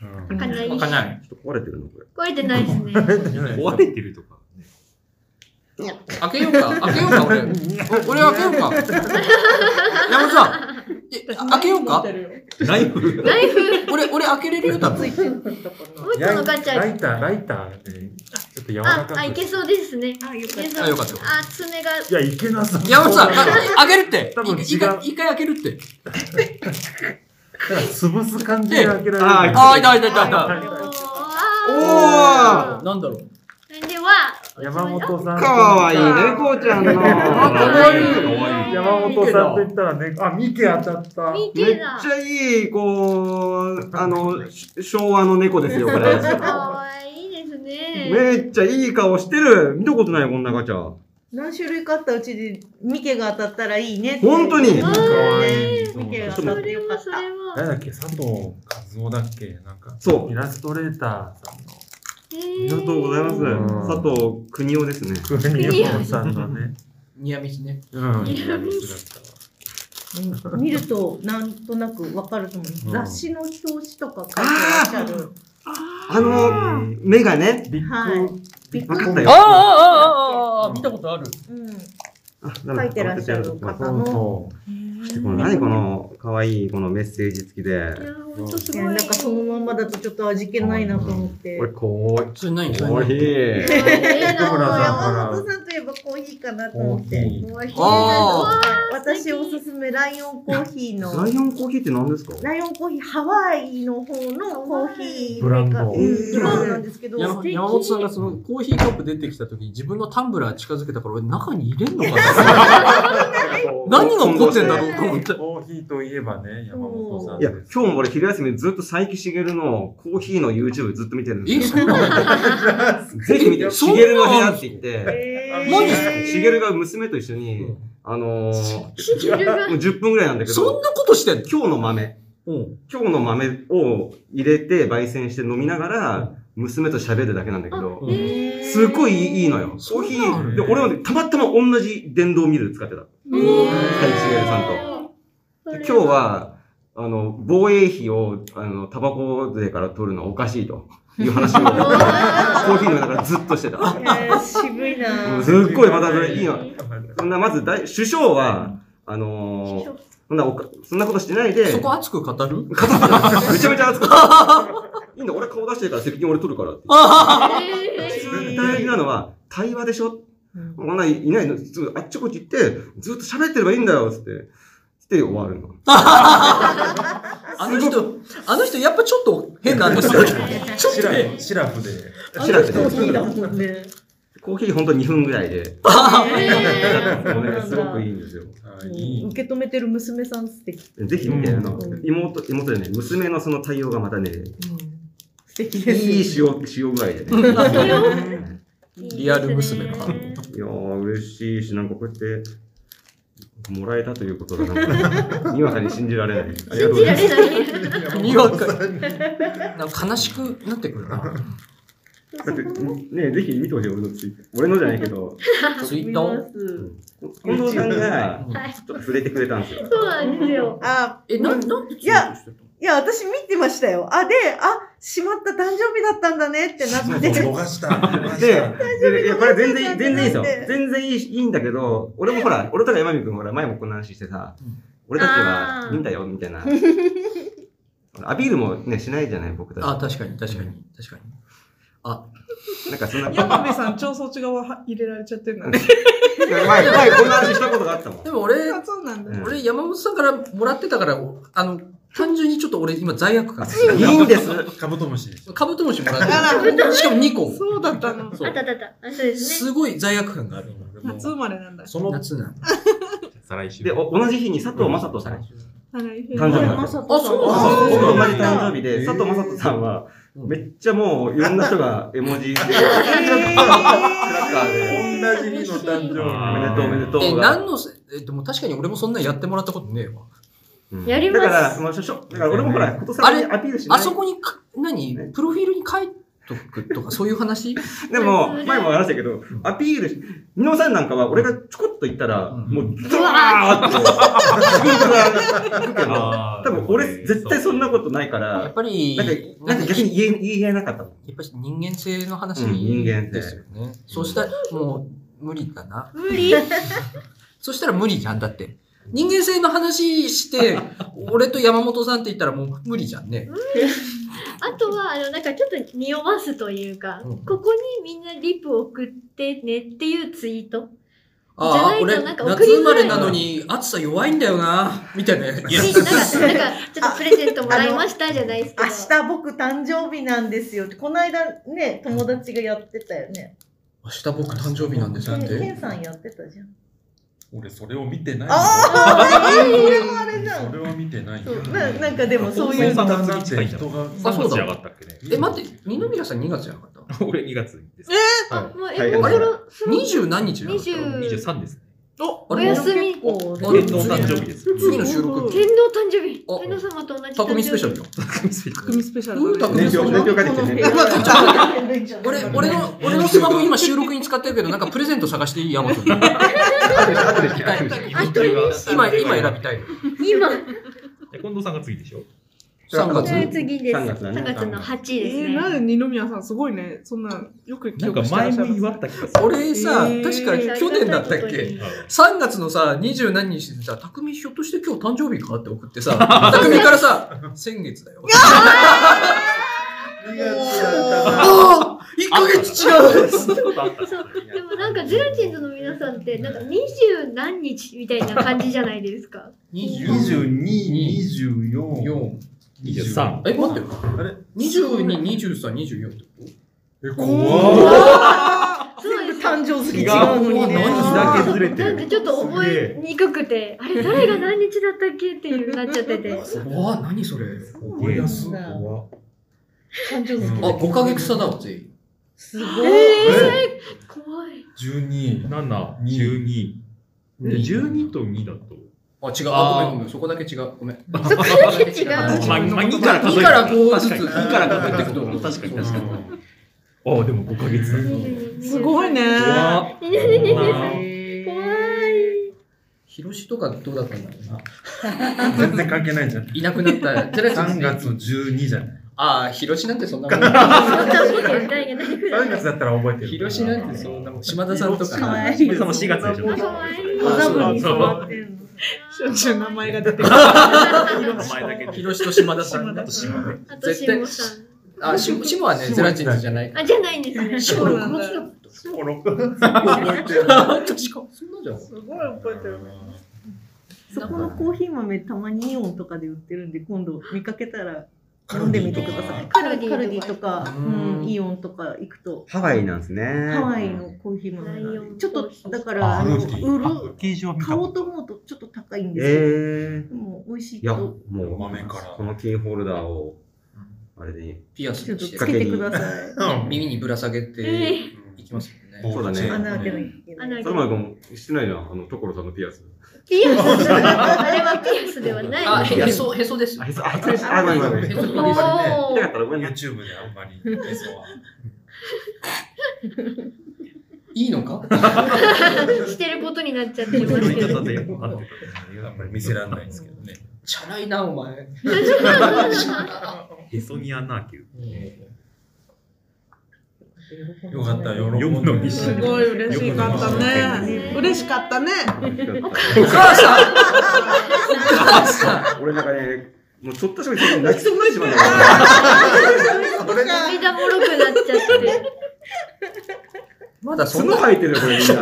Speaker 2: うん
Speaker 1: かな
Speaker 3: わ
Speaker 1: い。
Speaker 3: かんない。
Speaker 6: ちょっと壊れてるのこれ。
Speaker 1: これでないですね。
Speaker 4: 壊れてるとかね。
Speaker 3: 開けようか、開けようか、俺。お俺開けようか。山本さん、え開けようか
Speaker 4: ナイフ
Speaker 1: ナイフ、
Speaker 3: 俺、俺開けれるよ、多
Speaker 5: つ
Speaker 3: 分。
Speaker 5: いてるんだか
Speaker 1: もう一個のガチ
Speaker 2: ラ
Speaker 1: ャ。
Speaker 2: イター、ライターで、ちょっと柔ら
Speaker 1: あ、
Speaker 2: かく。
Speaker 1: あ、いけそうですね。
Speaker 5: な。あ、よ
Speaker 1: い
Speaker 5: かっ
Speaker 1: けそう。
Speaker 3: あよかったよかっ
Speaker 1: あ、爪が。
Speaker 2: いや、いけなさそう。
Speaker 3: 山本さん、あ
Speaker 2: だか
Speaker 3: 開けるって
Speaker 2: 多分違う
Speaker 3: い一回、一回開けるって。
Speaker 2: ら潰す感じで開けられる。
Speaker 6: あー
Speaker 3: あー、いたいたいたい
Speaker 1: お
Speaker 3: た。
Speaker 1: ー
Speaker 3: なんだろう。
Speaker 1: では、
Speaker 2: 山本さん。
Speaker 6: い猫ちゃんの。
Speaker 3: 可愛い
Speaker 4: 可愛い
Speaker 2: 山本さんと言ったらね、あ、ミケ当たった。
Speaker 1: ミ
Speaker 6: め
Speaker 1: ケ
Speaker 6: っ
Speaker 1: だ。
Speaker 6: ちゃいい、こう、あの、し昭和の猫ですよ、これ。
Speaker 1: かわいいですね。
Speaker 6: めっちゃいい顔してる。見たことない、こんなガチャ。
Speaker 5: 何種類かあったうちで、ミケが当たったらいいねって。
Speaker 6: 本当に
Speaker 5: ね
Speaker 2: 可愛い
Speaker 5: ミケが
Speaker 1: それ
Speaker 5: 当た
Speaker 1: は
Speaker 5: ってよかっ
Speaker 1: それは。
Speaker 2: 誰だっけ佐藤和夫だっけなんか、
Speaker 6: そう
Speaker 2: イラストレーターさんの。
Speaker 1: あ
Speaker 6: ありがとうございます。
Speaker 2: うん
Speaker 6: 佐藤邦夫ですね。
Speaker 2: 国本さんのね。
Speaker 3: ニアミスね。
Speaker 2: うん。
Speaker 1: いやミ
Speaker 5: た。うん見ると、なんとなくわかると思
Speaker 2: う
Speaker 5: う。
Speaker 2: ん
Speaker 5: 雑誌の表紙とか書いてらっしゃる。
Speaker 6: あの、目がね。
Speaker 2: ビッグ、
Speaker 5: はい。びっ
Speaker 6: わ
Speaker 5: くり
Speaker 6: か
Speaker 3: あーあー
Speaker 6: った
Speaker 3: あー
Speaker 6: よ。
Speaker 3: あーあー見たことある。
Speaker 5: うん。
Speaker 6: あ
Speaker 5: 書いてらっしゃる方
Speaker 2: そう
Speaker 5: の。
Speaker 2: そう。
Speaker 6: この何この可愛いこのメッセージ付きで。
Speaker 1: や、ほんとす
Speaker 5: い
Speaker 1: ごい。
Speaker 5: やなんかそのまんまだとちょっと味気ないなと思って。
Speaker 6: これこう、
Speaker 3: それ何そ
Speaker 6: コーヒ
Speaker 3: れ
Speaker 1: え
Speaker 6: ー。
Speaker 1: ー
Speaker 2: 田村さん
Speaker 5: 山本さんといえばコーヒーかなと
Speaker 2: コ
Speaker 5: 思
Speaker 2: ー
Speaker 5: っ
Speaker 2: ヒ
Speaker 5: て。
Speaker 2: ー。
Speaker 1: コーヒー
Speaker 3: あ
Speaker 5: 私おすすめライオンコーヒー
Speaker 6: ラ
Speaker 5: の、
Speaker 6: イオンコーヒーって何ですか
Speaker 5: ライオンコーヒーハワイの方のコーヒー
Speaker 2: ブランド
Speaker 5: メーカーうんブランドなんですけど、
Speaker 3: 山
Speaker 5: 素敵
Speaker 3: 山本さんがそのコーヒーカップ出てきた時に自分のタンブラー近づけたから俺中に入れんの かな何が起こってんだろうと思って。
Speaker 2: コーヒーといえばね、山本さん
Speaker 6: いや、
Speaker 2: で
Speaker 6: 今
Speaker 2: す。
Speaker 6: 日も俺昼休みずっと佐伯しげるのコーヒーの YouTube ずっと見てるんで
Speaker 3: え、
Speaker 6: す
Speaker 3: そ
Speaker 6: よ。
Speaker 3: うなの
Speaker 6: ぜひ見て、
Speaker 3: そん
Speaker 6: し
Speaker 3: な
Speaker 6: げるの部屋って言って、
Speaker 5: え
Speaker 3: マジっ
Speaker 6: しげるが娘と一緒に、あのー、も
Speaker 1: ー昼が
Speaker 6: う10分ぐらいなんだけ
Speaker 3: そ
Speaker 6: ど
Speaker 3: ん、なことしてんの
Speaker 6: 今日の豆、
Speaker 3: うん。
Speaker 6: 今日の豆を入れて焙煎して飲みながら、娘と喋るだけなんだけど、
Speaker 3: うん
Speaker 6: すごいいいいいのよ。コ
Speaker 3: そ
Speaker 6: ー
Speaker 3: う
Speaker 6: ヒ
Speaker 3: なの
Speaker 6: ー、で俺はねたまたま同じ電動ミル使ってた。
Speaker 1: え
Speaker 6: 佐伯しげるさんと。
Speaker 1: ー
Speaker 6: 今日、は、あの、防衛費を、あの、タバコ税から取るのはおかしい という話を、コーヒーの中からずっとしてた。
Speaker 5: 渋いな
Speaker 6: すっごいまたそれいいよ。そんな、まず大、首相は、あのー、そんなおか、そんなことしてないで、
Speaker 3: そこ熱く語る
Speaker 6: めちゃめちゃ熱くていいんだ、俺顔出してるから責任俺取るからって。
Speaker 1: え
Speaker 6: 一番大事なのは、対話でしょこんないないの、すぐあっちこっち行って、ずっと喋ってればいいんだよ、つって。つって終わるの。
Speaker 3: あの人、あの人やっぱちょっと変なんです よ。ちょっ
Speaker 2: シ
Speaker 3: と
Speaker 2: ラ
Speaker 3: ね
Speaker 2: フ、シラフで。
Speaker 5: あの人コーヒーだもんね。
Speaker 6: コーヒーほんと2分ぐらいで。
Speaker 5: そ
Speaker 6: これすごくいいんですよ。
Speaker 5: うん受け止めてる娘さん素敵。
Speaker 6: ぜひ見て、あの
Speaker 5: うん、
Speaker 6: 妹、妹じゃない、娘のその対応がまたね、
Speaker 5: 素敵
Speaker 6: い
Speaker 5: です。
Speaker 6: い塩、塩具合でね。
Speaker 3: リアル娘の反応
Speaker 6: いやー、嬉しいし、なんかこうやって、もらえたということが、なんか、にわかに信じられない。ありがとうご
Speaker 1: 信じ
Speaker 6: ざい
Speaker 1: ら
Speaker 6: ます。
Speaker 1: れない。
Speaker 3: にわかに。なんか悲しくなってくるな。
Speaker 6: だって、ね、ぜひ見てほしい、俺のツイッター。俺のじゃないけど、
Speaker 3: ツイッ
Speaker 5: 見
Speaker 3: タ
Speaker 5: ま
Speaker 3: ー
Speaker 5: す。
Speaker 6: 近藤さんが、
Speaker 1: はい
Speaker 6: ちょっと触れてくれたんですよ。
Speaker 1: そうなんですよ。
Speaker 5: あ、
Speaker 3: え、なん、なん
Speaker 5: いや、いや、私見てましたよ。あ、で、あ、しまった、誕生日だったんだねってなっ
Speaker 2: で
Speaker 5: て。
Speaker 2: 逃した。逃した
Speaker 6: で、でいや、これ全然いい、
Speaker 5: 大
Speaker 6: 全
Speaker 5: 丈夫
Speaker 6: 然いいですよ
Speaker 5: なん。て
Speaker 6: 全然いい、いいんだけど、俺もほら、俺とか山見くんほら、前もこんな話してさ、俺たち
Speaker 1: あ
Speaker 6: は
Speaker 1: ー
Speaker 6: いいんだよ、みたいな。アピールもね、しないじゃない、僕たち。
Speaker 3: あ、確かに、確かに、確かに。あ、
Speaker 6: なんかそんな、
Speaker 7: 山部さん、調査違う入れられちゃってるんだね。
Speaker 6: 前、前こんな話したことがあったもん
Speaker 3: で。も俺、
Speaker 7: あそうなんだ。
Speaker 3: 俺、山本さんからもらってたから、おあの、単純にちょっと俺今罪悪感。
Speaker 6: いいんです。
Speaker 2: カブトムシです。
Speaker 3: カブトムシもらってた。しかも2個。
Speaker 7: そうだったの。
Speaker 3: そう
Speaker 1: あったあったあった。あそうですね。
Speaker 3: すごい罪悪感がある。今俺も
Speaker 7: 夏生まれなんだ。
Speaker 2: その、
Speaker 3: 夏なの。
Speaker 4: 再来週。
Speaker 6: で、お同じ日に佐藤正人さん。佐
Speaker 7: 誕
Speaker 6: 誕生日
Speaker 5: あ、そう
Speaker 3: あそう
Speaker 6: 藤さん
Speaker 3: そう
Speaker 6: 僕
Speaker 3: な
Speaker 6: と
Speaker 3: んだ
Speaker 6: 同じ誕生日
Speaker 2: へ
Speaker 6: で、
Speaker 2: ー
Speaker 6: 佐藤正人さんは、
Speaker 3: うん
Speaker 6: めっちゃもう、いろんな人が絵文字で、クラッカー
Speaker 2: 同
Speaker 6: で、
Speaker 2: じ日の誕
Speaker 6: お
Speaker 2: 生
Speaker 6: めでとうおめでと
Speaker 3: え、
Speaker 6: うが。
Speaker 3: 何のせ、え、でも確かに俺もそんなんやってもらったことねえわ。
Speaker 6: うん
Speaker 1: やりま
Speaker 6: だ
Speaker 1: す
Speaker 6: から、まあ、しょしょ、だから俺もほら、ことさらにアピールしない。
Speaker 3: あそこにか、何プロフィールに書いとくとか、そういう話
Speaker 6: でも、
Speaker 1: 普通ね
Speaker 6: 前も話したけど、アピールし、みのさんなんかは俺がちょこっと言ったら、
Speaker 3: うん
Speaker 6: もう、ドワーって、仕事が行くけど、
Speaker 4: あー
Speaker 6: 多分俺絶対そんなことないか
Speaker 3: やっ
Speaker 6: ら、
Speaker 3: ぱり、
Speaker 6: なんか、なんか逆に言え、言えなかったもん。
Speaker 3: やっぱり人間性の話
Speaker 6: うん人間性
Speaker 3: ですよね。そうしたら、もう無理だな。
Speaker 1: 無理。
Speaker 3: そしたら無理じゃんだって。人間性の話して、俺と山本さんって言ったらもう無理じゃんね。
Speaker 1: あとは、あの、なんかちょっと匂わすというか、
Speaker 3: うん
Speaker 1: ここにみんなリプ送ってねっていうツイート。
Speaker 3: あ
Speaker 1: じ
Speaker 3: あ、
Speaker 1: ゃない
Speaker 3: 俺、
Speaker 1: となん
Speaker 3: 夏
Speaker 1: か送りづらい
Speaker 3: 生まれなのに暑さ弱いんだよな、みたいなやつ。
Speaker 1: になんか、なんか、ちょっとプレゼントもらいましたじゃないですか。
Speaker 5: 明日僕誕生日なんですよって、この間ね、友達がやってたよね。
Speaker 3: 明日僕誕生日なんです
Speaker 5: ケ
Speaker 3: っ
Speaker 5: ンケ
Speaker 3: て。
Speaker 5: ンさんやってたじゃん。
Speaker 2: 俺、それを見てないよ。
Speaker 5: ああ、これもあれじゃ
Speaker 2: そ
Speaker 5: ん。
Speaker 2: れは見てないよ。
Speaker 5: そうななんかでもそういう。
Speaker 2: だ
Speaker 4: そう
Speaker 2: っ
Speaker 4: いう
Speaker 2: て人が。
Speaker 3: あ そうだ
Speaker 4: 仕上がったっけね。
Speaker 3: え、待って、二宮さん2月じゃなかった
Speaker 4: て。俺2月です。
Speaker 1: あ、もう、
Speaker 6: は
Speaker 1: え、
Speaker 6: い
Speaker 1: もうそろ、そろ
Speaker 3: 二十何日じゃなかった
Speaker 1: 20
Speaker 4: 23ですね。
Speaker 1: お休み。
Speaker 5: 結構
Speaker 3: あ
Speaker 4: 俺の誕生日です。
Speaker 3: 次の収録。
Speaker 1: 天皇誕生日。
Speaker 3: あ
Speaker 1: 天皇様と同じ誕生日。
Speaker 3: タコミスペシャルよ。
Speaker 7: 組スペシャ
Speaker 3: どうい
Speaker 7: ル
Speaker 3: うタ
Speaker 7: だ
Speaker 3: コ
Speaker 7: ね。
Speaker 3: ミ
Speaker 6: 年
Speaker 3: スペシャ
Speaker 6: 表、年
Speaker 3: ル
Speaker 6: 表が出てね。
Speaker 3: 俺、俺の、俺のスマホ今収録に使ってるけど、なんかプレゼント探していい山本。
Speaker 6: あとで、あとで聞く、後で聞く。
Speaker 3: 今、今選びたいの。
Speaker 1: 今、
Speaker 4: え近藤さんが次でしょ
Speaker 3: 3
Speaker 6: 月
Speaker 1: え
Speaker 3: 月。
Speaker 1: ー次です。
Speaker 6: 三月だね
Speaker 1: 三月の8
Speaker 7: え
Speaker 1: です
Speaker 7: ー、
Speaker 1: ね。
Speaker 7: なんで二宮さんすごいね。そんな、よく記
Speaker 4: なんか
Speaker 7: 憶してら
Speaker 4: 前
Speaker 7: っしゃ
Speaker 4: も
Speaker 7: る。
Speaker 4: 祝った気がする。
Speaker 3: 俺さ、
Speaker 7: えー
Speaker 3: 確か去年だったっけ3月のさ、二十何日でさ、匠ひょっとして今日誕生日かって送ってさ、匠からさ、先月だよ。
Speaker 2: 2月だっ
Speaker 3: ああ !1 ヶ月違う
Speaker 4: そんなことあった
Speaker 1: そうでもなんかゼラチンズの皆さんってなんか二十何日みたいな感じじゃないです か。
Speaker 2: た。
Speaker 3: !22、
Speaker 2: 22、24。
Speaker 3: 4。
Speaker 4: 23。
Speaker 3: え、待ってよ。
Speaker 2: あれ
Speaker 3: 22、23、24ってこと
Speaker 2: え、怖っ
Speaker 1: そうです。
Speaker 5: 誕生月違うのにね。
Speaker 4: 何日だけずれて
Speaker 1: な
Speaker 4: る
Speaker 1: んかちょっと覚えにくくて、あれ誰が何日だったっけっていうなっちゃってて。
Speaker 3: うわあ、何それ。
Speaker 2: 覚えやす怖っ
Speaker 5: 誕生
Speaker 3: あ、5ヶ月差だわ、全員。
Speaker 5: すごい。
Speaker 1: えー、怖い。
Speaker 2: 12。
Speaker 4: 7、
Speaker 2: 二
Speaker 4: 12。で12と2だと。
Speaker 3: あ、違う。
Speaker 4: あ
Speaker 3: あ、ごめんごめん。そこだけ違う。ごめん。そこ
Speaker 1: だ け違う
Speaker 4: まあ、まあ、2から数
Speaker 3: 2
Speaker 4: える。
Speaker 3: から5ずつ。
Speaker 4: 確かに
Speaker 3: 2から5ってこと。
Speaker 4: 確かに
Speaker 2: うん
Speaker 4: 確かに。ああ、でも5ヶ月だ。
Speaker 7: すごいね。。
Speaker 4: わ
Speaker 1: 怖い。
Speaker 3: 広しとかどうだったんだろうな。
Speaker 2: 全然関係ないじゃん。
Speaker 3: いなくなった。テラ
Speaker 2: 3月12じゃない。
Speaker 3: ああ、広しなんてそんなも
Speaker 1: そんな こと言ったんやないぐら
Speaker 2: 3
Speaker 1: い。
Speaker 2: 月だったら覚えて
Speaker 3: ん。
Speaker 2: る。
Speaker 3: 広しなんてそんなもん。島田さんと
Speaker 5: かわ
Speaker 3: か。
Speaker 5: いい。
Speaker 4: しかも4月でしょ。
Speaker 1: 可愛い。
Speaker 5: おざ ぶに触ってんの。
Speaker 7: しょっちゅう名前が出てくる。
Speaker 4: 名前だけで。
Speaker 3: 広しと島田さん。
Speaker 4: 島田と島田
Speaker 1: あと、しもさん。
Speaker 3: あ、しもしもはね、ゼラチンズじゃない。
Speaker 1: あ、じゃないんですね。
Speaker 7: そうなんだ。
Speaker 3: 確か。そんなじゃん。
Speaker 7: すごい覚えてる。
Speaker 5: そこのコーヒー豆たまにイオンとかで売ってるんで、今度見かけたら飲んでみてください。
Speaker 1: カ
Speaker 5: カ
Speaker 1: ル
Speaker 5: ル
Speaker 1: デ
Speaker 5: デ
Speaker 1: ィ
Speaker 5: ィ
Speaker 1: とか
Speaker 5: とか、
Speaker 3: うん
Speaker 5: うんイオンとか行くと、
Speaker 6: ハワイなんですね。ハ
Speaker 5: ハワイのコーヒー豆な
Speaker 1: ライオ
Speaker 5: ん
Speaker 1: ン
Speaker 5: で、ちょっ
Speaker 1: コー
Speaker 5: と
Speaker 1: ヒー
Speaker 5: だから、あ
Speaker 2: フルー
Speaker 5: の売
Speaker 2: ティー
Speaker 5: る、
Speaker 4: 形状
Speaker 5: 買おうと思うとちょっと高いんですよ。
Speaker 6: ええ。
Speaker 5: でも美味しい
Speaker 6: いや、
Speaker 5: と
Speaker 6: もう、
Speaker 2: 豆から
Speaker 6: このキーホルダーを、あれで、
Speaker 3: ピアス
Speaker 5: ちょっ
Speaker 3: に
Speaker 5: と
Speaker 3: し
Speaker 5: つ
Speaker 3: て、
Speaker 5: けてください。
Speaker 3: 耳にぶら下げて
Speaker 1: え
Speaker 3: いきますもんね。
Speaker 6: そうだね
Speaker 5: 穴開けないといけない。
Speaker 1: 穴開
Speaker 6: それまでもしてないじゃん、あの、所さんのピアス。
Speaker 1: ピアス。あれはピアスではない。
Speaker 3: あ、へそ、へそです
Speaker 6: あ、。へそ、あ、失礼しあ、ごめんごめんごめん。
Speaker 3: へ
Speaker 6: 痛
Speaker 3: そ
Speaker 6: か
Speaker 3: です
Speaker 1: おお。
Speaker 6: ったらごめんね。
Speaker 2: YouTube であんまり映像は。
Speaker 3: いいのか
Speaker 1: してることになっちゃって
Speaker 4: 言
Speaker 1: ますけ
Speaker 4: い
Speaker 1: ど。
Speaker 4: 方でよくわかんない
Speaker 2: あんまり見せられないんですけどね。
Speaker 3: チャラいな、お前。
Speaker 4: へそに穴開ける。
Speaker 2: よかった、喜んで。
Speaker 4: 読むのにし
Speaker 7: すごい嬉しかったね
Speaker 1: ね。
Speaker 7: 嬉しかったね。
Speaker 3: お母さんお母さん
Speaker 6: 俺なんかね、もうちょっとしたこと泣きそうになってしまうんだよ
Speaker 1: 涙もろくなっちゃって。
Speaker 3: まだそん
Speaker 6: 角
Speaker 3: な、
Speaker 6: 生えてるよ、これみんな。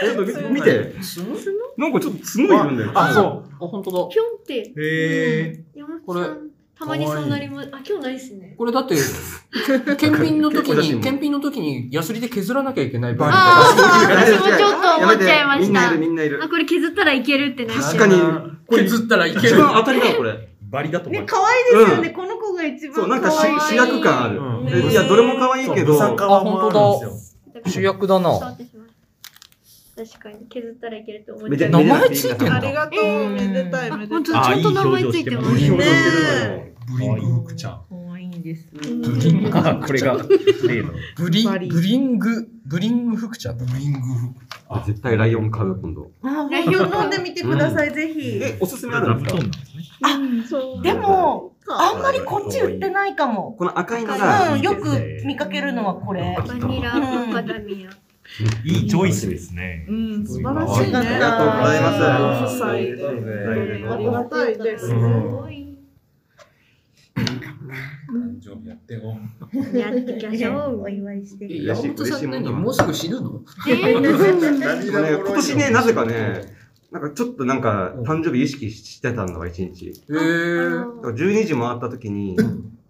Speaker 6: ちょっと見て。なんかちょっと角いるんだよ。
Speaker 2: あ、そう。
Speaker 3: あ、本当だ。
Speaker 1: ぴょんって。
Speaker 4: へえ。
Speaker 1: 山
Speaker 9: こ
Speaker 1: 本
Speaker 9: れ
Speaker 1: さん、たまにそうなります。あ、今日ないっすね。
Speaker 9: これ だって、検品の時
Speaker 6: 結構だしも
Speaker 9: に、
Speaker 6: う
Speaker 9: 検品の時にヤスリで削らなきゃいけない場合
Speaker 1: ああ、
Speaker 6: や
Speaker 1: 私
Speaker 6: めて
Speaker 1: もちょっと思っちゃいま
Speaker 6: やめてみ
Speaker 1: し
Speaker 6: んないる、
Speaker 1: た。
Speaker 6: みんないる
Speaker 1: あ、。これ削ったらいけるってなっちゃう
Speaker 6: 確かに、これ
Speaker 3: 削ったらいけ
Speaker 6: 一
Speaker 3: る。
Speaker 6: 番当たりだわ、これ。
Speaker 4: バリだと思
Speaker 5: ね、
Speaker 4: う。
Speaker 5: 可愛いですよね。この子が一番可
Speaker 6: そう、
Speaker 5: 愛い。
Speaker 6: なんかし主役感ある
Speaker 2: うん
Speaker 1: ね。
Speaker 6: えいや、どれも可愛いけど、
Speaker 2: そう
Speaker 6: こ
Speaker 2: あ本当だ。
Speaker 9: 主役だ
Speaker 1: 伝わ
Speaker 9: な。
Speaker 1: ってしまう確かに、削ったらいけると思っ
Speaker 6: め
Speaker 1: ち
Speaker 6: ち
Speaker 1: ゃ
Speaker 6: ゃ
Speaker 1: う。
Speaker 9: 名前ついてん
Speaker 7: あ
Speaker 9: だ。
Speaker 7: りがとう、めでたい、めで
Speaker 1: 本当
Speaker 4: あ
Speaker 1: だち
Speaker 4: ー
Speaker 1: ゃんと名前ついてま
Speaker 6: ういう
Speaker 1: す
Speaker 6: 表情してるの
Speaker 1: ね。
Speaker 6: よ。
Speaker 4: ブリングちゃん。
Speaker 5: 可愛いんです。
Speaker 1: うん
Speaker 4: あ、これが、例の。
Speaker 9: ブリ、ブリング、ブリング福ちゃんだ。
Speaker 2: ブリング服。
Speaker 6: あ絶対ライオン買う、今度。
Speaker 5: あ、ライオン飲んでみてください、ぜひ。
Speaker 6: え、おすすめある
Speaker 4: 座
Speaker 6: ん
Speaker 4: 布
Speaker 6: です
Speaker 4: 団
Speaker 6: か
Speaker 4: なんですね。
Speaker 7: そう。
Speaker 5: でも、あ
Speaker 6: い
Speaker 5: んまりこっち売ってないかも。
Speaker 6: この赤いのが、
Speaker 5: うん、
Speaker 4: いいです
Speaker 5: よ
Speaker 4: ね
Speaker 5: く見かけるのはこれ。
Speaker 1: バニラ、パダミア。
Speaker 4: いいチョイスですね。
Speaker 7: うん、素晴ら
Speaker 5: あ
Speaker 7: し
Speaker 5: り
Speaker 7: い
Speaker 5: が
Speaker 7: ね。
Speaker 5: と
Speaker 6: あ
Speaker 5: う
Speaker 6: りがとうございます。
Speaker 7: 夫妻でありがたいです。
Speaker 2: う
Speaker 1: す
Speaker 2: ん。
Speaker 1: ごい。
Speaker 2: 誕生日やってよ。
Speaker 1: やっていきましょう
Speaker 5: お。祝いして。
Speaker 3: え山本さん何もうすぐ死ぬの
Speaker 1: え
Speaker 6: でもね、今年ね、なぜかね、なんかちょっとなんか、誕生日意識してたんだわ、一日。
Speaker 9: へえ。
Speaker 6: だから12時回った時に、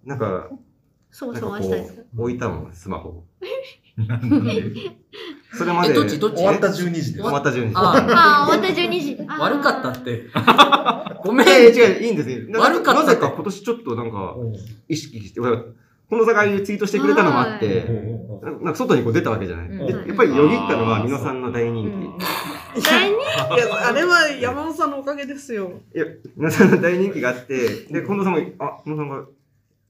Speaker 6: なんか、
Speaker 1: そう
Speaker 6: なん
Speaker 1: そ
Speaker 6: か
Speaker 1: う、明
Speaker 6: こ
Speaker 1: 日ですか。
Speaker 6: う、置いたもん、スマホ。
Speaker 4: なんで
Speaker 6: それま
Speaker 9: え、
Speaker 6: で、
Speaker 9: どっち
Speaker 6: 終
Speaker 9: どっち
Speaker 2: 終わった12時です。
Speaker 6: わった12時。
Speaker 9: あ
Speaker 1: ああ、終わった12時。
Speaker 9: あ、悪かった って。ごめん。
Speaker 6: いやいや違う、いいんですよ。なん
Speaker 9: 悪かった
Speaker 6: なぜか今年ちょっとなんか、意識して、俺この境でツイートしてくれたのもあって、なんかなんか外にこう出たわけじゃない。
Speaker 5: うん
Speaker 6: でやっぱりよぎったのは、美濃さんの大人
Speaker 5: うん
Speaker 6: 気。
Speaker 1: 第
Speaker 7: いや、あれは山本さんのおかげですよ。
Speaker 6: いや、美濃さんの大人気があって、で、近藤さんも、あ、近藤さんが、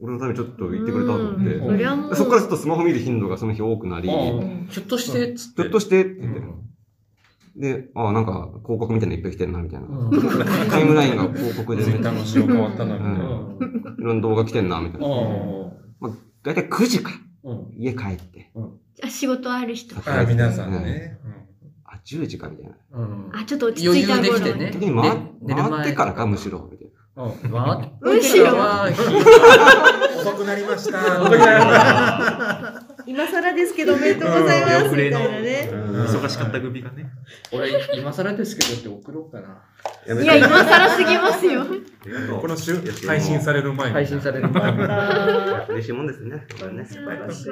Speaker 6: 俺のためにちょっと言ってくれたと思って、
Speaker 1: そりゃもう。
Speaker 6: そこからちょっとスマホ見る頻度がその日多くなり、
Speaker 3: う
Speaker 6: ひ
Speaker 3: んひょっとして、つって。
Speaker 6: ょっとしてって
Speaker 3: う
Speaker 6: 言って、
Speaker 3: ん
Speaker 6: で、あ、なんか広告みたいなのいっぱい来てるな、みたいな。
Speaker 9: うん
Speaker 6: タイムラインが広告で
Speaker 2: ツイッター
Speaker 6: ね、
Speaker 2: の仕様変わったな、
Speaker 6: う
Speaker 2: みたいな。
Speaker 6: んいろんな動画来てんな、みたいな。だいたい9時か。
Speaker 3: うん
Speaker 6: 家帰って。
Speaker 1: あ仕事ある人。
Speaker 2: あ、皆さんね。
Speaker 6: あ、10時か、みたいな。
Speaker 3: うん
Speaker 1: あ、ちょっと落ち着
Speaker 3: 余
Speaker 1: いた
Speaker 3: 裕
Speaker 1: 頃
Speaker 3: できてね。
Speaker 6: 時に回
Speaker 3: ね寝る前
Speaker 6: 回ってからか、むしろ。みたいな
Speaker 3: うん回っ
Speaker 1: むしろ
Speaker 2: 遅くなりました。
Speaker 5: 今更ですけど、おめでとうございます。
Speaker 4: 遅れ
Speaker 5: み
Speaker 4: の
Speaker 5: たいなね。
Speaker 4: 忙しかった組がね。
Speaker 3: 俺、今更ですけどって送ろうかな。
Speaker 6: やめ
Speaker 1: い
Speaker 6: て
Speaker 1: や、今更すぎますよ。
Speaker 2: この週、配信される前に。
Speaker 3: 配信される前に。
Speaker 6: 嬉しいもんですね。これね。
Speaker 7: 素晴らしい。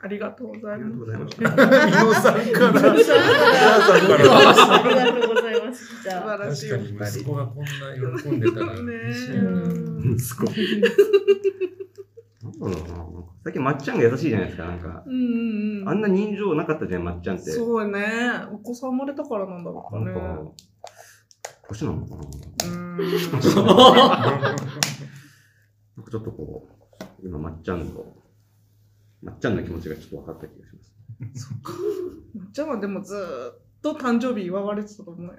Speaker 7: ありがとうござ
Speaker 6: あ
Speaker 7: い
Speaker 6: りがとう
Speaker 7: ま
Speaker 6: ご
Speaker 7: す。
Speaker 6: ざいました。
Speaker 2: 美濃さんから。皆 さんから。
Speaker 5: ありがとうございます。じ
Speaker 7: 素
Speaker 5: ゃあ。
Speaker 7: 晴らしい。
Speaker 2: 確かに息子がこんな喜んでたら嬉しいな。
Speaker 6: すごい。 なんだろうな。最近、まっちゃんが優しいじゃないですか、なんか。
Speaker 7: うんうん
Speaker 6: あ
Speaker 7: うん
Speaker 6: んな人情なかったじゃん、まっちゃんって。
Speaker 7: そうね。お子さん生まれたからなんだろうか
Speaker 6: な
Speaker 7: ね
Speaker 6: ん。か、年なのかな
Speaker 7: うん。
Speaker 6: なんかちょっとこう、今、まっちゃんの、まっちゃんの気持ちがちょっと分かった気がします。
Speaker 7: じゃあでもずーっと誕生日祝われてたと思うよ。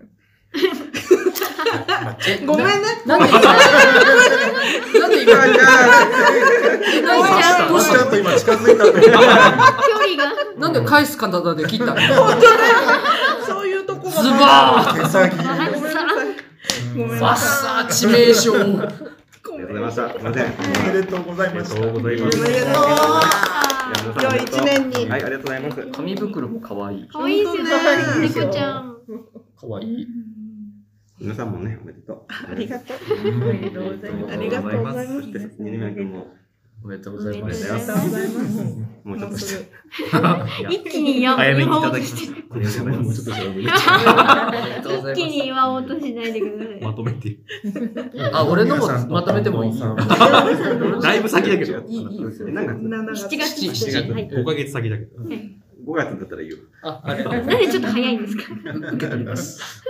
Speaker 7: ごめんね。
Speaker 3: なんで今、なんで今、え
Speaker 1: どうし
Speaker 3: な
Speaker 1: た
Speaker 3: んでどうし
Speaker 2: ちゃんと今近づいたとき
Speaker 1: 距離が。
Speaker 3: たなんで返す方で切ったの
Speaker 7: そういうとこが。
Speaker 3: ズバ
Speaker 2: 手先。
Speaker 1: あ
Speaker 7: ごめ
Speaker 1: さ
Speaker 7: んなさい。ごめん
Speaker 3: ーン
Speaker 7: な
Speaker 3: わっ
Speaker 7: さ
Speaker 3: さー致命傷
Speaker 6: ありがとうございました。すいません。
Speaker 2: おめでとうござい
Speaker 6: あり
Speaker 2: ま
Speaker 6: が
Speaker 2: し
Speaker 6: と
Speaker 2: た。
Speaker 6: うござい
Speaker 7: い。
Speaker 6: ます。
Speaker 7: おめでとう。
Speaker 1: あー
Speaker 6: 良
Speaker 7: 良い一年に
Speaker 6: はい、ありがとうございます。
Speaker 3: 紙袋も可愛い。
Speaker 1: かわいいですよね。
Speaker 7: 本当ね
Speaker 1: 猫ちゃん。
Speaker 3: 可愛い。
Speaker 6: 皆さんもね、おめでとう。
Speaker 7: ありがとう。
Speaker 5: おめでとうございます。
Speaker 7: ありがとうございま
Speaker 6: そ
Speaker 7: す
Speaker 6: して、二宮君も、
Speaker 3: おめでとうございます。
Speaker 6: ありが
Speaker 7: ありがとうございます。
Speaker 6: もうちょっ
Speaker 7: も
Speaker 6: と
Speaker 7: う
Speaker 6: し
Speaker 7: す
Speaker 6: て
Speaker 7: ぐ。
Speaker 1: 一気に祝おう
Speaker 4: 早めにいただきま
Speaker 1: として
Speaker 4: し
Speaker 6: もうちょっとして
Speaker 3: おめでとうございま
Speaker 1: 一
Speaker 3: す
Speaker 1: 気に祝おうとしないでくだ
Speaker 4: た。まとめて。
Speaker 3: あ、俺のもまとめてもいい
Speaker 6: だいぶ先だけど。
Speaker 3: いい、いいですよ。
Speaker 6: なんか、
Speaker 7: 7
Speaker 1: さい。7
Speaker 7: 月。
Speaker 1: 月
Speaker 3: 7月
Speaker 1: はい
Speaker 4: 5ヶ月先だけど。
Speaker 6: 5月だったら言う。
Speaker 3: あ、あれ、
Speaker 1: なんでちょっと早いんですか
Speaker 3: 受け取ります。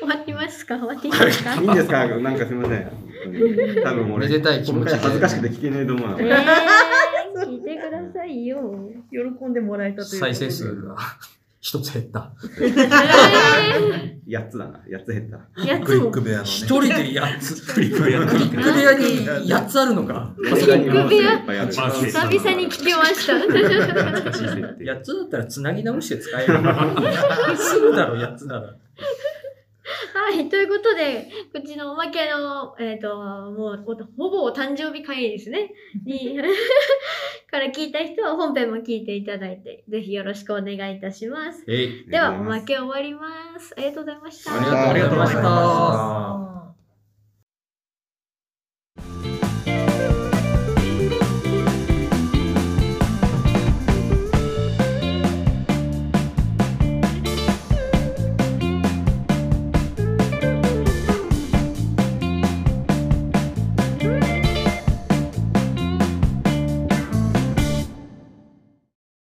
Speaker 1: 終わりますか終わっていいですか
Speaker 6: いいんですかなんかすみません。本当に多分
Speaker 3: め
Speaker 6: 俺、
Speaker 3: でたい気
Speaker 6: こ
Speaker 3: 持
Speaker 6: の
Speaker 3: ち
Speaker 6: 回
Speaker 3: で。
Speaker 6: 恥ずかしくて聞けねえと思うな。
Speaker 1: え
Speaker 6: い
Speaker 1: ー、聞いてくださいよ。
Speaker 5: 喜んでもらえたということ
Speaker 3: 再
Speaker 5: で。
Speaker 3: 生数が
Speaker 10: 一つ減った。
Speaker 6: 8つだな。8つ減った。
Speaker 9: や
Speaker 2: ク
Speaker 9: つ
Speaker 2: リッ
Speaker 9: も
Speaker 2: ク部屋のね。
Speaker 3: 一人でやつ。
Speaker 6: クリック部屋の。クリッ
Speaker 3: ク部屋に8つあるのか。
Speaker 6: さすがに回すのいっぱいある。
Speaker 4: まあ
Speaker 9: 久々に聞きま した。
Speaker 6: 懐かしい設定
Speaker 3: 8つだったら繋ぎ直して使える。 すぐだろ、8つなら。
Speaker 9: はい、ということで、こっちのおまけの、えっ、と、もう、おほぼお誕生日会ですね。に、 から聞いた人は本編も聞いていただいて、ぜひよろしくお願いいたします。
Speaker 3: えい。
Speaker 9: では、おまけ終わります。ありがとうございました。
Speaker 3: ありがとうございました。
Speaker 11: あー